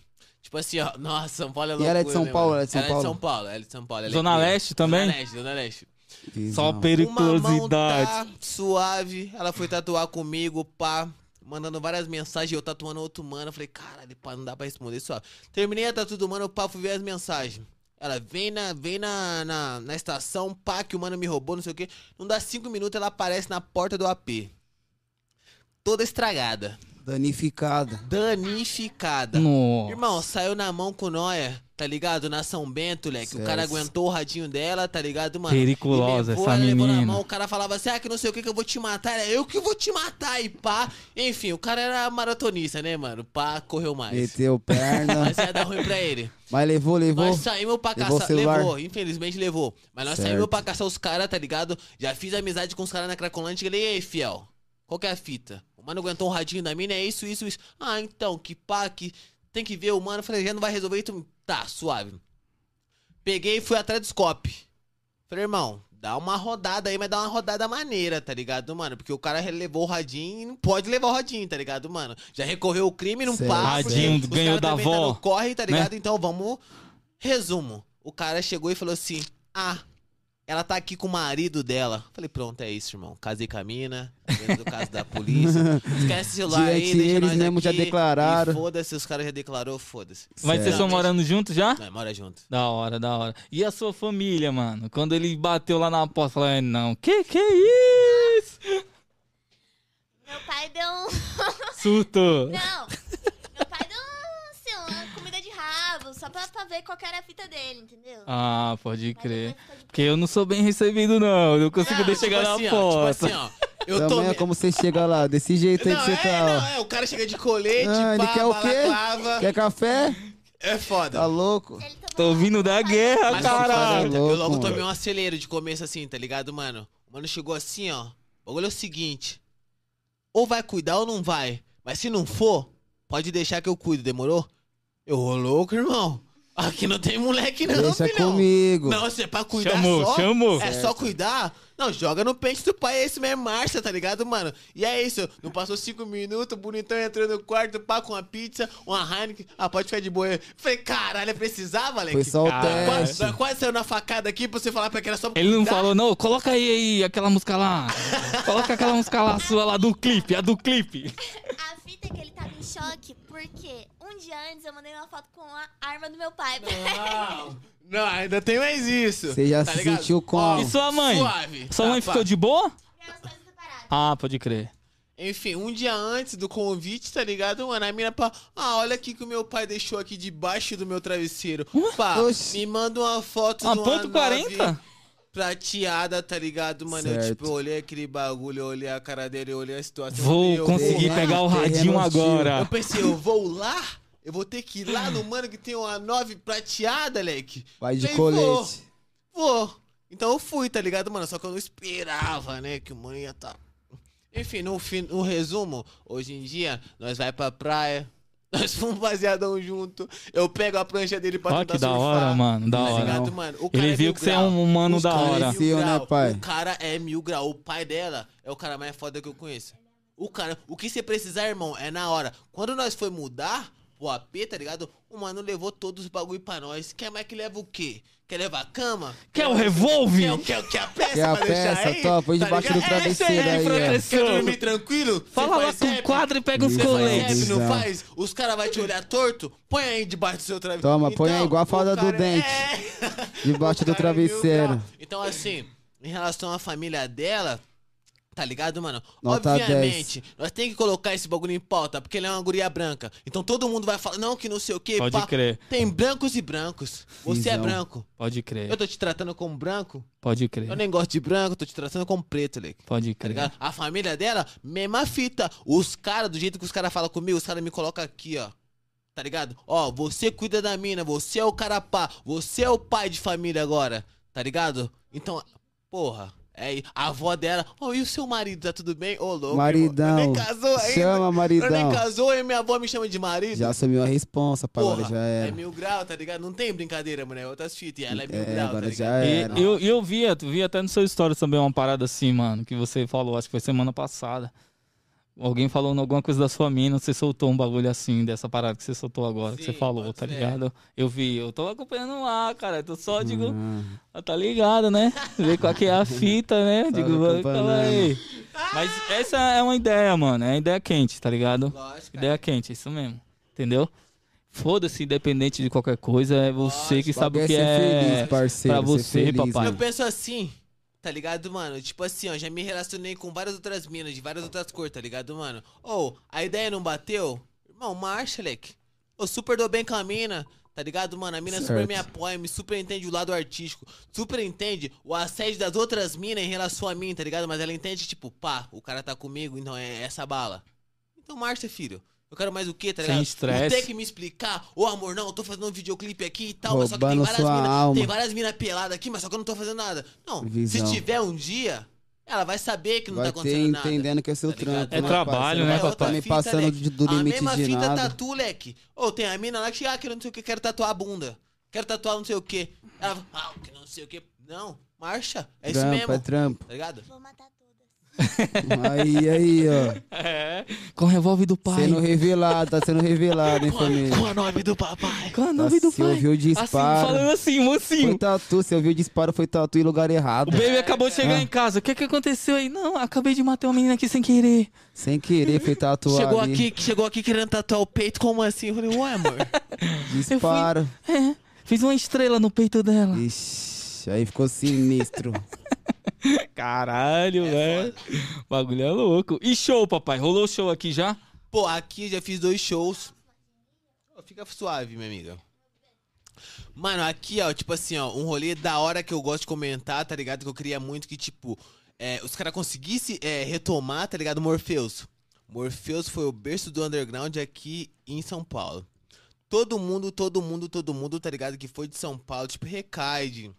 [SPEAKER 3] Tipo assim, ó. Nossa, São Paulo é
[SPEAKER 2] E
[SPEAKER 3] loucura,
[SPEAKER 2] ela é de São
[SPEAKER 3] né,
[SPEAKER 2] Paulo,
[SPEAKER 3] mano?
[SPEAKER 2] ela é de São
[SPEAKER 3] Ela é de
[SPEAKER 2] Paulo?
[SPEAKER 3] São Paulo, ela é de São Paulo. ela é
[SPEAKER 1] Zona
[SPEAKER 3] incrível.
[SPEAKER 1] Leste também?
[SPEAKER 3] Zona Leste, Zona Leste.
[SPEAKER 1] Só
[SPEAKER 2] Visão.
[SPEAKER 1] periculosidade.
[SPEAKER 3] Uma mão tá suave. Ela foi tatuar comigo, pá. Mandando várias mensagens, eu tatuando outro mano. Eu falei, caralho, pá, não dá pra responder só. Terminei a tatu do mano, pá, fui ver as mensagens. Ela vem na, vem na, na, na estação, pá, que o mano me roubou, não sei o quê. Não dá cinco minutos, ela aparece na porta do AP. Toda estragada.
[SPEAKER 2] Danificada.
[SPEAKER 3] Danificada.
[SPEAKER 1] Nossa.
[SPEAKER 3] Irmão, saiu na mão com nóia. Tá ligado? Na São Bento, moleque. O
[SPEAKER 2] Certo.
[SPEAKER 3] cara aguentou o radinho dela, tá ligado, mano?
[SPEAKER 1] Periculosa
[SPEAKER 3] E levou,
[SPEAKER 1] essa
[SPEAKER 3] ela levou na
[SPEAKER 1] menina.
[SPEAKER 3] mão, o cara falava assim, ah, que não sei o que que eu vou te matar. Era eu que vou te matar e pá. Enfim, o cara era maratonista, né, mano? Pá, correu mais.
[SPEAKER 2] Meteu perna.
[SPEAKER 3] Mas ia dar ruim pra ele.
[SPEAKER 2] mas levou, levou.
[SPEAKER 3] Nós saímos pra
[SPEAKER 2] Levou o
[SPEAKER 3] caçar. Levou,
[SPEAKER 2] celular?
[SPEAKER 3] infelizmente levou. Mas nós
[SPEAKER 2] Certo.
[SPEAKER 3] saímos pra caçar os caras, tá ligado? Já fiz amizade com os caras na Cracolândia. Falei, ei, fiel, qual que é a fita? O mano aguentou um radinho da mina, é isso, isso, isso. Ah, então, que pá, que tem que ver o mano. Falei, já não vai resolver isso. Tá, suave. Peguei e fui atrás dos cop. Falei, irmão, dá uma rodada aí, mas dá uma rodada maneira, tá ligado, mano? Porque o cara levou o radinho e não pode levar o radinho, tá ligado, mano? Já recorreu o crime, não
[SPEAKER 2] Certo.
[SPEAKER 3] passa.
[SPEAKER 1] Radinho
[SPEAKER 3] os
[SPEAKER 1] ganhou
[SPEAKER 3] caras
[SPEAKER 1] da
[SPEAKER 3] também tá
[SPEAKER 1] avó,
[SPEAKER 3] no Corre, tá
[SPEAKER 1] né?
[SPEAKER 3] ligado? Então vamos. Resumo. O cara chegou e falou assim: Ah, ela tá aqui com o marido dela. Falei, pronto, é isso, irmão. Casei com a mina, dentro do caso da polícia. Esquece o celular aí,
[SPEAKER 2] Diante
[SPEAKER 3] deixa
[SPEAKER 2] eles
[SPEAKER 3] nós
[SPEAKER 2] mesmo já
[SPEAKER 3] aqui.
[SPEAKER 2] declararam.
[SPEAKER 3] E Foda-se, os caras já declarou, foda-se.
[SPEAKER 1] Mas vocês
[SPEAKER 2] Certo.
[SPEAKER 1] estão morando juntos já?
[SPEAKER 3] Não, mora junto.
[SPEAKER 1] Da hora, da hora. E a sua família, mano? Quando ele bateu lá na porta, falou, "Ah, não, que que é isso?
[SPEAKER 5] Meu pai deu um.
[SPEAKER 1] Surto.
[SPEAKER 5] Não! Meu pai deu um, assim, uma comida de rabo, só pra, pra ver qual que era a fita dele, entendeu?
[SPEAKER 1] Ah, pode
[SPEAKER 5] Mas
[SPEAKER 1] crer.
[SPEAKER 5] depois ficou de-
[SPEAKER 1] Porque eu não sou bem recebido, não. Eu não consigo
[SPEAKER 3] Não,
[SPEAKER 1] nem chegar na
[SPEAKER 3] assim, Ó,
[SPEAKER 1] porta.
[SPEAKER 3] tipo assim, ó. Eu
[SPEAKER 2] Também
[SPEAKER 3] tô.
[SPEAKER 2] é como você chega lá, desse jeito aí
[SPEAKER 3] Não,
[SPEAKER 2] que você
[SPEAKER 3] é,
[SPEAKER 2] tá.
[SPEAKER 3] não,
[SPEAKER 2] ó.
[SPEAKER 3] é, o cara chega de colete,
[SPEAKER 2] Ah, ele
[SPEAKER 3] pá,
[SPEAKER 2] quer o quê?
[SPEAKER 3] balaclava.
[SPEAKER 2] Quer café?
[SPEAKER 3] É foda.
[SPEAKER 2] Tá louco?
[SPEAKER 5] Ele tomou
[SPEAKER 1] Ah, Tô vindo da guerra,
[SPEAKER 3] Mas assim, tipo
[SPEAKER 1] caralho.
[SPEAKER 3] eu,
[SPEAKER 2] É louco,
[SPEAKER 3] eu logo tomei
[SPEAKER 2] mano.
[SPEAKER 3] um acelero de começo assim, tá ligado, mano? O mano chegou assim, ó. O bagulho é o seguinte. Ou vai cuidar ou não vai. Mas se não for, pode deixar que eu cuido, demorou? Eu, ô louco, irmão. Aqui não tem moleque não,
[SPEAKER 2] Deixa
[SPEAKER 3] filhão.
[SPEAKER 2] comigo.
[SPEAKER 3] Não, você é pra cuidar
[SPEAKER 1] Chamou,
[SPEAKER 3] só.
[SPEAKER 1] chamou.
[SPEAKER 3] É só cuidar? Não, joga no pente do pai, é esse mesmo, Márcia, tá ligado, mano? E é isso, não passou cinco minutos, o bonitão entrou no quarto, pá, com uma pizza, uma Heineken, ah, pode ficar de boa. Eu Falei, caralho, precisava, Alex?
[SPEAKER 2] Foi só o
[SPEAKER 1] Ah,
[SPEAKER 3] Quase,
[SPEAKER 2] teste.
[SPEAKER 3] nós quase saiu na facada aqui pra você falar pra que era só pra
[SPEAKER 1] Ele não
[SPEAKER 3] cuidar.
[SPEAKER 1] falou, não, coloca aí, aí aquela música lá. Coloca aquela música lá sua lá do clipe, a do clipe.
[SPEAKER 5] A fita é que ele tava em choque, porque um dia antes eu mandei uma foto com a arma do meu pai.
[SPEAKER 3] Não, não, ainda tem mais isso. Tá
[SPEAKER 2] Você já se
[SPEAKER 3] ligado?
[SPEAKER 2] sentiu como?
[SPEAKER 3] Ó,
[SPEAKER 1] E sua mãe?
[SPEAKER 3] Suave.
[SPEAKER 1] Sua mãe
[SPEAKER 3] tá, pá.
[SPEAKER 1] ficou de boa?
[SPEAKER 5] Minhas coisas separadas.
[SPEAKER 1] Ah, pode crer.
[SPEAKER 3] Enfim, um dia antes do convite, tá ligado, mano? A mina pá, ah, olha aqui que o meu pai deixou aqui debaixo do meu travesseiro. Pá,
[SPEAKER 2] Hum? Oxi.
[SPEAKER 3] me manda uma foto
[SPEAKER 1] Ah,
[SPEAKER 3] de uma
[SPEAKER 1] ponto
[SPEAKER 3] nave
[SPEAKER 1] 40?
[SPEAKER 3] prateada, tá ligado, mano? Eu,
[SPEAKER 2] Certo.
[SPEAKER 3] tipo, olhei aquele bagulho, eu olhei a cara dele, eu olhei a situação. falei,
[SPEAKER 1] Vou
[SPEAKER 3] eu
[SPEAKER 1] conseguir
[SPEAKER 2] vou lá,
[SPEAKER 1] pegar o
[SPEAKER 2] terreno
[SPEAKER 1] radinho
[SPEAKER 2] hostil.
[SPEAKER 3] Eu
[SPEAKER 1] agora.
[SPEAKER 3] pensei, eu vou lá? Eu vou ter que ir lá no mano que tem uma nove prateada, leque?
[SPEAKER 2] Vai de
[SPEAKER 3] Falei, vou.
[SPEAKER 2] colete.
[SPEAKER 3] Vou. Então eu fui, tá ligado, mano? Só que eu não esperava, né, que o mano ia tá. Enfim, no, fim, no resumo, hoje em dia, nós vai pra praia, nós fomos baseadão junto, eu pego a prancha dele pra
[SPEAKER 1] Ó,
[SPEAKER 3] tentar
[SPEAKER 1] que da
[SPEAKER 3] surfar.
[SPEAKER 1] hora, mano, da
[SPEAKER 3] Tá
[SPEAKER 1] hora.
[SPEAKER 3] ligado, mano? O
[SPEAKER 1] Ele
[SPEAKER 3] é
[SPEAKER 1] viu
[SPEAKER 3] mil
[SPEAKER 1] que você é
[SPEAKER 3] grau.
[SPEAKER 1] um humano
[SPEAKER 3] Os
[SPEAKER 1] da
[SPEAKER 3] cara
[SPEAKER 1] hora.
[SPEAKER 3] É mil
[SPEAKER 2] Conheceu, né,
[SPEAKER 3] grau.
[SPEAKER 2] pai?
[SPEAKER 3] O cara é mil grau. O pai dela é o cara mais foda que eu conheço. O cara, o que você precisar, irmão, é na hora. Quando nós foi mudar o AP, tá ligado? O mano levou todos os bagulho pra nós. Quer mais que leva o quê? Quer levar a cama?
[SPEAKER 1] Quer o
[SPEAKER 3] Quer,
[SPEAKER 1] revólver?
[SPEAKER 3] quer, quer a peça
[SPEAKER 2] Quer a
[SPEAKER 3] pra deixar
[SPEAKER 2] peça,
[SPEAKER 3] aí?
[SPEAKER 2] top, põe debaixo do
[SPEAKER 3] ligado? É isso aí,
[SPEAKER 2] travesseiro né? aí, ó.
[SPEAKER 3] Quer dormir tranquilo?
[SPEAKER 1] Fala
[SPEAKER 3] Você
[SPEAKER 1] lá
[SPEAKER 3] faz
[SPEAKER 1] com o
[SPEAKER 3] rap?
[SPEAKER 1] quadro e pega uns
[SPEAKER 2] Isso,
[SPEAKER 3] Você
[SPEAKER 1] coletes.
[SPEAKER 3] faz rap, não
[SPEAKER 2] Não.
[SPEAKER 3] faz? Os caras vão te olhar torto? Põe aí debaixo do seu travesseiro. Então,
[SPEAKER 2] Toma, põe aí igual a falda do dente.
[SPEAKER 3] é-
[SPEAKER 2] Debaixo do travesseiro.
[SPEAKER 3] Então, assim, em relação à família dela, tá ligado, mano?
[SPEAKER 2] Nota
[SPEAKER 3] Obviamente, nós tem que colocar esse bagulho em pauta, porque ele é uma guria branca. Então todo mundo vai falar, não, que não sei o quê.
[SPEAKER 1] Pode
[SPEAKER 3] pá.
[SPEAKER 1] crer.
[SPEAKER 3] Tem brancos e brancos. Você é
[SPEAKER 2] Visão.
[SPEAKER 3] branco.
[SPEAKER 1] Pode
[SPEAKER 3] Eu
[SPEAKER 1] crer,
[SPEAKER 3] tô te tratando como branco.
[SPEAKER 1] pode
[SPEAKER 3] Eu
[SPEAKER 2] É.
[SPEAKER 1] crer,
[SPEAKER 3] nem gosto de branco, tô te tratando como preto, Leque.
[SPEAKER 1] pode
[SPEAKER 3] Tá
[SPEAKER 1] crer.
[SPEAKER 3] ligado? A família dela, mesma fita. Os caras, do jeito que os caras falam comigo, os caras me colocam aqui, ó. Tá ligado? Ó, você cuida da mina, você é o cara pá, você é o pai de família agora. Tá ligado? Então, porra. É, a avó dela, ô, e o seu marido, tá tudo bem? Ô, louco.
[SPEAKER 2] Maridão.
[SPEAKER 3] irmão, Nem casou ainda.
[SPEAKER 2] Chama, maridão.
[SPEAKER 3] Nem casou e minha avó me chama de marido.
[SPEAKER 2] Já assumiu a responsa, pai.
[SPEAKER 3] Porra,
[SPEAKER 2] Agora já
[SPEAKER 3] é
[SPEAKER 2] era.
[SPEAKER 3] mil grau, tá ligado? Não tem brincadeira, mulher. Outras fitas. E ela é mil
[SPEAKER 2] É,
[SPEAKER 3] grau, tá
[SPEAKER 2] agora
[SPEAKER 3] ligado?
[SPEAKER 2] já
[SPEAKER 1] E
[SPEAKER 2] era.
[SPEAKER 1] eu, eu vi, eu vi até no seu stories também uma parada assim, mano, que você falou, acho que foi semana passada. Alguém falou alguma coisa da sua mina, você soltou um bagulho assim, dessa parada que você soltou agora, que você
[SPEAKER 3] Sim,
[SPEAKER 1] falou,
[SPEAKER 3] pode
[SPEAKER 1] tá
[SPEAKER 3] ser.
[SPEAKER 1] ligado? Eu vi, eu tô acompanhando lá, cara, eu tô só, digo,
[SPEAKER 2] Ah,
[SPEAKER 1] ah, tá ligado, né? Ver qual que é a fita, né?
[SPEAKER 2] Sabe
[SPEAKER 1] Digo, vai,
[SPEAKER 2] acompanhando.
[SPEAKER 1] fala aí. Mas essa é uma ideia, mano, é uma ideia quente, tá ligado?
[SPEAKER 3] Lógico, cara.
[SPEAKER 1] Ideia quente, é isso mesmo. Entendeu? Foda-se, independente de qualquer coisa, é você que sabe o
[SPEAKER 2] bagulho
[SPEAKER 1] que
[SPEAKER 2] ser
[SPEAKER 1] é.
[SPEAKER 2] feliz, parceiro,
[SPEAKER 1] pra
[SPEAKER 2] ser
[SPEAKER 1] você,
[SPEAKER 2] feliz, né?
[SPEAKER 1] papai.
[SPEAKER 3] Eu penso assim, tá ligado, mano? Tipo assim, ó, já me relacionei com várias outras minas, de várias outras cores, tá ligado, mano? Ou, a ideia não bateu? Irmão, marcha, leque. Eu super dou bem com a mina, tá Tá ligado, mano? A mina
[SPEAKER 2] Certo.
[SPEAKER 3] super me apoia, me super entende o lado artístico. Super entende o assédio das outras minas em relação a mim, tá ligado? Mas ela entende, tipo, pá, o cara tá comigo, então é essa bala. Então marcha, filho. Eu quero mais o quê, tá
[SPEAKER 1] Sem
[SPEAKER 3] ligado?
[SPEAKER 1] estresse.
[SPEAKER 3] Não tem que me explicar. Ô, amor, não, eu tô fazendo um videoclipe aqui e tal, mas só que tem
[SPEAKER 2] Roubando
[SPEAKER 3] várias
[SPEAKER 2] sua alma.
[SPEAKER 3] minas. Tem várias minas peladas aqui, mas só que eu não tô fazendo nada. Não,
[SPEAKER 2] Visão.
[SPEAKER 3] se tiver um dia, ela vai saber que não
[SPEAKER 2] Vai
[SPEAKER 3] tá
[SPEAKER 2] ter
[SPEAKER 3] acontecendo nada.
[SPEAKER 2] entendendo que é seu
[SPEAKER 3] tá ligado?
[SPEAKER 2] trampo.
[SPEAKER 1] É
[SPEAKER 2] né,
[SPEAKER 1] trabalho,
[SPEAKER 2] parceiro?
[SPEAKER 1] né,
[SPEAKER 2] Não vai
[SPEAKER 1] papai?
[SPEAKER 2] tá me
[SPEAKER 3] Fita,
[SPEAKER 2] passando
[SPEAKER 3] né?
[SPEAKER 2] de- do
[SPEAKER 3] a
[SPEAKER 2] limite
[SPEAKER 3] mesma
[SPEAKER 2] de
[SPEAKER 3] fita tá-
[SPEAKER 2] nada.
[SPEAKER 3] tatu, leque. Ou tem a mina lá que, ah, que não sei o que, quero tatuar a bunda. Quero tatuar não sei o que. Ela fala, ah, que não sei o que. Não, marcha. É isso
[SPEAKER 2] Trampo,
[SPEAKER 3] mesmo.
[SPEAKER 2] é trampo.
[SPEAKER 3] Tá ligado?
[SPEAKER 5] Vou matar todas.
[SPEAKER 2] Aí, aí, ó.
[SPEAKER 1] É. Com o revólver do pai.
[SPEAKER 2] Sendo revelado, tá sendo revelado, hein, família?
[SPEAKER 3] é
[SPEAKER 2] Tá,
[SPEAKER 3] o nome do papai?
[SPEAKER 1] Com o nome do
[SPEAKER 2] Se
[SPEAKER 1] pai.
[SPEAKER 2] ouviu o
[SPEAKER 1] Assim,
[SPEAKER 2] disparo.
[SPEAKER 1] falando assim, mocinho.
[SPEAKER 2] Foi tatu, se ouviu o disparo, foi tatu em lugar
[SPEAKER 1] O
[SPEAKER 2] errado.
[SPEAKER 1] baby acabou
[SPEAKER 3] É.
[SPEAKER 1] de chegar
[SPEAKER 2] Ah.
[SPEAKER 1] em casa. O que que aconteceu aí? Não, acabei de matar uma menina aqui sem querer.
[SPEAKER 2] Sem querer, foi tatuar
[SPEAKER 3] Chegou
[SPEAKER 2] ali.
[SPEAKER 3] aqui, chegou aqui querendo tatuar o peito, como assim? Eu falei, ué, amor.
[SPEAKER 2] Disparo.
[SPEAKER 1] É. Fiz uma estrela no peito dela.
[SPEAKER 2] Ixi, aí ficou sinistro.
[SPEAKER 3] É
[SPEAKER 1] Caralho, velho. O bagulho é louco. E show, papai? Rolou show aqui já?
[SPEAKER 3] Pô, aqui já fiz dois shows. Ó, Fica suave, minha amiga. Mano, aqui, ó, tipo assim, ó, um rolê da hora que eu gosto de comentar, tá ligado? Que eu queria muito que, tipo, é, os caras conseguissem é, retomar, tá ligado? Morpheus. Morpheus foi o berço do underground aqui em São Paulo. Todo mundo, todo mundo, todo mundo, tá ligado? Que foi de São Paulo, tipo, Recaide.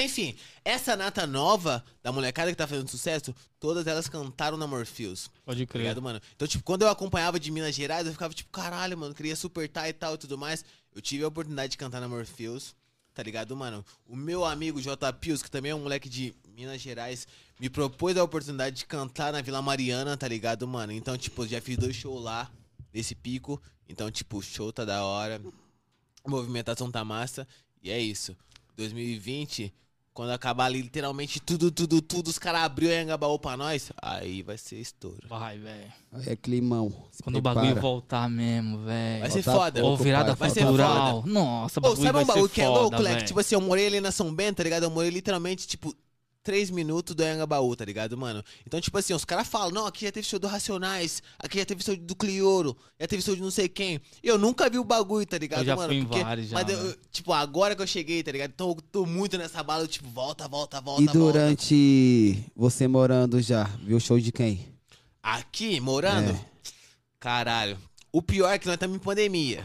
[SPEAKER 3] Enfim, essa nata nova da molecada que tá fazendo sucesso, todas elas cantaram na Morpheus.
[SPEAKER 1] Pode
[SPEAKER 3] Tá ligado, mano? Então, tipo, quando eu acompanhava de Minas Gerais, eu ficava tipo, caralho, mano, queria super tá e tal e tudo mais. Eu tive a oportunidade de cantar na Morpheus, tá ligado, mano? O meu amigo J. Pius, que também é um moleque de Minas Gerais, me propôs a oportunidade de cantar na Vila Mariana, tá ligado, mano? Então, tipo, eu já fiz dois shows lá, nesse pico. Então, tipo, o show tá da hora, a movimentação tá massa, e é isso. 2020. Quando acabar ali, literalmente tudo, tudo, tudo, os caras abriu Engabaú pra nós, aí vai ser estouro.
[SPEAKER 1] Vai, velho.
[SPEAKER 2] Aí É climão. Se
[SPEAKER 1] Quando
[SPEAKER 2] prepara.
[SPEAKER 1] o bagulho voltar mesmo, velho.
[SPEAKER 3] Vai ser
[SPEAKER 2] Falta
[SPEAKER 3] foda.
[SPEAKER 1] Ou
[SPEAKER 2] pouco,
[SPEAKER 1] virada
[SPEAKER 2] pai,
[SPEAKER 3] vai ser
[SPEAKER 2] falta
[SPEAKER 1] cultural. Nossa, o
[SPEAKER 3] Pô,
[SPEAKER 1] bagulho
[SPEAKER 3] sabe
[SPEAKER 1] vai
[SPEAKER 3] um bagulho
[SPEAKER 1] ser
[SPEAKER 3] que é
[SPEAKER 1] foda,
[SPEAKER 3] louco, Leque?
[SPEAKER 1] véi.
[SPEAKER 3] Tipo assim, eu morei ali na São Bento, tá ligado? Eu morei literalmente, tipo, três minutos do Anhangabaú, tá ligado, mano? Então, tipo assim, os caras falam, não, aqui já teve show do Racionais, aqui já teve show do Clioro, já teve show de não sei quem. E eu nunca vi o bagulho, tá ligado,
[SPEAKER 1] Eu já
[SPEAKER 3] mano?
[SPEAKER 1] fui em vários já,
[SPEAKER 3] mas eu-
[SPEAKER 1] né?
[SPEAKER 3] eu- tipo, agora que eu cheguei, tá ligado? Então eu tô muito nessa bala, eu, tipo, volta, volta, volta,
[SPEAKER 2] E
[SPEAKER 3] volta.
[SPEAKER 2] durante você morando já, viu o show de quem?
[SPEAKER 3] Aqui, morando?
[SPEAKER 2] É.
[SPEAKER 3] Caralho. O pior é que nós estamos em pandemia.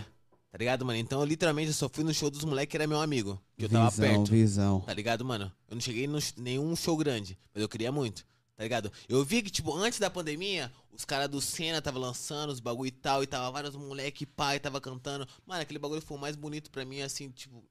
[SPEAKER 3] Tá ligado, mano? Então, eu, literalmente, eu só fui no show dos moleques que era meu amigo. Que eu tava
[SPEAKER 2] visão,
[SPEAKER 3] perto.
[SPEAKER 2] visão.
[SPEAKER 3] Tá ligado, mano? Eu não cheguei em nenhum show grande, mas eu queria muito. Tá ligado? Eu vi que, tipo, antes da pandemia, os caras do Senna tava lançando os bagulho e tal, e tava vários moleque, pai, tava cantando. Mano, aquele bagulho foi o mais bonito pra mim, assim, tipo,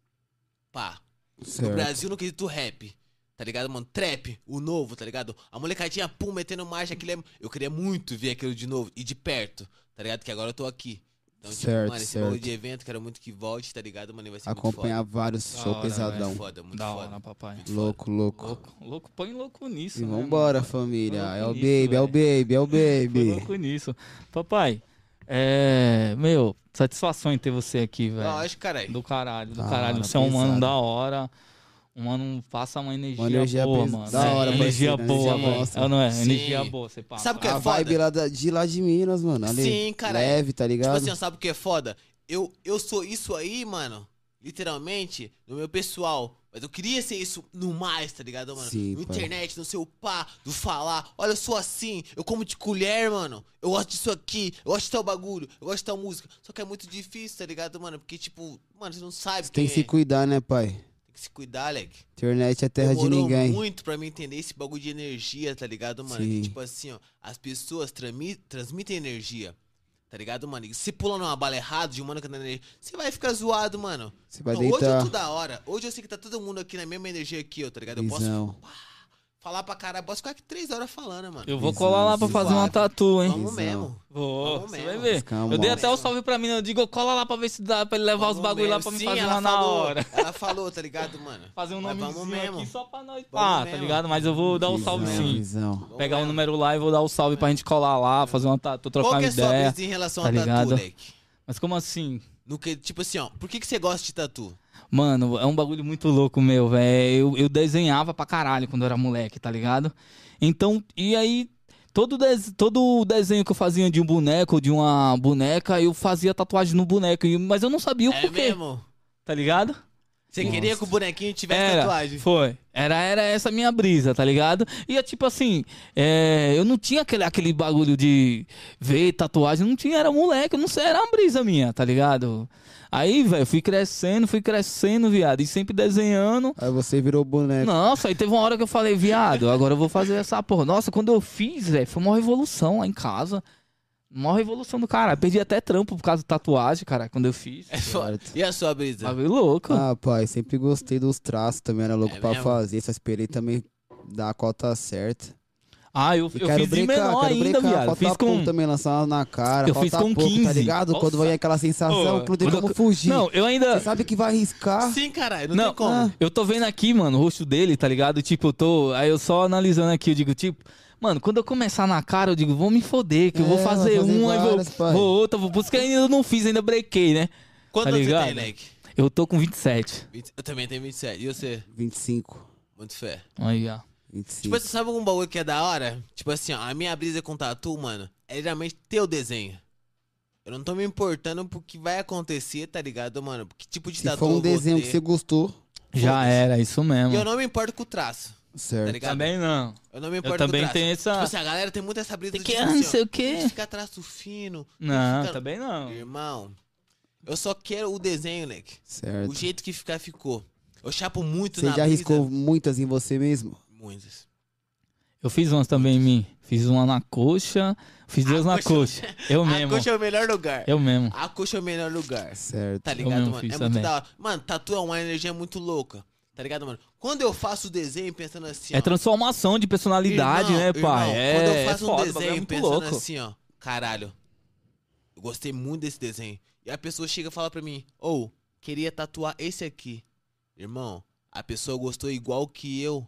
[SPEAKER 3] pá. No
[SPEAKER 2] Certo.
[SPEAKER 3] Brasil, no quesito rap, tá ligado, mano? Trap, o novo, tá ligado? A molecadinha, pum, metendo marcha, aquilo é... Eu queria muito ver aquilo de novo, e de perto, tá ligado? Que agora eu tô aqui. Então, tipo,
[SPEAKER 2] Certo,
[SPEAKER 3] mano, esse
[SPEAKER 2] certo.
[SPEAKER 3] bagulho de evento, quero muito que volte, tá ligado, mano? E vai ser
[SPEAKER 2] Acompanhar vários
[SPEAKER 1] Da
[SPEAKER 2] show
[SPEAKER 1] hora,
[SPEAKER 2] pesadão.
[SPEAKER 1] velho.
[SPEAKER 3] muito foda. Muito foda, muito
[SPEAKER 1] Da
[SPEAKER 3] assim, foda.
[SPEAKER 1] hora, papai.
[SPEAKER 2] Louco, louco.
[SPEAKER 1] Louco, louco, põe louco nisso.
[SPEAKER 2] E
[SPEAKER 3] é
[SPEAKER 1] né,
[SPEAKER 2] vambora,
[SPEAKER 1] mano?
[SPEAKER 2] família.
[SPEAKER 1] Foi
[SPEAKER 2] É o
[SPEAKER 1] louco
[SPEAKER 2] baby, é o
[SPEAKER 1] nisso,
[SPEAKER 2] baby, é o
[SPEAKER 1] Foi
[SPEAKER 2] baby.
[SPEAKER 1] louco nisso. Papai, é. Meu, satisfação em ter você aqui, velho.
[SPEAKER 3] Lógico, caralho.
[SPEAKER 1] Do caralho, do
[SPEAKER 2] Da
[SPEAKER 1] caralho.
[SPEAKER 2] hora,
[SPEAKER 1] Você é um mano
[SPEAKER 2] Ah, pesado.
[SPEAKER 1] da hora. Um mano passa uma energia,
[SPEAKER 2] Uma energia
[SPEAKER 1] boa,
[SPEAKER 2] pes-
[SPEAKER 1] mano.
[SPEAKER 2] da hora,
[SPEAKER 1] energia
[SPEAKER 2] parceiro,
[SPEAKER 1] boa,
[SPEAKER 2] energia Ah,
[SPEAKER 1] velho.
[SPEAKER 2] monstra.
[SPEAKER 1] É, Não é?
[SPEAKER 3] Sim.
[SPEAKER 1] Energia boa, você passa.
[SPEAKER 3] Sabe o que é
[SPEAKER 2] A
[SPEAKER 3] foda?
[SPEAKER 2] vibe lá da- de lá de Minas, mano. Ali,
[SPEAKER 3] Sim, cara.
[SPEAKER 2] Leve, tá
[SPEAKER 3] Tipo
[SPEAKER 2] ligado?
[SPEAKER 3] assim, ó, sabe o que é foda? Eu, eu sou isso aí, mano. Literalmente, no meu pessoal. Mas eu queria ser isso no mais, tá ligado, mano?
[SPEAKER 2] Sim,
[SPEAKER 3] no
[SPEAKER 2] pai.
[SPEAKER 3] internet, no seu pá, do falar. Olha, eu sou assim, eu como de colher, mano. Eu gosto disso aqui, eu gosto de tal bagulho, eu gosto de tal música. Só que é muito difícil, tá ligado, mano? Porque, tipo, mano, você não sabe
[SPEAKER 2] Tem
[SPEAKER 3] quem
[SPEAKER 2] que se
[SPEAKER 3] é.
[SPEAKER 2] cuidar, né, pai?
[SPEAKER 3] Tem que se cuidar, Alec.
[SPEAKER 2] Internet é terra de
[SPEAKER 3] Demorou
[SPEAKER 2] ninguém.
[SPEAKER 3] muito pra mim entender esse bagulho de energia, tá ligado, mano?
[SPEAKER 2] Sim.
[SPEAKER 3] Que, tipo assim, ó, as pessoas trami- transmitem energia, tá ligado, mano? E se pula numa bala errada de um mano que tá na energia, você vai ficar zoado, mano.
[SPEAKER 2] Você vai
[SPEAKER 3] Então, hoje eu
[SPEAKER 2] deitar.
[SPEAKER 3] tô da hora. Hoje eu sei que tá todo mundo aqui na mesma energia que eu, tá ligado? Eu posso
[SPEAKER 2] Visão.
[SPEAKER 3] falar pra caralho, posso ficar aqui três horas falando, mano.
[SPEAKER 1] Eu vou colar lá pra
[SPEAKER 2] Suave.
[SPEAKER 1] fazer uma tatu, hein?
[SPEAKER 3] Vamos
[SPEAKER 2] Visão.
[SPEAKER 3] mesmo.
[SPEAKER 1] Vou,
[SPEAKER 3] Vamos
[SPEAKER 1] você
[SPEAKER 3] mesmo.
[SPEAKER 1] vai ver.
[SPEAKER 2] Calma.
[SPEAKER 1] eu dei até o
[SPEAKER 3] mesmo.
[SPEAKER 1] salve pra mina. Eu digo, cola lá pra ver se dá pra ele levar os
[SPEAKER 3] Vamos
[SPEAKER 1] bagulho lá
[SPEAKER 3] mesmo.
[SPEAKER 1] pra me
[SPEAKER 3] Sim,
[SPEAKER 1] fazer
[SPEAKER 3] ela
[SPEAKER 1] lá na
[SPEAKER 3] falou,
[SPEAKER 1] hora.
[SPEAKER 3] Ela falou, tá ligado, mano?
[SPEAKER 1] Fazer um
[SPEAKER 3] Mas
[SPEAKER 1] nomezinho
[SPEAKER 3] vamos mesmo.
[SPEAKER 1] aqui só pra nós.
[SPEAKER 3] Vamos
[SPEAKER 1] Ah, tá
[SPEAKER 3] mesmo.
[SPEAKER 1] ligado? Mas eu vou dar o salve
[SPEAKER 2] Visão,
[SPEAKER 1] sim.
[SPEAKER 2] visão.
[SPEAKER 3] Vamos
[SPEAKER 1] Pegar o
[SPEAKER 3] mesmo.
[SPEAKER 1] número lá e vou dar o salve pra gente colar lá, fazer uma tatu, trocar
[SPEAKER 3] Qual
[SPEAKER 1] uma
[SPEAKER 3] que é a sua
[SPEAKER 1] ideia.
[SPEAKER 3] brisa em relação
[SPEAKER 1] tá
[SPEAKER 3] a tatu,
[SPEAKER 1] ligado?
[SPEAKER 3] moleque?
[SPEAKER 1] Mas como assim?
[SPEAKER 3] No que, tipo assim, ó, por que, que você gosta de tatu?
[SPEAKER 1] Mano, é um bagulho muito louco meu, velho. Eu, eu desenhava pra caralho quando eu era moleque, tá ligado? Todo e aí, todo, des- todo o desenho que eu fazia de um boneco, de uma boneca, eu fazia tatuagem no boneco. e- Mas eu não sabia o
[SPEAKER 3] é
[SPEAKER 1] porquê.
[SPEAKER 3] mesmo?
[SPEAKER 1] tá ligado?
[SPEAKER 3] Você
[SPEAKER 2] Nossa.
[SPEAKER 3] queria que o bonequinho tivesse tatuagem. É
[SPEAKER 1] Foi. Era, era essa minha brisa, tá ligado? E é tipo assim, é, eu não tinha aquele, aquele bagulho de ver tatuagem, não tinha, era um moleque, eu não sei, era uma brisa minha, tá ligado? Aí, velho, fui crescendo, fui crescendo, viado, e sempre desenhando.
[SPEAKER 2] Aí você virou boneco.
[SPEAKER 1] Nossa, aí teve uma hora que eu falei, viado, agora eu vou fazer essa porra. Nossa, quando eu fiz, velho, foi uma revolução lá em casa. Uma revolução do cara. Perdi até trampo por causa da tatuagem, cara, quando eu fiz.
[SPEAKER 3] É foda. E a sua brisa?
[SPEAKER 1] Bagulho louco.
[SPEAKER 2] Ah, pai, sempre gostei dos traços também, era louco
[SPEAKER 3] É
[SPEAKER 2] pra
[SPEAKER 3] mesmo?
[SPEAKER 2] fazer, só esperei também dar a cota certa.
[SPEAKER 1] Ah, eu,
[SPEAKER 2] E
[SPEAKER 1] eu fiz de menor ainda, viado.
[SPEAKER 2] falta
[SPEAKER 1] Fiz com...
[SPEAKER 2] pouco também, lançar uma na cara,
[SPEAKER 1] Eu fiz
[SPEAKER 2] falta
[SPEAKER 1] com
[SPEAKER 2] pouco, tá
[SPEAKER 1] 15.
[SPEAKER 2] ligado? Quando
[SPEAKER 1] Nossa.
[SPEAKER 2] vai aquela sensação
[SPEAKER 1] Ô,
[SPEAKER 2] que não tem
[SPEAKER 1] quando
[SPEAKER 2] como
[SPEAKER 1] eu-
[SPEAKER 2] fugir.
[SPEAKER 1] Não, é. eu ainda.
[SPEAKER 2] Você sabe que vai arriscar.
[SPEAKER 3] Sim, caralho, não,
[SPEAKER 1] Ah. Não, Ah.
[SPEAKER 3] tem como.
[SPEAKER 1] eu tô vendo aqui, mano, o rosto dele, tá ligado? Tipo, eu tô. Aí eu só analisando aqui, eu digo, tipo. Mano, quando eu começar na cara, eu digo, vou me foder, que eu vou
[SPEAKER 2] É,
[SPEAKER 1] fazer,
[SPEAKER 2] vai fazer
[SPEAKER 1] uma,
[SPEAKER 2] várias,
[SPEAKER 1] aí vou,
[SPEAKER 2] pai.
[SPEAKER 1] vou outra, vou. Por isso que ainda eu não fiz, ainda brequei, né? Tá
[SPEAKER 3] Quanto anos você tem,
[SPEAKER 1] ligado?
[SPEAKER 3] Leque?
[SPEAKER 1] Eu tô com 27.
[SPEAKER 3] Vinte- Eu também tenho 27. E você?
[SPEAKER 2] 25.
[SPEAKER 3] Muito fé.
[SPEAKER 1] Aí, ó.
[SPEAKER 2] 25.
[SPEAKER 3] Tipo,
[SPEAKER 1] assim,
[SPEAKER 3] você sabe algum bagulho que é da hora? Tipo assim, ó, a minha brisa com tatu, mano, é geralmente teu desenho. Eu não tô me importando pro que vai acontecer, tá ligado, mano? Que tipo de
[SPEAKER 1] tá
[SPEAKER 2] Se
[SPEAKER 3] tatu
[SPEAKER 2] for um
[SPEAKER 3] eu vou
[SPEAKER 2] desenho que
[SPEAKER 3] ter.
[SPEAKER 2] você gostou,
[SPEAKER 1] Já
[SPEAKER 3] Foda-se.
[SPEAKER 1] era, isso
[SPEAKER 3] E eu
[SPEAKER 1] mesmo.
[SPEAKER 3] não me importo com o traço, tá
[SPEAKER 2] certo.
[SPEAKER 3] ligado?
[SPEAKER 1] Também não.
[SPEAKER 3] Eu não me
[SPEAKER 1] Eu
[SPEAKER 3] importo com o
[SPEAKER 1] também
[SPEAKER 3] traço.
[SPEAKER 1] tenho
[SPEAKER 3] Tipo
[SPEAKER 1] essa.
[SPEAKER 3] assim, a galera tem muito essa brisa
[SPEAKER 1] Tem
[SPEAKER 3] de,
[SPEAKER 1] que,
[SPEAKER 3] tipo
[SPEAKER 1] ah,
[SPEAKER 3] assim,
[SPEAKER 1] não
[SPEAKER 3] ó, assim,
[SPEAKER 1] sei o
[SPEAKER 3] tem
[SPEAKER 1] quê.
[SPEAKER 3] que ficar traço fino. tem que
[SPEAKER 1] Não,
[SPEAKER 3] ficar-
[SPEAKER 1] também não.
[SPEAKER 3] Irmão, eu só quero o desenho, Leque.
[SPEAKER 2] Certo.
[SPEAKER 3] O jeito que ficar, ficou. Eu chapo muito
[SPEAKER 2] Você
[SPEAKER 3] na
[SPEAKER 2] já
[SPEAKER 3] brisa.
[SPEAKER 2] arriscou muitas em você mesmo?
[SPEAKER 3] Muitas.
[SPEAKER 1] Eu fiz umas também em mim. Fiz uma na coxa, fiz duas na coxa.
[SPEAKER 3] coxa-
[SPEAKER 1] Eu
[SPEAKER 3] A
[SPEAKER 1] mesmo.
[SPEAKER 3] coxa é o melhor lugar.
[SPEAKER 1] Eu mesmo.
[SPEAKER 3] A coxa é o melhor lugar.
[SPEAKER 2] Certo.
[SPEAKER 3] Tá
[SPEAKER 1] Eu
[SPEAKER 3] ligado,
[SPEAKER 1] mesmo
[SPEAKER 3] mano?
[SPEAKER 1] fiz
[SPEAKER 3] É
[SPEAKER 1] também.
[SPEAKER 3] muito da hora. Mano, tatu é uma energia muito louca. Tá ligado, mano? Quando eu faço o desenho pensando assim,
[SPEAKER 1] É
[SPEAKER 3] ó.
[SPEAKER 1] transformação de personalidade,
[SPEAKER 3] irmão,
[SPEAKER 1] né, pai?
[SPEAKER 3] irmão,
[SPEAKER 1] é,
[SPEAKER 3] Quando eu faço
[SPEAKER 1] é foda, o
[SPEAKER 3] um
[SPEAKER 1] bagulho é
[SPEAKER 3] desenho
[SPEAKER 1] muito
[SPEAKER 3] pensando
[SPEAKER 1] louco.
[SPEAKER 3] assim, ó. Caralho. Eu gostei muito desse desenho. E a pessoa chega e fala pra mim, ou, queria tatuar esse aqui. Irmão, a pessoa gostou igual que eu.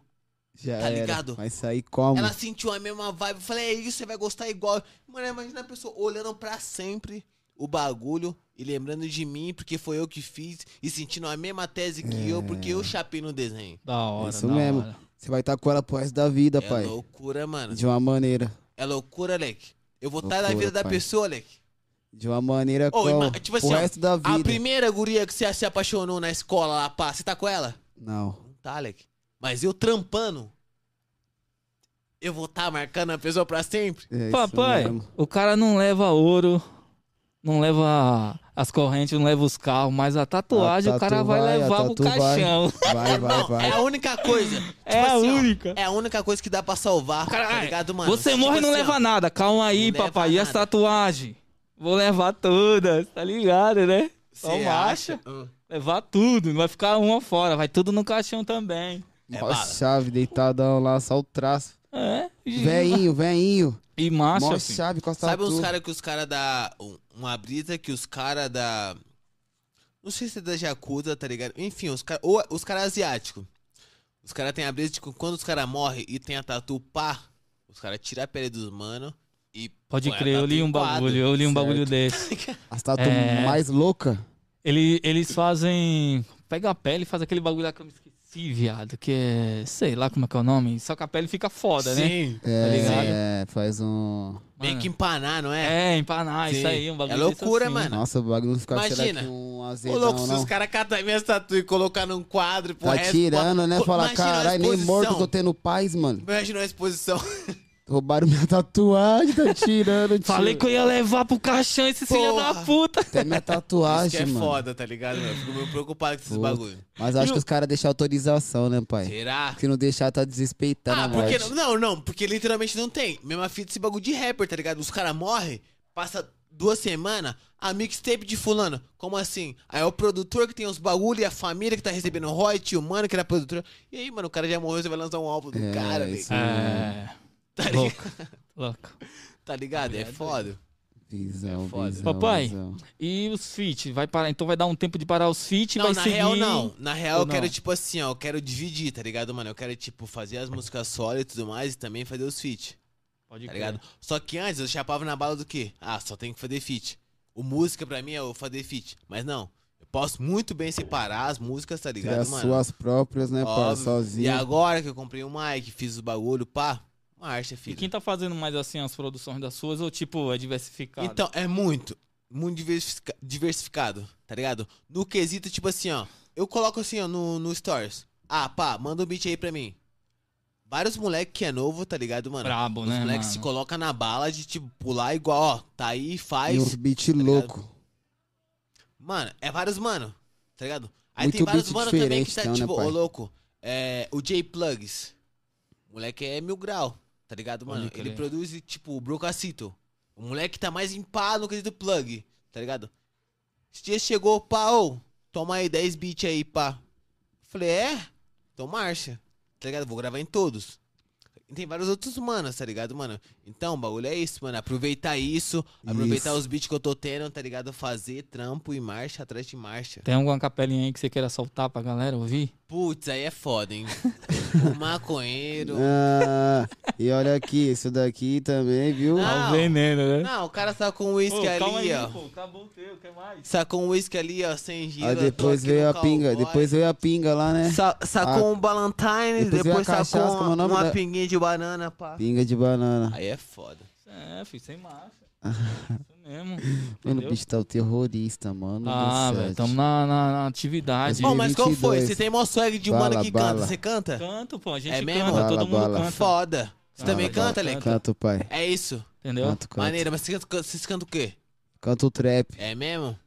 [SPEAKER 2] Já
[SPEAKER 3] Tá
[SPEAKER 2] era.
[SPEAKER 3] ligado?
[SPEAKER 2] Vai sair como?
[SPEAKER 3] Ela sentiu a mesma vibe. Eu falei, é isso, você vai gostar igual. Mano, imagina a pessoa olhando pra sempre o bagulho e lembrando de mim, porque foi eu que fiz, e sentindo a mesma tese que eu, porque
[SPEAKER 2] É.
[SPEAKER 3] eu chapei no desenho.
[SPEAKER 1] Da hora,
[SPEAKER 2] Isso
[SPEAKER 1] da
[SPEAKER 2] mesmo.
[SPEAKER 1] hora.
[SPEAKER 2] Você vai estar com ela pro resto da vida,
[SPEAKER 3] é
[SPEAKER 2] pai.
[SPEAKER 3] loucura,
[SPEAKER 1] né?
[SPEAKER 3] mano.
[SPEAKER 2] De uma maneira.
[SPEAKER 3] É loucura, Leque. Eu vou estar na
[SPEAKER 2] Loucura,
[SPEAKER 3] vida da
[SPEAKER 2] pai.
[SPEAKER 3] pessoa, Leque.
[SPEAKER 2] De uma maneira
[SPEAKER 3] Ô,
[SPEAKER 2] qual?
[SPEAKER 3] ima- tipo assim,
[SPEAKER 2] o
[SPEAKER 3] ó,
[SPEAKER 2] resto da vida.
[SPEAKER 3] A primeira guria que você se apaixonou na escola lá, pá, você tá com ela?
[SPEAKER 2] Não.
[SPEAKER 3] Não tá, Leque. Mas eu trampando, eu vou estar marcando a pessoa pra sempre.
[SPEAKER 2] É
[SPEAKER 1] Papai,
[SPEAKER 2] isso mesmo.
[SPEAKER 1] o cara não leva ouro, não leva as correntes, não leva os carros, mas a tatuagem
[SPEAKER 2] A
[SPEAKER 1] o cara vai
[SPEAKER 2] tatu vai, a
[SPEAKER 1] levar pro
[SPEAKER 2] tatu vai.
[SPEAKER 1] caixão.
[SPEAKER 2] Vai, vai,
[SPEAKER 3] Não,
[SPEAKER 2] vai.
[SPEAKER 3] é a única coisa. Tipo
[SPEAKER 1] É a
[SPEAKER 3] assim, ó,
[SPEAKER 1] única.
[SPEAKER 3] É a única coisa que dá pra salvar, tá
[SPEAKER 1] Caralho,
[SPEAKER 3] ligado, mano?
[SPEAKER 1] Você
[SPEAKER 3] Tipo
[SPEAKER 1] morre e não
[SPEAKER 3] assim, ó,
[SPEAKER 1] leva nada. Calma aí,
[SPEAKER 3] não leva
[SPEAKER 1] papai. E as
[SPEAKER 3] nada.
[SPEAKER 1] tatuagens? Vou levar todas, tá ligado, né? Só
[SPEAKER 3] você
[SPEAKER 1] macho.
[SPEAKER 3] acha? Hum.
[SPEAKER 1] Levar tudo, não vai ficar uma fora, vai tudo no caixão também.
[SPEAKER 3] É
[SPEAKER 2] Mó
[SPEAKER 3] bala.
[SPEAKER 2] chave, deitadão lá, só o traço.
[SPEAKER 1] É. e-
[SPEAKER 2] Veinho, veinho.
[SPEAKER 1] E
[SPEAKER 2] Mó
[SPEAKER 1] macho, filho.
[SPEAKER 2] chave, com a
[SPEAKER 3] Sabe
[SPEAKER 2] tatu.
[SPEAKER 3] uns caras que os caras da. um- Uma brisa que os caras da. Não sei se é da Yakuza, tá ligado? Enfim, os caras. Ou os caras asiáticos. Os caras têm a brisa de que quando os caras morrem e tem a tatu pá, os caras tiram a pele dos mano e.
[SPEAKER 1] Pode
[SPEAKER 3] põe a
[SPEAKER 1] crer, eu
[SPEAKER 3] tatu
[SPEAKER 1] li
[SPEAKER 3] em
[SPEAKER 1] um
[SPEAKER 3] quadro.
[SPEAKER 1] bagulho, eu li um
[SPEAKER 2] Certo.
[SPEAKER 1] bagulho desse.
[SPEAKER 2] As tatu
[SPEAKER 1] É.
[SPEAKER 2] mais louca.
[SPEAKER 1] Ele, eles fazem. Pega a pele e faz aquele bagulho lá que eu me esqueci, viado. Que é. Sei lá como é que é o nome. Só que a pele fica foda, né?
[SPEAKER 3] Sim.
[SPEAKER 2] É,
[SPEAKER 1] ligado?
[SPEAKER 2] é, faz um...
[SPEAKER 3] Meio
[SPEAKER 1] Mano.
[SPEAKER 3] que empanar, não é?
[SPEAKER 1] É, empanar,
[SPEAKER 3] Sim.
[SPEAKER 1] isso aí, um bagulho.
[SPEAKER 3] É
[SPEAKER 1] desse
[SPEAKER 3] loucura,
[SPEAKER 1] assim.
[SPEAKER 3] mano.
[SPEAKER 2] Nossa, o bagulho não fica
[SPEAKER 3] Imagina.
[SPEAKER 2] será que um
[SPEAKER 3] Ô,
[SPEAKER 2] azedão,
[SPEAKER 3] louco, se
[SPEAKER 2] não?
[SPEAKER 3] os caras catarem minhas tatu e colocar num quadro pro
[SPEAKER 2] Tá
[SPEAKER 3] resto.
[SPEAKER 2] tirando, né?
[SPEAKER 3] pô,
[SPEAKER 2] Falar,
[SPEAKER 3] imagina a
[SPEAKER 2] caralho, nem
[SPEAKER 3] exposição.
[SPEAKER 2] morto tô tendo paz, mano.
[SPEAKER 3] Imagina a exposição.
[SPEAKER 2] Roubaram minha tatuagem, tá tirando, tio.
[SPEAKER 1] Falei que eu ia levar pro caixão esse filho
[SPEAKER 3] Porra.
[SPEAKER 1] da puta.
[SPEAKER 2] Até minha
[SPEAKER 3] Isso que
[SPEAKER 2] tatuagem,
[SPEAKER 3] é
[SPEAKER 2] mano.
[SPEAKER 3] foda, tá ligado? mano? Eu fico meio preocupado com esses
[SPEAKER 2] Puta.
[SPEAKER 3] bagulho.
[SPEAKER 2] Mas acho que os caras deixam autorização, né, pai?
[SPEAKER 3] Será?
[SPEAKER 2] Se não deixar, tá desrespeitando
[SPEAKER 3] Ah,
[SPEAKER 2] a
[SPEAKER 3] porque
[SPEAKER 2] morte.
[SPEAKER 3] não, não, não, porque literalmente não tem. Mesma fita esse bagulho de rapper, tá ligado? Os caras morrem, passa duas semanas, a mixtape de fulano. Como assim? Aí é o produtor que tem os bagulho e a família que tá recebendo o Roy, tio mano que era produtor. E aí, mano, o cara já morreu, você vai lançar um álbum do
[SPEAKER 2] É,
[SPEAKER 3] cara, velho.
[SPEAKER 2] isso
[SPEAKER 1] É.
[SPEAKER 3] Tá
[SPEAKER 1] Louco. Louco.
[SPEAKER 3] Tá ligado? É foda.
[SPEAKER 2] Visão,
[SPEAKER 3] É foda.
[SPEAKER 2] visão,
[SPEAKER 1] Papai.
[SPEAKER 2] visão.
[SPEAKER 1] E os fit? Vai parar, então vai dar um tempo de parar os fit?
[SPEAKER 2] Tipo,
[SPEAKER 3] Não,
[SPEAKER 1] vai
[SPEAKER 3] na
[SPEAKER 1] seguir...
[SPEAKER 3] real não. Na real
[SPEAKER 1] Ou
[SPEAKER 3] eu quero
[SPEAKER 1] não?
[SPEAKER 3] tipo assim, ó, eu quero dividir, tá ligado, mano? Eu quero tipo fazer as músicas solo e tudo mais e também fazer os feat.
[SPEAKER 1] Pode
[SPEAKER 3] tá
[SPEAKER 1] crer.
[SPEAKER 3] ligado? Só que antes eu chapava na bala do quê? Ah, só tem que fazer feat. O música pra mim é o fazer feat. Mas não, eu posso muito bem separar as músicas, tá
[SPEAKER 2] Criar
[SPEAKER 3] ligado,
[SPEAKER 2] as
[SPEAKER 3] mano?
[SPEAKER 2] suas próprias, né, pai?
[SPEAKER 3] Óbvio. E
[SPEAKER 2] Sozinho.
[SPEAKER 3] agora que eu comprei o mic, fiz os bagulho, pá, marcha,
[SPEAKER 1] E
[SPEAKER 3] filho.
[SPEAKER 1] quem tá fazendo mais assim as produções das suas ou tipo é diversificado?
[SPEAKER 3] Então, é muito. muito diversifica- diversificado, tá ligado? No quesito, tipo assim, ó. Eu coloco assim, ó, no, no Stories. Ah, pá, manda um beat aí pra mim. Vários moleque que é novo, tá ligado, mano?
[SPEAKER 1] Brabo,
[SPEAKER 3] Os
[SPEAKER 1] né,
[SPEAKER 3] moleque
[SPEAKER 1] mano?
[SPEAKER 3] se coloca na bala de, tipo, pular igual, ó, tá aí,
[SPEAKER 2] E um
[SPEAKER 3] faz.
[SPEAKER 2] beat louco.
[SPEAKER 3] Mano, é vários mano, tá ligado? Aí
[SPEAKER 2] Muito
[SPEAKER 3] tem vários
[SPEAKER 2] beat
[SPEAKER 3] mano também que
[SPEAKER 2] diferente,
[SPEAKER 3] tá,
[SPEAKER 2] então, né,
[SPEAKER 3] tipo, ô
[SPEAKER 2] pai?
[SPEAKER 3] louco, é, o J Plugs. Moleque é mil grau, tá ligado,
[SPEAKER 1] Pode
[SPEAKER 3] mano? Ele
[SPEAKER 1] crer.
[SPEAKER 3] produz, tipo, o Brocacito. O moleque tá mais em pá no quesito plug, tá ligado? Esse dia chegou, pá, ô, toma aí 10 beats aí, pá. Falei, é? Então marcha, tá ligado? Vou gravar em todos. E Tem vários outros manos, tá ligado, mano? Então, o bagulho é isso, mano. Aproveitar isso, aproveitar
[SPEAKER 2] Isso.
[SPEAKER 3] os beats que eu tô tendo, tá ligado? Fazer trampo e marcha atrás de marcha.
[SPEAKER 1] Tem alguma capelinha aí que você queira soltar pra galera ouvir?
[SPEAKER 3] Putz, aí é foda, hein? o maconheiro.
[SPEAKER 2] Ah, e olha aqui, isso daqui também, viu?
[SPEAKER 3] Ah,
[SPEAKER 1] Tá
[SPEAKER 3] Não.
[SPEAKER 1] o veneno, né?
[SPEAKER 3] Não, o cara sacou um uísque
[SPEAKER 1] Ô, calma
[SPEAKER 3] ali,
[SPEAKER 1] aí,
[SPEAKER 3] ó.
[SPEAKER 1] pô. Acabou o teu, quer mais?
[SPEAKER 3] Sacou um uísque ali, ó, sem giro.
[SPEAKER 2] Ah, depois veio a pinga, depois veio a pinga lá, né?
[SPEAKER 3] Sa sacou um Valentine,
[SPEAKER 2] depois veio
[SPEAKER 3] depois,
[SPEAKER 2] a cachaça,
[SPEAKER 3] sacou
[SPEAKER 2] como é o
[SPEAKER 3] uma,
[SPEAKER 2] nome
[SPEAKER 3] uma
[SPEAKER 2] da-
[SPEAKER 3] pinguinha de banana, pá.
[SPEAKER 2] Pinga de banana.
[SPEAKER 3] Aí é foda.
[SPEAKER 1] É, filho, sem marcha. Isso mesmo. entendeu?
[SPEAKER 2] Mano, o bicho tá o terrorista, mano.
[SPEAKER 1] Ah,
[SPEAKER 2] do
[SPEAKER 1] velho,
[SPEAKER 2] céu.
[SPEAKER 1] tamo na, na- na atividade.
[SPEAKER 2] Mas
[SPEAKER 3] Bom, mas qual foi?
[SPEAKER 2] 22.
[SPEAKER 3] Você tem mó swag de
[SPEAKER 2] Bala,
[SPEAKER 3] mano que
[SPEAKER 2] bala.
[SPEAKER 3] canta? Você canta?
[SPEAKER 1] Canto, pô, a gente
[SPEAKER 3] É
[SPEAKER 1] canta,
[SPEAKER 3] mesmo?
[SPEAKER 2] Bala,
[SPEAKER 1] todo mundo
[SPEAKER 2] bala.
[SPEAKER 1] canta,
[SPEAKER 3] Foda. Você
[SPEAKER 1] Canta,
[SPEAKER 3] também
[SPEAKER 1] bala,
[SPEAKER 3] canta, Leco?
[SPEAKER 1] canta.
[SPEAKER 2] Canto, pai.
[SPEAKER 3] É isso.
[SPEAKER 1] entendeu?
[SPEAKER 2] Canto, canto.
[SPEAKER 3] Maneiro, mas você canta- vocês cantam o quê?
[SPEAKER 2] Canto trap.
[SPEAKER 3] É mesmo?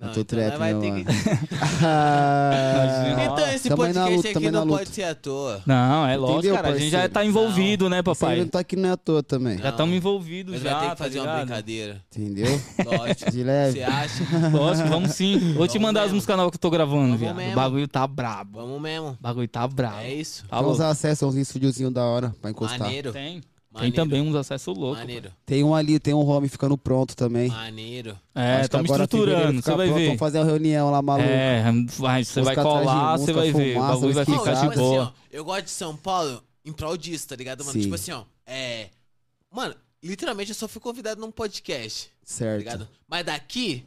[SPEAKER 2] Canto trap,
[SPEAKER 3] então nós vai
[SPEAKER 2] meu
[SPEAKER 3] ter
[SPEAKER 2] mano.
[SPEAKER 3] que-
[SPEAKER 2] Ah,
[SPEAKER 1] Imagina.
[SPEAKER 3] Então esse
[SPEAKER 2] Tamo aí na
[SPEAKER 3] podcast
[SPEAKER 2] luta,
[SPEAKER 3] aqui
[SPEAKER 2] tamo aí
[SPEAKER 3] não
[SPEAKER 2] na
[SPEAKER 3] pode
[SPEAKER 2] luta.
[SPEAKER 3] ser à toa.
[SPEAKER 1] Não, é lógico,
[SPEAKER 2] Entendeu,
[SPEAKER 1] cara. A gente já
[SPEAKER 2] parceiro?
[SPEAKER 1] tá envolvido, né,
[SPEAKER 2] Você
[SPEAKER 1] papai?
[SPEAKER 2] não tá aqui não é à toa também,
[SPEAKER 1] Já
[SPEAKER 3] Não.
[SPEAKER 1] estamos envolvidos
[SPEAKER 3] Nós
[SPEAKER 1] já,
[SPEAKER 3] vai ter que
[SPEAKER 1] tá
[SPEAKER 3] fazer uma
[SPEAKER 1] ligado?
[SPEAKER 3] brincadeira.
[SPEAKER 2] entendeu?
[SPEAKER 3] Lógico.
[SPEAKER 2] De
[SPEAKER 3] Você
[SPEAKER 2] leve.
[SPEAKER 3] acha?
[SPEAKER 1] Lógico, vamos sim. Vou te
[SPEAKER 3] Vamos
[SPEAKER 1] mandar as
[SPEAKER 3] mesmo.
[SPEAKER 1] músicas novas que eu tô gravando,
[SPEAKER 3] Vamos
[SPEAKER 1] viado. O
[SPEAKER 3] mesmo.
[SPEAKER 1] bagulho tá brabo.
[SPEAKER 3] Vamos mesmo.
[SPEAKER 1] O bagulho tá brabo.
[SPEAKER 3] É isso.
[SPEAKER 1] Tá
[SPEAKER 2] Tem uns
[SPEAKER 1] louco.
[SPEAKER 2] acessos, uns estúdiozinhos da hora pra encostar.
[SPEAKER 3] Maneiro.
[SPEAKER 1] Tem. Tem
[SPEAKER 3] maneiro,
[SPEAKER 1] também um uns acessos loucos.
[SPEAKER 3] Maneiro.
[SPEAKER 2] Tem um ali, tem um home ficando pronto também.
[SPEAKER 3] Maneiro.
[SPEAKER 1] É,
[SPEAKER 2] Acho que
[SPEAKER 1] estamos
[SPEAKER 2] agora fevereiro
[SPEAKER 1] estruturando,
[SPEAKER 2] fica
[SPEAKER 1] você vai
[SPEAKER 2] pronto,
[SPEAKER 1] ver.
[SPEAKER 2] Vamos fazer uma reunião lá, maluco.
[SPEAKER 1] É, vai, você vai
[SPEAKER 2] Música atrás de
[SPEAKER 1] colar, você
[SPEAKER 2] música,
[SPEAKER 1] vai ver. O
[SPEAKER 2] fumaça,
[SPEAKER 1] bagulho vai
[SPEAKER 2] whisky
[SPEAKER 1] ficar
[SPEAKER 2] sour.
[SPEAKER 1] de
[SPEAKER 3] tipo
[SPEAKER 1] boa.
[SPEAKER 3] Assim, ó, eu gosto de São Paulo em prol disso, tá ligado, mano?
[SPEAKER 2] Sim.
[SPEAKER 3] Tipo assim, ó. É. Mano, literalmente eu só fui convidado num podcast. tá
[SPEAKER 2] Certo.
[SPEAKER 3] ligado? Mas daqui,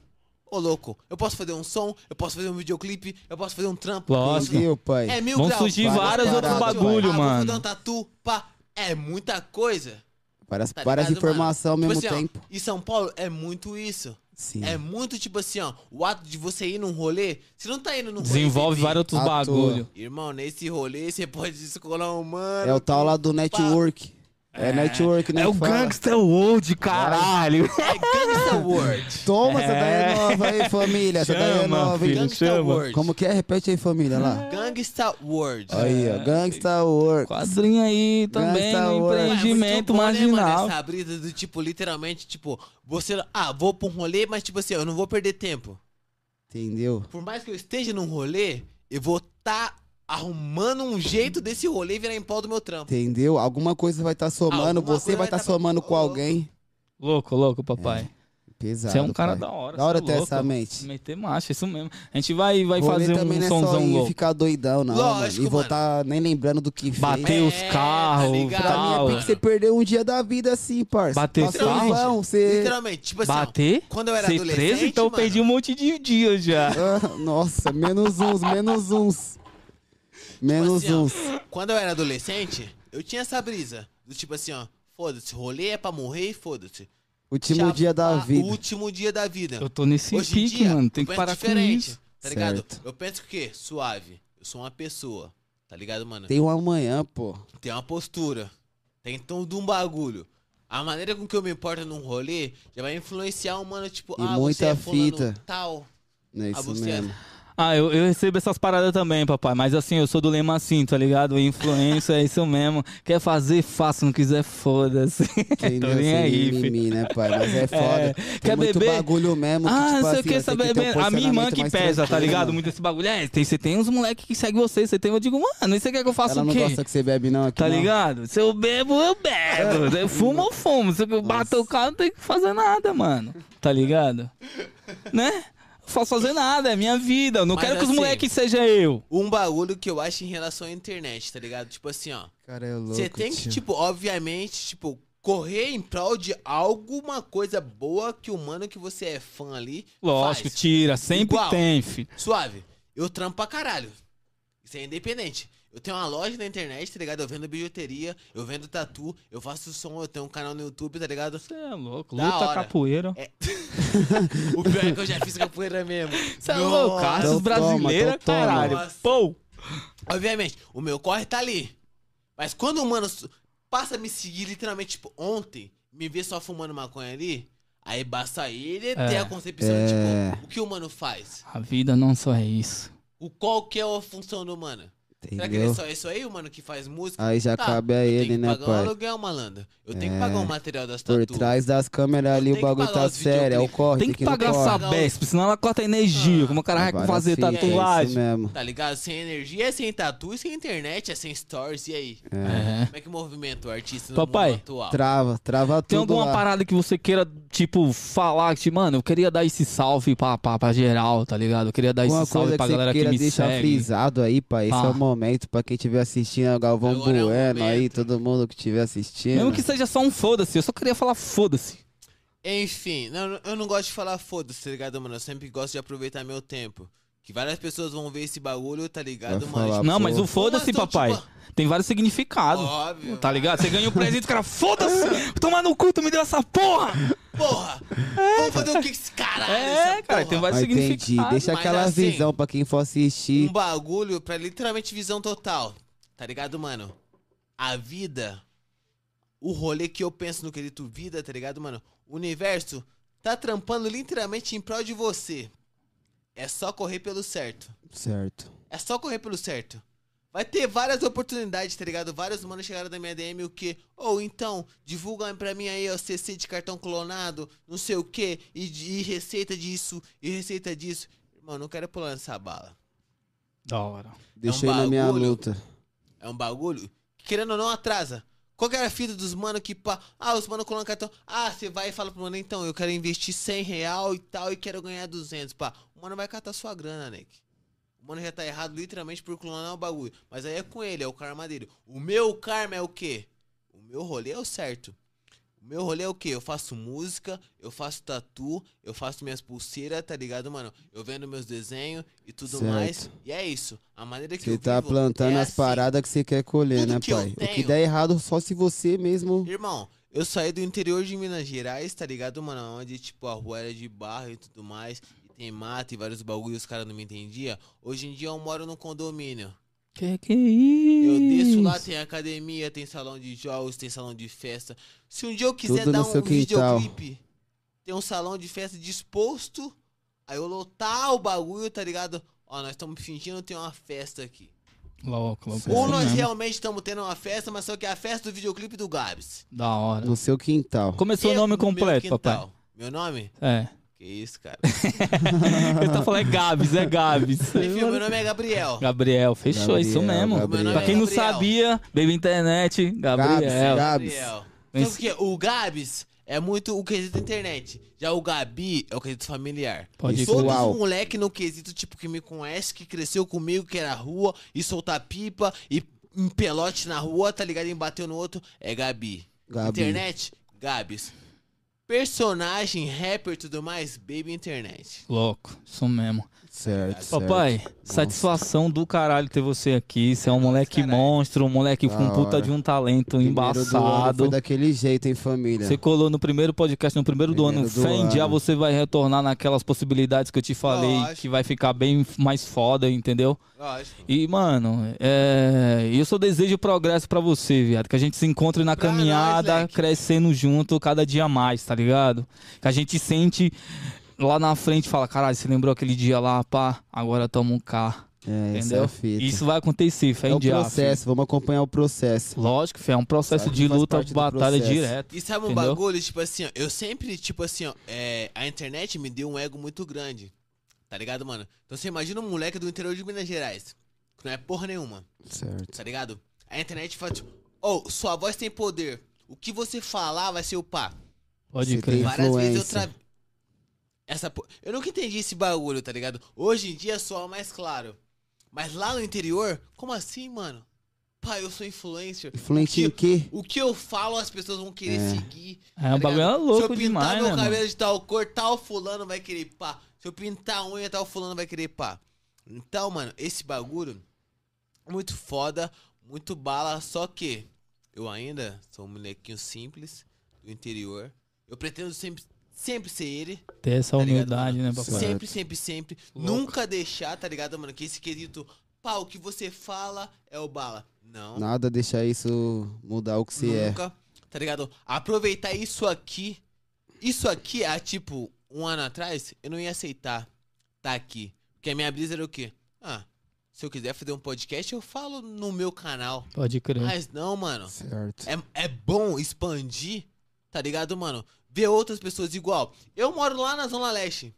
[SPEAKER 3] ô louco, eu posso fazer um som, eu posso fazer um videoclipe, eu posso fazer um trampo. eu posso-
[SPEAKER 1] Lógico.
[SPEAKER 2] Entendeu, pai?
[SPEAKER 3] É mil
[SPEAKER 1] Vão
[SPEAKER 3] graus.
[SPEAKER 1] surgir
[SPEAKER 3] Vai
[SPEAKER 2] vários
[SPEAKER 3] botar
[SPEAKER 2] outros
[SPEAKER 3] um tatu,
[SPEAKER 2] bagulho,
[SPEAKER 3] ah, vou
[SPEAKER 1] mano.
[SPEAKER 3] fazer um tatu, pá. É muita coisa.
[SPEAKER 2] Várias,
[SPEAKER 3] Tá
[SPEAKER 2] várias
[SPEAKER 3] ligado,
[SPEAKER 2] informações ao
[SPEAKER 3] mano?
[SPEAKER 2] mesmo
[SPEAKER 3] Tipo assim, ó,
[SPEAKER 2] tempo.
[SPEAKER 3] E São Paulo é muito isso.
[SPEAKER 2] Sim.
[SPEAKER 3] É muito tipo assim, ó. O ato de você ir num rolê, você não tá indo num rolê.
[SPEAKER 1] Desenvolve
[SPEAKER 3] bebê.
[SPEAKER 1] vários outros
[SPEAKER 2] À toa.
[SPEAKER 1] bagulho.
[SPEAKER 3] Irmão, nesse rolê você pode descolar um mano.
[SPEAKER 2] É o tal lá do network. É, network, né?
[SPEAKER 1] É o
[SPEAKER 2] que fala.
[SPEAKER 1] Gangsta World, caralho.
[SPEAKER 3] É Gangsta World.
[SPEAKER 2] Toma, essa
[SPEAKER 1] É.
[SPEAKER 2] daí é nova aí, família. Essa daí é
[SPEAKER 1] Chama,
[SPEAKER 2] nova, hein?
[SPEAKER 1] filho,
[SPEAKER 3] Gangsta
[SPEAKER 1] chama.
[SPEAKER 3] World.
[SPEAKER 2] Como que é? Repete aí, família, lá.
[SPEAKER 3] Gangsta World.
[SPEAKER 2] Aí, ó. Gangsta Work.
[SPEAKER 1] Quadrinho aí também,
[SPEAKER 2] Gangsta
[SPEAKER 1] no
[SPEAKER 2] World.
[SPEAKER 3] Ué, é muito
[SPEAKER 1] empreendimento
[SPEAKER 3] bom, né, mano,
[SPEAKER 1] marginal.
[SPEAKER 3] Essa brisa do tipo, literalmente, tipo, você. Ah, vou pra um rolê, mas tipo assim, eu não vou perder tempo.
[SPEAKER 2] Entendeu?
[SPEAKER 3] Por mais que eu esteja num rolê, eu vou tá arrumando um jeito desse rolê virar em pau do meu trampo.
[SPEAKER 2] Entendeu? Alguma coisa vai estar somando,
[SPEAKER 3] Alguma
[SPEAKER 2] você vai
[SPEAKER 3] coisa vai
[SPEAKER 2] estar
[SPEAKER 3] tá-
[SPEAKER 2] somando com
[SPEAKER 3] Ô,
[SPEAKER 2] alguém.
[SPEAKER 1] Louco, louco, papai.
[SPEAKER 2] Pesado.
[SPEAKER 1] Você é um cara
[SPEAKER 2] pai.
[SPEAKER 1] da hora.
[SPEAKER 2] Da hora
[SPEAKER 1] cê é
[SPEAKER 2] ter
[SPEAKER 1] louco.
[SPEAKER 2] essa mente.
[SPEAKER 1] Meter marcha, isso mesmo. A gente vai, vai
[SPEAKER 2] Rolê
[SPEAKER 1] fazer
[SPEAKER 2] também
[SPEAKER 1] um
[SPEAKER 2] não é só
[SPEAKER 1] somzão
[SPEAKER 2] ir
[SPEAKER 1] louco.
[SPEAKER 2] ficar doidão, não,
[SPEAKER 3] Lógico,
[SPEAKER 2] mano. E
[SPEAKER 3] mano.
[SPEAKER 2] voltar nem lembrando do que
[SPEAKER 1] Bater
[SPEAKER 2] fez.
[SPEAKER 1] os
[SPEAKER 3] É, tá
[SPEAKER 1] carros,
[SPEAKER 3] ligado,
[SPEAKER 2] Pra mim é
[SPEAKER 1] tal.
[SPEAKER 2] pique
[SPEAKER 3] mano.
[SPEAKER 2] você perder um dia da vida assim, parça.
[SPEAKER 1] Bater
[SPEAKER 2] Passou
[SPEAKER 1] carro?
[SPEAKER 2] em vão, você...
[SPEAKER 3] Literalmente, tipo assim, ó,
[SPEAKER 1] Bater?
[SPEAKER 3] quando eu era
[SPEAKER 1] Ser
[SPEAKER 3] adolescente.
[SPEAKER 1] preso, então eu
[SPEAKER 3] mano,
[SPEAKER 1] perdi um monte de dias já.
[SPEAKER 2] Ah, nossa, menos uns, menos uns. Menos
[SPEAKER 3] assim, ó,
[SPEAKER 2] uns.
[SPEAKER 3] Quando eu era adolescente, eu tinha essa brisa. Do tipo assim, ó, foda-se, rolê é pra morrer e foda-se.
[SPEAKER 2] Último
[SPEAKER 3] Tchau,
[SPEAKER 2] dia da
[SPEAKER 3] ah,
[SPEAKER 2] vida.
[SPEAKER 3] Último dia da vida.
[SPEAKER 1] Eu tô nesse
[SPEAKER 3] Hoje em
[SPEAKER 1] pique,
[SPEAKER 3] dia,
[SPEAKER 1] mano. Tem
[SPEAKER 3] eu
[SPEAKER 1] que
[SPEAKER 3] penso
[SPEAKER 1] parar com
[SPEAKER 3] diferente,
[SPEAKER 1] isso.
[SPEAKER 3] Tá ligado?
[SPEAKER 2] Certo.
[SPEAKER 3] Eu penso que o quê? Suave. Eu sou uma pessoa. Tá ligado, mano?
[SPEAKER 2] Tem um amanhã, pô.
[SPEAKER 3] Tem uma postura. Tem todo um bagulho. A maneira com que eu me importo num rolê já vai influenciar um mano, tipo,
[SPEAKER 2] E
[SPEAKER 3] ah, você
[SPEAKER 2] muita
[SPEAKER 3] é fulano
[SPEAKER 2] fita.
[SPEAKER 3] tal.
[SPEAKER 2] Não é
[SPEAKER 3] Ah,
[SPEAKER 2] isso
[SPEAKER 3] você
[SPEAKER 2] mesmo.
[SPEAKER 1] Ah, eu, eu recebo essas paradas também, papai. Mas assim, eu sou do lema assim, tá ligado? Influência é isso mesmo. Quer fazer, faça. Não quiser, foda-se. Tô
[SPEAKER 2] Entendeu?
[SPEAKER 1] nem
[SPEAKER 2] Sem
[SPEAKER 1] aí, filho.
[SPEAKER 2] mimimi, né, pai? Mas é foda. Tem
[SPEAKER 1] Quer
[SPEAKER 2] muito
[SPEAKER 1] beber?
[SPEAKER 2] bagulho mesmo.
[SPEAKER 1] ah,
[SPEAKER 2] que, tipo
[SPEAKER 1] não sei
[SPEAKER 2] assim,
[SPEAKER 1] o que,
[SPEAKER 2] você
[SPEAKER 1] essa
[SPEAKER 2] tem que ter um
[SPEAKER 1] bebê. A minha irmã
[SPEAKER 2] posicionamento
[SPEAKER 1] que
[SPEAKER 2] mais
[SPEAKER 1] pesa, tá
[SPEAKER 2] tranquilo, né?
[SPEAKER 1] ligado?
[SPEAKER 2] mano.
[SPEAKER 1] Muito esse bagulho. É, tem, você tem uns moleques que seguem você, você tem. Eu digo, mano, e você quer que eu faça
[SPEAKER 2] Ela
[SPEAKER 1] o
[SPEAKER 2] não
[SPEAKER 1] quê?
[SPEAKER 2] gosta que você bebe, não. Aqui,
[SPEAKER 1] Tá
[SPEAKER 2] não.
[SPEAKER 1] ligado? Se eu bebo, eu bebo. Se eu fumo, eu fumo. Se eu bato o carro, não tem que fazer nada, mano. Tá ligado? né? Não faço fazer nada, é minha vida. Eu não
[SPEAKER 3] Mas
[SPEAKER 1] quero que os
[SPEAKER 3] assim-
[SPEAKER 1] moleques sejam eu.
[SPEAKER 3] Um bagulho que eu acho em relação à internet, tá ligado? Tipo assim, ó.
[SPEAKER 2] Cara, é louco.
[SPEAKER 3] Você tem que,
[SPEAKER 2] tio.
[SPEAKER 3] tipo, obviamente, tipo, correr em prol de alguma coisa boa que o mano que você é fã ali.
[SPEAKER 1] Lógico,
[SPEAKER 3] faz.
[SPEAKER 1] tira. Sempre
[SPEAKER 3] Igual.
[SPEAKER 1] tem, fi.
[SPEAKER 3] Suave. Eu trampo pra caralho. Isso é independente. Eu tenho uma loja na internet, tá ligado? Eu vendo bijuteria, eu vendo tatu, eu faço som, eu tenho um canal no YouTube, tá ligado?
[SPEAKER 1] Você é louco.
[SPEAKER 3] Da
[SPEAKER 1] Luta
[SPEAKER 3] hora.
[SPEAKER 1] capoeira.
[SPEAKER 3] É. o pior é que eu já fiz capoeira mesmo.
[SPEAKER 1] Você é
[SPEAKER 3] Nossa.
[SPEAKER 1] louco. Artes
[SPEAKER 2] Então
[SPEAKER 1] brasileiras,
[SPEAKER 2] toma, então toma.
[SPEAKER 1] caralho.
[SPEAKER 3] Nossa.
[SPEAKER 1] Pô.
[SPEAKER 3] Obviamente, o meu corre tá ali. Mas quando o mano su- passa a me seguir, literalmente, tipo, ontem, me vê só fumando maconha ali, aí basta ele
[SPEAKER 2] É,
[SPEAKER 3] ter a concepção de, tipo, o que o mano faz?
[SPEAKER 1] A vida não só é isso.
[SPEAKER 3] O, qual que é a função do mano? Será que ele é
[SPEAKER 2] Entendeu?
[SPEAKER 3] só isso aí, o mano que faz música?
[SPEAKER 2] Aí já
[SPEAKER 3] Tá,
[SPEAKER 2] cabe a
[SPEAKER 3] eu tenho
[SPEAKER 2] ele,
[SPEAKER 3] que
[SPEAKER 2] né,
[SPEAKER 3] pagar um
[SPEAKER 2] pai? É,
[SPEAKER 3] aluguel, malandro. Eu tenho que pagar o material das
[SPEAKER 2] Por
[SPEAKER 3] tatuas.
[SPEAKER 2] trás das câmeras ali o
[SPEAKER 3] Eu tenho que
[SPEAKER 2] bagulho
[SPEAKER 3] pagar
[SPEAKER 2] tá
[SPEAKER 3] os
[SPEAKER 2] sério, é o
[SPEAKER 3] videoclipe.
[SPEAKER 2] corre.
[SPEAKER 1] Tem que pagar
[SPEAKER 2] corre.
[SPEAKER 1] essa BESP, senão ela corta energia.
[SPEAKER 3] Ah.
[SPEAKER 1] Como o cara vai né?
[SPEAKER 2] Várias
[SPEAKER 1] fazer
[SPEAKER 2] fitas,
[SPEAKER 1] tatuagem?
[SPEAKER 2] É isso mesmo.
[SPEAKER 3] Tá ligado? Sem energia, sem tatu, e sem internet, é sem stories, e aí?
[SPEAKER 1] É.
[SPEAKER 3] Como é que movimenta o artista no
[SPEAKER 1] Papai,
[SPEAKER 3] mundo atual?
[SPEAKER 2] Trava, trava
[SPEAKER 1] Tem
[SPEAKER 2] tudo
[SPEAKER 1] alguma
[SPEAKER 2] lá.
[SPEAKER 1] parada que você queira, tipo, falar? que, Tipo, mano, eu queria dar esse salve pra, pra, pra geral, tá ligado? Eu queria dar
[SPEAKER 2] Alguma
[SPEAKER 1] esse salve
[SPEAKER 2] coisa
[SPEAKER 1] pra
[SPEAKER 2] que você
[SPEAKER 1] galera que
[SPEAKER 2] queira
[SPEAKER 1] me
[SPEAKER 2] deixar
[SPEAKER 1] segue. Ah.
[SPEAKER 2] frisado aí, pai. Esse
[SPEAKER 1] Pá.
[SPEAKER 2] é o momento pra quem estiver assistindo, é o Galvão
[SPEAKER 3] Agora é o
[SPEAKER 2] Bueno aí,
[SPEAKER 3] momento.
[SPEAKER 2] todo mundo que estiver assistindo.
[SPEAKER 1] Mesmo que seja só um foda-se, eu só queria falar foda-se.
[SPEAKER 3] Enfim, não, eu não gosto de falar foda-se, tá ligado, mano? Eu sempre gosto de aproveitar meu tempo. Que várias pessoas vão ver esse bagulho, tá ligado,
[SPEAKER 2] Vai
[SPEAKER 3] mano?
[SPEAKER 2] falar.
[SPEAKER 1] Não, mas
[SPEAKER 2] pô.
[SPEAKER 1] o foda-se, tipo-
[SPEAKER 3] Como assim,
[SPEAKER 1] papai, tem vários significados.
[SPEAKER 3] Óbvio.
[SPEAKER 1] Tá ligado? Você ganha um presente, o cara, foda-se! Toma no cu, tu me deu essa porra!
[SPEAKER 3] Porra! Vamos fazer o que com esse caralho?
[SPEAKER 1] É, cara,
[SPEAKER 3] essa porra?
[SPEAKER 1] tem vários
[SPEAKER 2] Ah, entendi.
[SPEAKER 1] significados.
[SPEAKER 2] Deixa
[SPEAKER 3] Mas
[SPEAKER 2] aquela
[SPEAKER 3] assim,
[SPEAKER 2] visão pra quem for
[SPEAKER 3] um
[SPEAKER 2] assistir.
[SPEAKER 3] bagulho pra literalmente visão total. Tá ligado, mano? A vida, o rolê que eu penso no querido vida, tá ligado, mano? O universo tá trampando literalmente em prol de você. É só correr pelo certo.
[SPEAKER 2] Certo.
[SPEAKER 3] É só correr pelo certo. Vai ter várias oportunidades, tá ligado? Vários humanos chegaram da minha DM o que? Ou então, divulga pra mim aí, ó, CC de cartão clonado, não sei o que, e, de- e receita disso, e receita disso. Irmão, não quero pular nessa bala.
[SPEAKER 1] Da hora.
[SPEAKER 2] Deixei na minha
[SPEAKER 3] um bagulho.
[SPEAKER 2] luta.
[SPEAKER 3] É um bagulho que, querendo ou não, atrasa. Qual que era a fita dos mano que pá? Ah, os mano colocam cartão. Ah, você vai e fala pro mano, então, eu quero investir 100 real e tal e quero ganhar 200, pá. O mano vai catar sua grana, Nick. O mano já tá errado literalmente por clonar o bagulho. Mas aí é com ele, é o karma dele. O meu karma é o quê? O meu rolê é o certo. O meu rolê é o quê? Eu faço música, eu faço tatu, eu faço minhas pulseiras, tá ligado, mano? Eu vendo meus desenhos e tudo
[SPEAKER 2] Certo.
[SPEAKER 3] mais. E é isso. A maneira que
[SPEAKER 2] Você
[SPEAKER 3] eu
[SPEAKER 2] tá
[SPEAKER 3] vivo
[SPEAKER 2] plantando
[SPEAKER 3] é
[SPEAKER 2] as
[SPEAKER 3] assim.
[SPEAKER 2] paradas que você quer colher,
[SPEAKER 3] Tudo
[SPEAKER 2] né,
[SPEAKER 3] que eu
[SPEAKER 2] pai? O que
[SPEAKER 3] tenho.
[SPEAKER 2] der errado só se você mesmo.
[SPEAKER 3] Irmão, eu saí do interior de Minas Gerais, tá ligado, mano? Onde, tipo, a rua era de barro e tudo mais. E tem mato e vários bagulhos, os caras não me entendiam. Hoje em dia eu moro num condomínio.
[SPEAKER 1] Que que é isso?
[SPEAKER 3] Eu desço lá, tem academia, tem salão de jogos, tem salão de festa. Se um dia eu quiser
[SPEAKER 2] Tudo
[SPEAKER 3] dar
[SPEAKER 2] no
[SPEAKER 3] um
[SPEAKER 2] seu quintal.
[SPEAKER 3] videoclipe, tem um salão de festa disposto a eu lotar o bagulho, tá ligado? Ó, nós estamos fingindo ter uma festa aqui.
[SPEAKER 1] Louco, louco.
[SPEAKER 2] é
[SPEAKER 3] Ou
[SPEAKER 2] assim
[SPEAKER 1] Isso
[SPEAKER 3] nós
[SPEAKER 1] mesmo.
[SPEAKER 3] realmente estamos tendo uma festa, mas só que é a festa do videoclipe do Gabs.
[SPEAKER 1] Da hora.
[SPEAKER 2] No seu quintal.
[SPEAKER 1] Como é seu
[SPEAKER 3] Eu-
[SPEAKER 1] nome
[SPEAKER 3] no meu
[SPEAKER 1] completo, papai?
[SPEAKER 3] quintal. Meu nome?
[SPEAKER 1] É.
[SPEAKER 3] Que isso, cara.
[SPEAKER 1] Ele tá falando é Gabs, é Gabs.
[SPEAKER 3] Enfim, meu nome é Gabriel.
[SPEAKER 1] Gabriel, fechou, é
[SPEAKER 2] Gabriel,
[SPEAKER 1] isso mesmo.
[SPEAKER 2] Gabriel.
[SPEAKER 1] Pra quem não
[SPEAKER 3] Meu nome é
[SPEAKER 1] sabia, Baby Internet, Gabriel.
[SPEAKER 2] Gabs.
[SPEAKER 3] Gabriel. Sabe por quê? O Gabs é muito o quesito internet. Já o Gabi é o quesito familiar.
[SPEAKER 1] Pode
[SPEAKER 3] E
[SPEAKER 1] ir
[SPEAKER 2] Sou-
[SPEAKER 3] Todos
[SPEAKER 1] com-
[SPEAKER 2] Uau.
[SPEAKER 3] os moleque no quesito, tipo, que me conhece, que cresceu comigo, que era rua, e soltar pipa, e um pelote na rua, tá ligado? E bateu no outro, é Gabi.
[SPEAKER 2] Gabi.
[SPEAKER 3] Internet, Gabs. Personagem, rapper e tudo mais, Baby Internet.
[SPEAKER 1] Louco, isso mesmo.
[SPEAKER 2] Certo, certo.
[SPEAKER 1] Papai, satisfação do caralho ter você aqui. Você é um moleque
[SPEAKER 3] caralho.
[SPEAKER 1] monstro, um moleque
[SPEAKER 2] Da
[SPEAKER 1] com puta
[SPEAKER 2] hora.
[SPEAKER 1] de um talento
[SPEAKER 2] Primeiro do ano Foi
[SPEAKER 1] embaçado.
[SPEAKER 2] daquele jeito, hein, família?
[SPEAKER 1] Você colou no primeiro podcast, no primeiro, do ano.
[SPEAKER 2] Primeiro do
[SPEAKER 1] Fé em
[SPEAKER 2] ano.
[SPEAKER 1] dia você vai retornar naquelas possibilidades que eu te falei,
[SPEAKER 3] Lógico.
[SPEAKER 1] que vai ficar bem mais foda, entendeu?
[SPEAKER 3] Lógico.
[SPEAKER 1] E, mano, é... eu só desejo progresso pra você, viado. Que a gente se encontre na
[SPEAKER 3] Pra
[SPEAKER 1] caminhada,
[SPEAKER 3] nós, Leque.
[SPEAKER 1] crescendo junto cada dia mais, tá ligado? Que a gente sente lá na frente, fala, caralho, você lembrou aquele dia lá, pá, agora tamo um cá,
[SPEAKER 2] É, isso é
[SPEAKER 1] entendeu?
[SPEAKER 2] a fita.
[SPEAKER 1] Isso vai acontecer, fé
[SPEAKER 2] é
[SPEAKER 1] em
[SPEAKER 2] o
[SPEAKER 1] diabo.
[SPEAKER 2] processo, vamos acompanhar o processo.
[SPEAKER 1] Lógico, fé, é um processo
[SPEAKER 2] Sabe que
[SPEAKER 1] de
[SPEAKER 2] faz
[SPEAKER 1] luta,
[SPEAKER 2] parte do
[SPEAKER 1] batalha
[SPEAKER 2] processo.
[SPEAKER 1] direto.
[SPEAKER 3] E sabe um
[SPEAKER 1] Entendeu?
[SPEAKER 3] bagulho, tipo assim, ó, eu sempre, tipo assim, ó, é, a internet me deu um ego muito grande. Tá ligado, mano? Então você imagina um moleque do interior de Minas Gerais, que não é porra nenhuma,
[SPEAKER 2] Certo.
[SPEAKER 3] tá ligado? A internet fala, tipo, oh, sua voz tem poder. O que você falar vai ser o pá.
[SPEAKER 1] Pode
[SPEAKER 2] Você
[SPEAKER 1] crer.
[SPEAKER 2] tem-
[SPEAKER 3] Várias vezes eu
[SPEAKER 2] Influência.
[SPEAKER 3] tra... Essa po- Eu nunca entendi esse bagulho, tá ligado? Hoje em dia soa mais claro. Mas lá no interior, como assim, mano? Pai, eu sou influencer.
[SPEAKER 2] Influente em
[SPEAKER 3] O que-
[SPEAKER 2] quê?
[SPEAKER 3] O que eu falo, as pessoas vão querer seguir.
[SPEAKER 1] É, o bagulho é
[SPEAKER 3] ligado?
[SPEAKER 1] louco
[SPEAKER 3] Se eu pintar
[SPEAKER 1] demais,
[SPEAKER 3] meu
[SPEAKER 1] né,
[SPEAKER 3] cabelo
[SPEAKER 1] mano?
[SPEAKER 3] de tal cor, tal fulano vai querer pá. Se eu pintar a unha, tal fulano vai querer pá. Então, mano, esse bagulho muito foda, muito bala, só que eu ainda sou um molequinho simples do interior. Eu pretendo sempre, sempre ser ele.
[SPEAKER 1] Ter essa
[SPEAKER 3] Tá ligado,
[SPEAKER 1] humildade, né, papai?
[SPEAKER 2] Sim.
[SPEAKER 3] Sempre, sempre, sempre.
[SPEAKER 1] Louco.
[SPEAKER 3] Nunca deixar, tá ligado, mano? Que esse quesito, pau, o que você fala é o bala. Não,
[SPEAKER 2] Nada deixar isso mudar o que você é.
[SPEAKER 3] nunca. Tá ligado? Aproveitar isso aqui. Isso aqui, há tipo um ano atrás, eu não ia aceitar tá aqui. Porque a minha brisa era o quê? Ah, se eu quiser fazer um podcast, eu falo no meu canal.
[SPEAKER 1] Pode
[SPEAKER 2] É.
[SPEAKER 1] crer.
[SPEAKER 3] Mas não, mano.
[SPEAKER 2] Certo.
[SPEAKER 3] É, é bom expandir, tá ligado, mano? Ver outras pessoas igual. Eu moro lá na Zona Leste.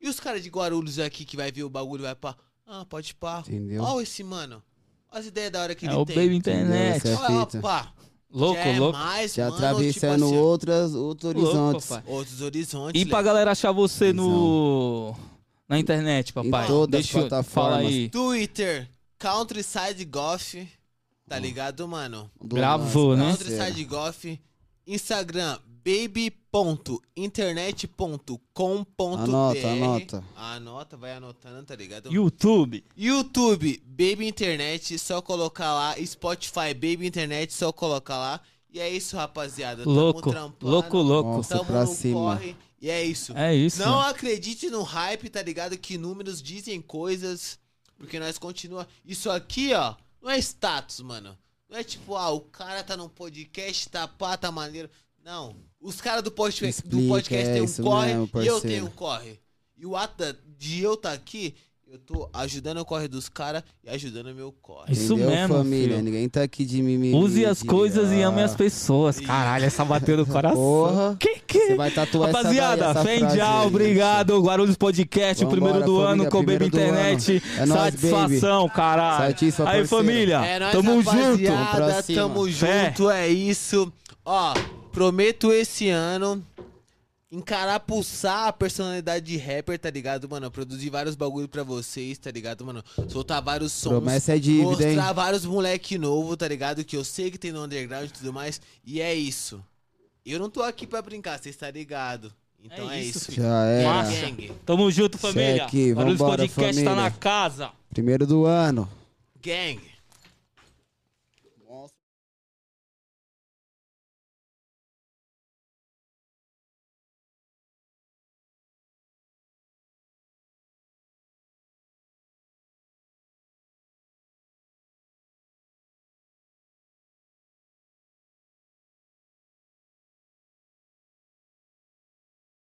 [SPEAKER 3] E os caras de Guarulhos aqui que vai ver o bagulho vai pra. Ah, pode pá.
[SPEAKER 2] Entendeu?
[SPEAKER 3] Olha esse, mano. Olha as ideias da hora que
[SPEAKER 1] é
[SPEAKER 3] ele
[SPEAKER 1] o
[SPEAKER 3] tem.
[SPEAKER 1] Baby Internet.
[SPEAKER 2] Entendeu,
[SPEAKER 3] Olha,
[SPEAKER 2] Fita.
[SPEAKER 3] opa.
[SPEAKER 1] Louco,
[SPEAKER 3] já é
[SPEAKER 1] louco.
[SPEAKER 3] Mais,
[SPEAKER 2] Já
[SPEAKER 3] mano,
[SPEAKER 2] atravessando
[SPEAKER 3] tipo assim,
[SPEAKER 2] outras, outros
[SPEAKER 1] Louco,
[SPEAKER 2] horizontes.
[SPEAKER 1] papai.
[SPEAKER 3] outros horizontes.
[SPEAKER 1] E
[SPEAKER 3] né?
[SPEAKER 1] pra
[SPEAKER 3] Léo.
[SPEAKER 1] galera achar você no. Na internet, papai.
[SPEAKER 2] todas as
[SPEAKER 1] Deixa eu-
[SPEAKER 2] plataformas.
[SPEAKER 1] Fala aí.
[SPEAKER 3] Twitter, Countryside Golf.
[SPEAKER 2] Hum.
[SPEAKER 3] Tá ligado, mano?
[SPEAKER 2] Do
[SPEAKER 1] Gravou, né?
[SPEAKER 2] nosso parceiro.
[SPEAKER 3] Countryside Golf. Instagram, baby.internet.com.br.
[SPEAKER 2] Anota, anota.
[SPEAKER 3] Anota, vai anotando, tá ligado?
[SPEAKER 1] YouTube.
[SPEAKER 3] YouTube, Baby Internet, só colocar lá. Spotify, Baby Internet, só colocar lá. E é isso, rapaziada. Tamo
[SPEAKER 1] Louco.
[SPEAKER 3] trampando,
[SPEAKER 1] Louco, louco.
[SPEAKER 2] Nossa.
[SPEAKER 3] Tamo
[SPEAKER 2] Pra
[SPEAKER 3] no
[SPEAKER 2] cima.
[SPEAKER 3] corre. E é isso.
[SPEAKER 1] É isso.
[SPEAKER 3] Não acredite no hype, tá ligado? Que números dizem coisas. Porque nós continua. Isso aqui, ó, não é status, mano. Não é tipo, ah, o cara tá num podcast, tá pá, tá maneiro. Não. Os caras do, podcast- do
[SPEAKER 2] Explica,
[SPEAKER 3] podcast
[SPEAKER 2] é
[SPEAKER 3] tem um
[SPEAKER 2] isso
[SPEAKER 3] corre
[SPEAKER 2] mesmo,
[SPEAKER 3] e eu
[SPEAKER 2] parceiro.
[SPEAKER 3] tenho um corre. E o ato da- de eu tá aqui, eu tô ajudando o corre dos caras e ajudando o meu corre.
[SPEAKER 1] Isso
[SPEAKER 2] Entendeu,
[SPEAKER 1] mesmo,
[SPEAKER 2] família?
[SPEAKER 1] filho.
[SPEAKER 2] Ninguém tá aqui de mimimi.
[SPEAKER 1] Use as
[SPEAKER 2] de-
[SPEAKER 1] coisas e ame as
[SPEAKER 2] Ah,
[SPEAKER 1] pessoas.
[SPEAKER 3] Ih.
[SPEAKER 1] Caralho, essa bateu no coração.
[SPEAKER 2] Porra.
[SPEAKER 1] Que
[SPEAKER 2] Você
[SPEAKER 1] que?
[SPEAKER 2] vai tatuar essa daí,
[SPEAKER 1] Rapaziada,
[SPEAKER 2] essa frase
[SPEAKER 1] Fendial,
[SPEAKER 2] aí.
[SPEAKER 1] obrigado. Guarulhos Podcast, o
[SPEAKER 2] Vambora,
[SPEAKER 1] primeiro do
[SPEAKER 2] família,
[SPEAKER 1] ano com o Baby
[SPEAKER 2] primeiro do
[SPEAKER 1] Internet.
[SPEAKER 2] ano. É nóis,
[SPEAKER 1] Satisfação, caralho.
[SPEAKER 2] Satisfa,
[SPEAKER 1] Aí,
[SPEAKER 2] parceiro.
[SPEAKER 1] família,
[SPEAKER 3] É nóis,
[SPEAKER 1] É, tamo junto.
[SPEAKER 3] rapaziada,
[SPEAKER 2] Tamo pra cima.
[SPEAKER 3] Tamo
[SPEAKER 1] Fé.
[SPEAKER 3] junto, é isso. Ó, prometo esse ano encarapuçar a personalidade de rapper, tá ligado, mano? Produzir vários bagulho pra vocês, tá ligado, mano? Soltar vários sons.
[SPEAKER 2] Promessa é dívida, hein?
[SPEAKER 3] mostrar vários moleque novo, tá ligado? Que eu sei que tem no underground e tudo mais. E é isso. Eu não tô aqui pra brincar, vocês tá ligado. Então
[SPEAKER 1] É
[SPEAKER 3] é,
[SPEAKER 1] isso,
[SPEAKER 3] isso. filho.
[SPEAKER 2] Já é.
[SPEAKER 1] Massa.
[SPEAKER 3] Gang.
[SPEAKER 1] Tamo junto, família.
[SPEAKER 2] Cheque,
[SPEAKER 1] Guarulhos
[SPEAKER 2] vambora,
[SPEAKER 1] Podcast tá
[SPEAKER 2] família.
[SPEAKER 1] na casa.
[SPEAKER 2] Primeiro do ano.
[SPEAKER 3] Gang.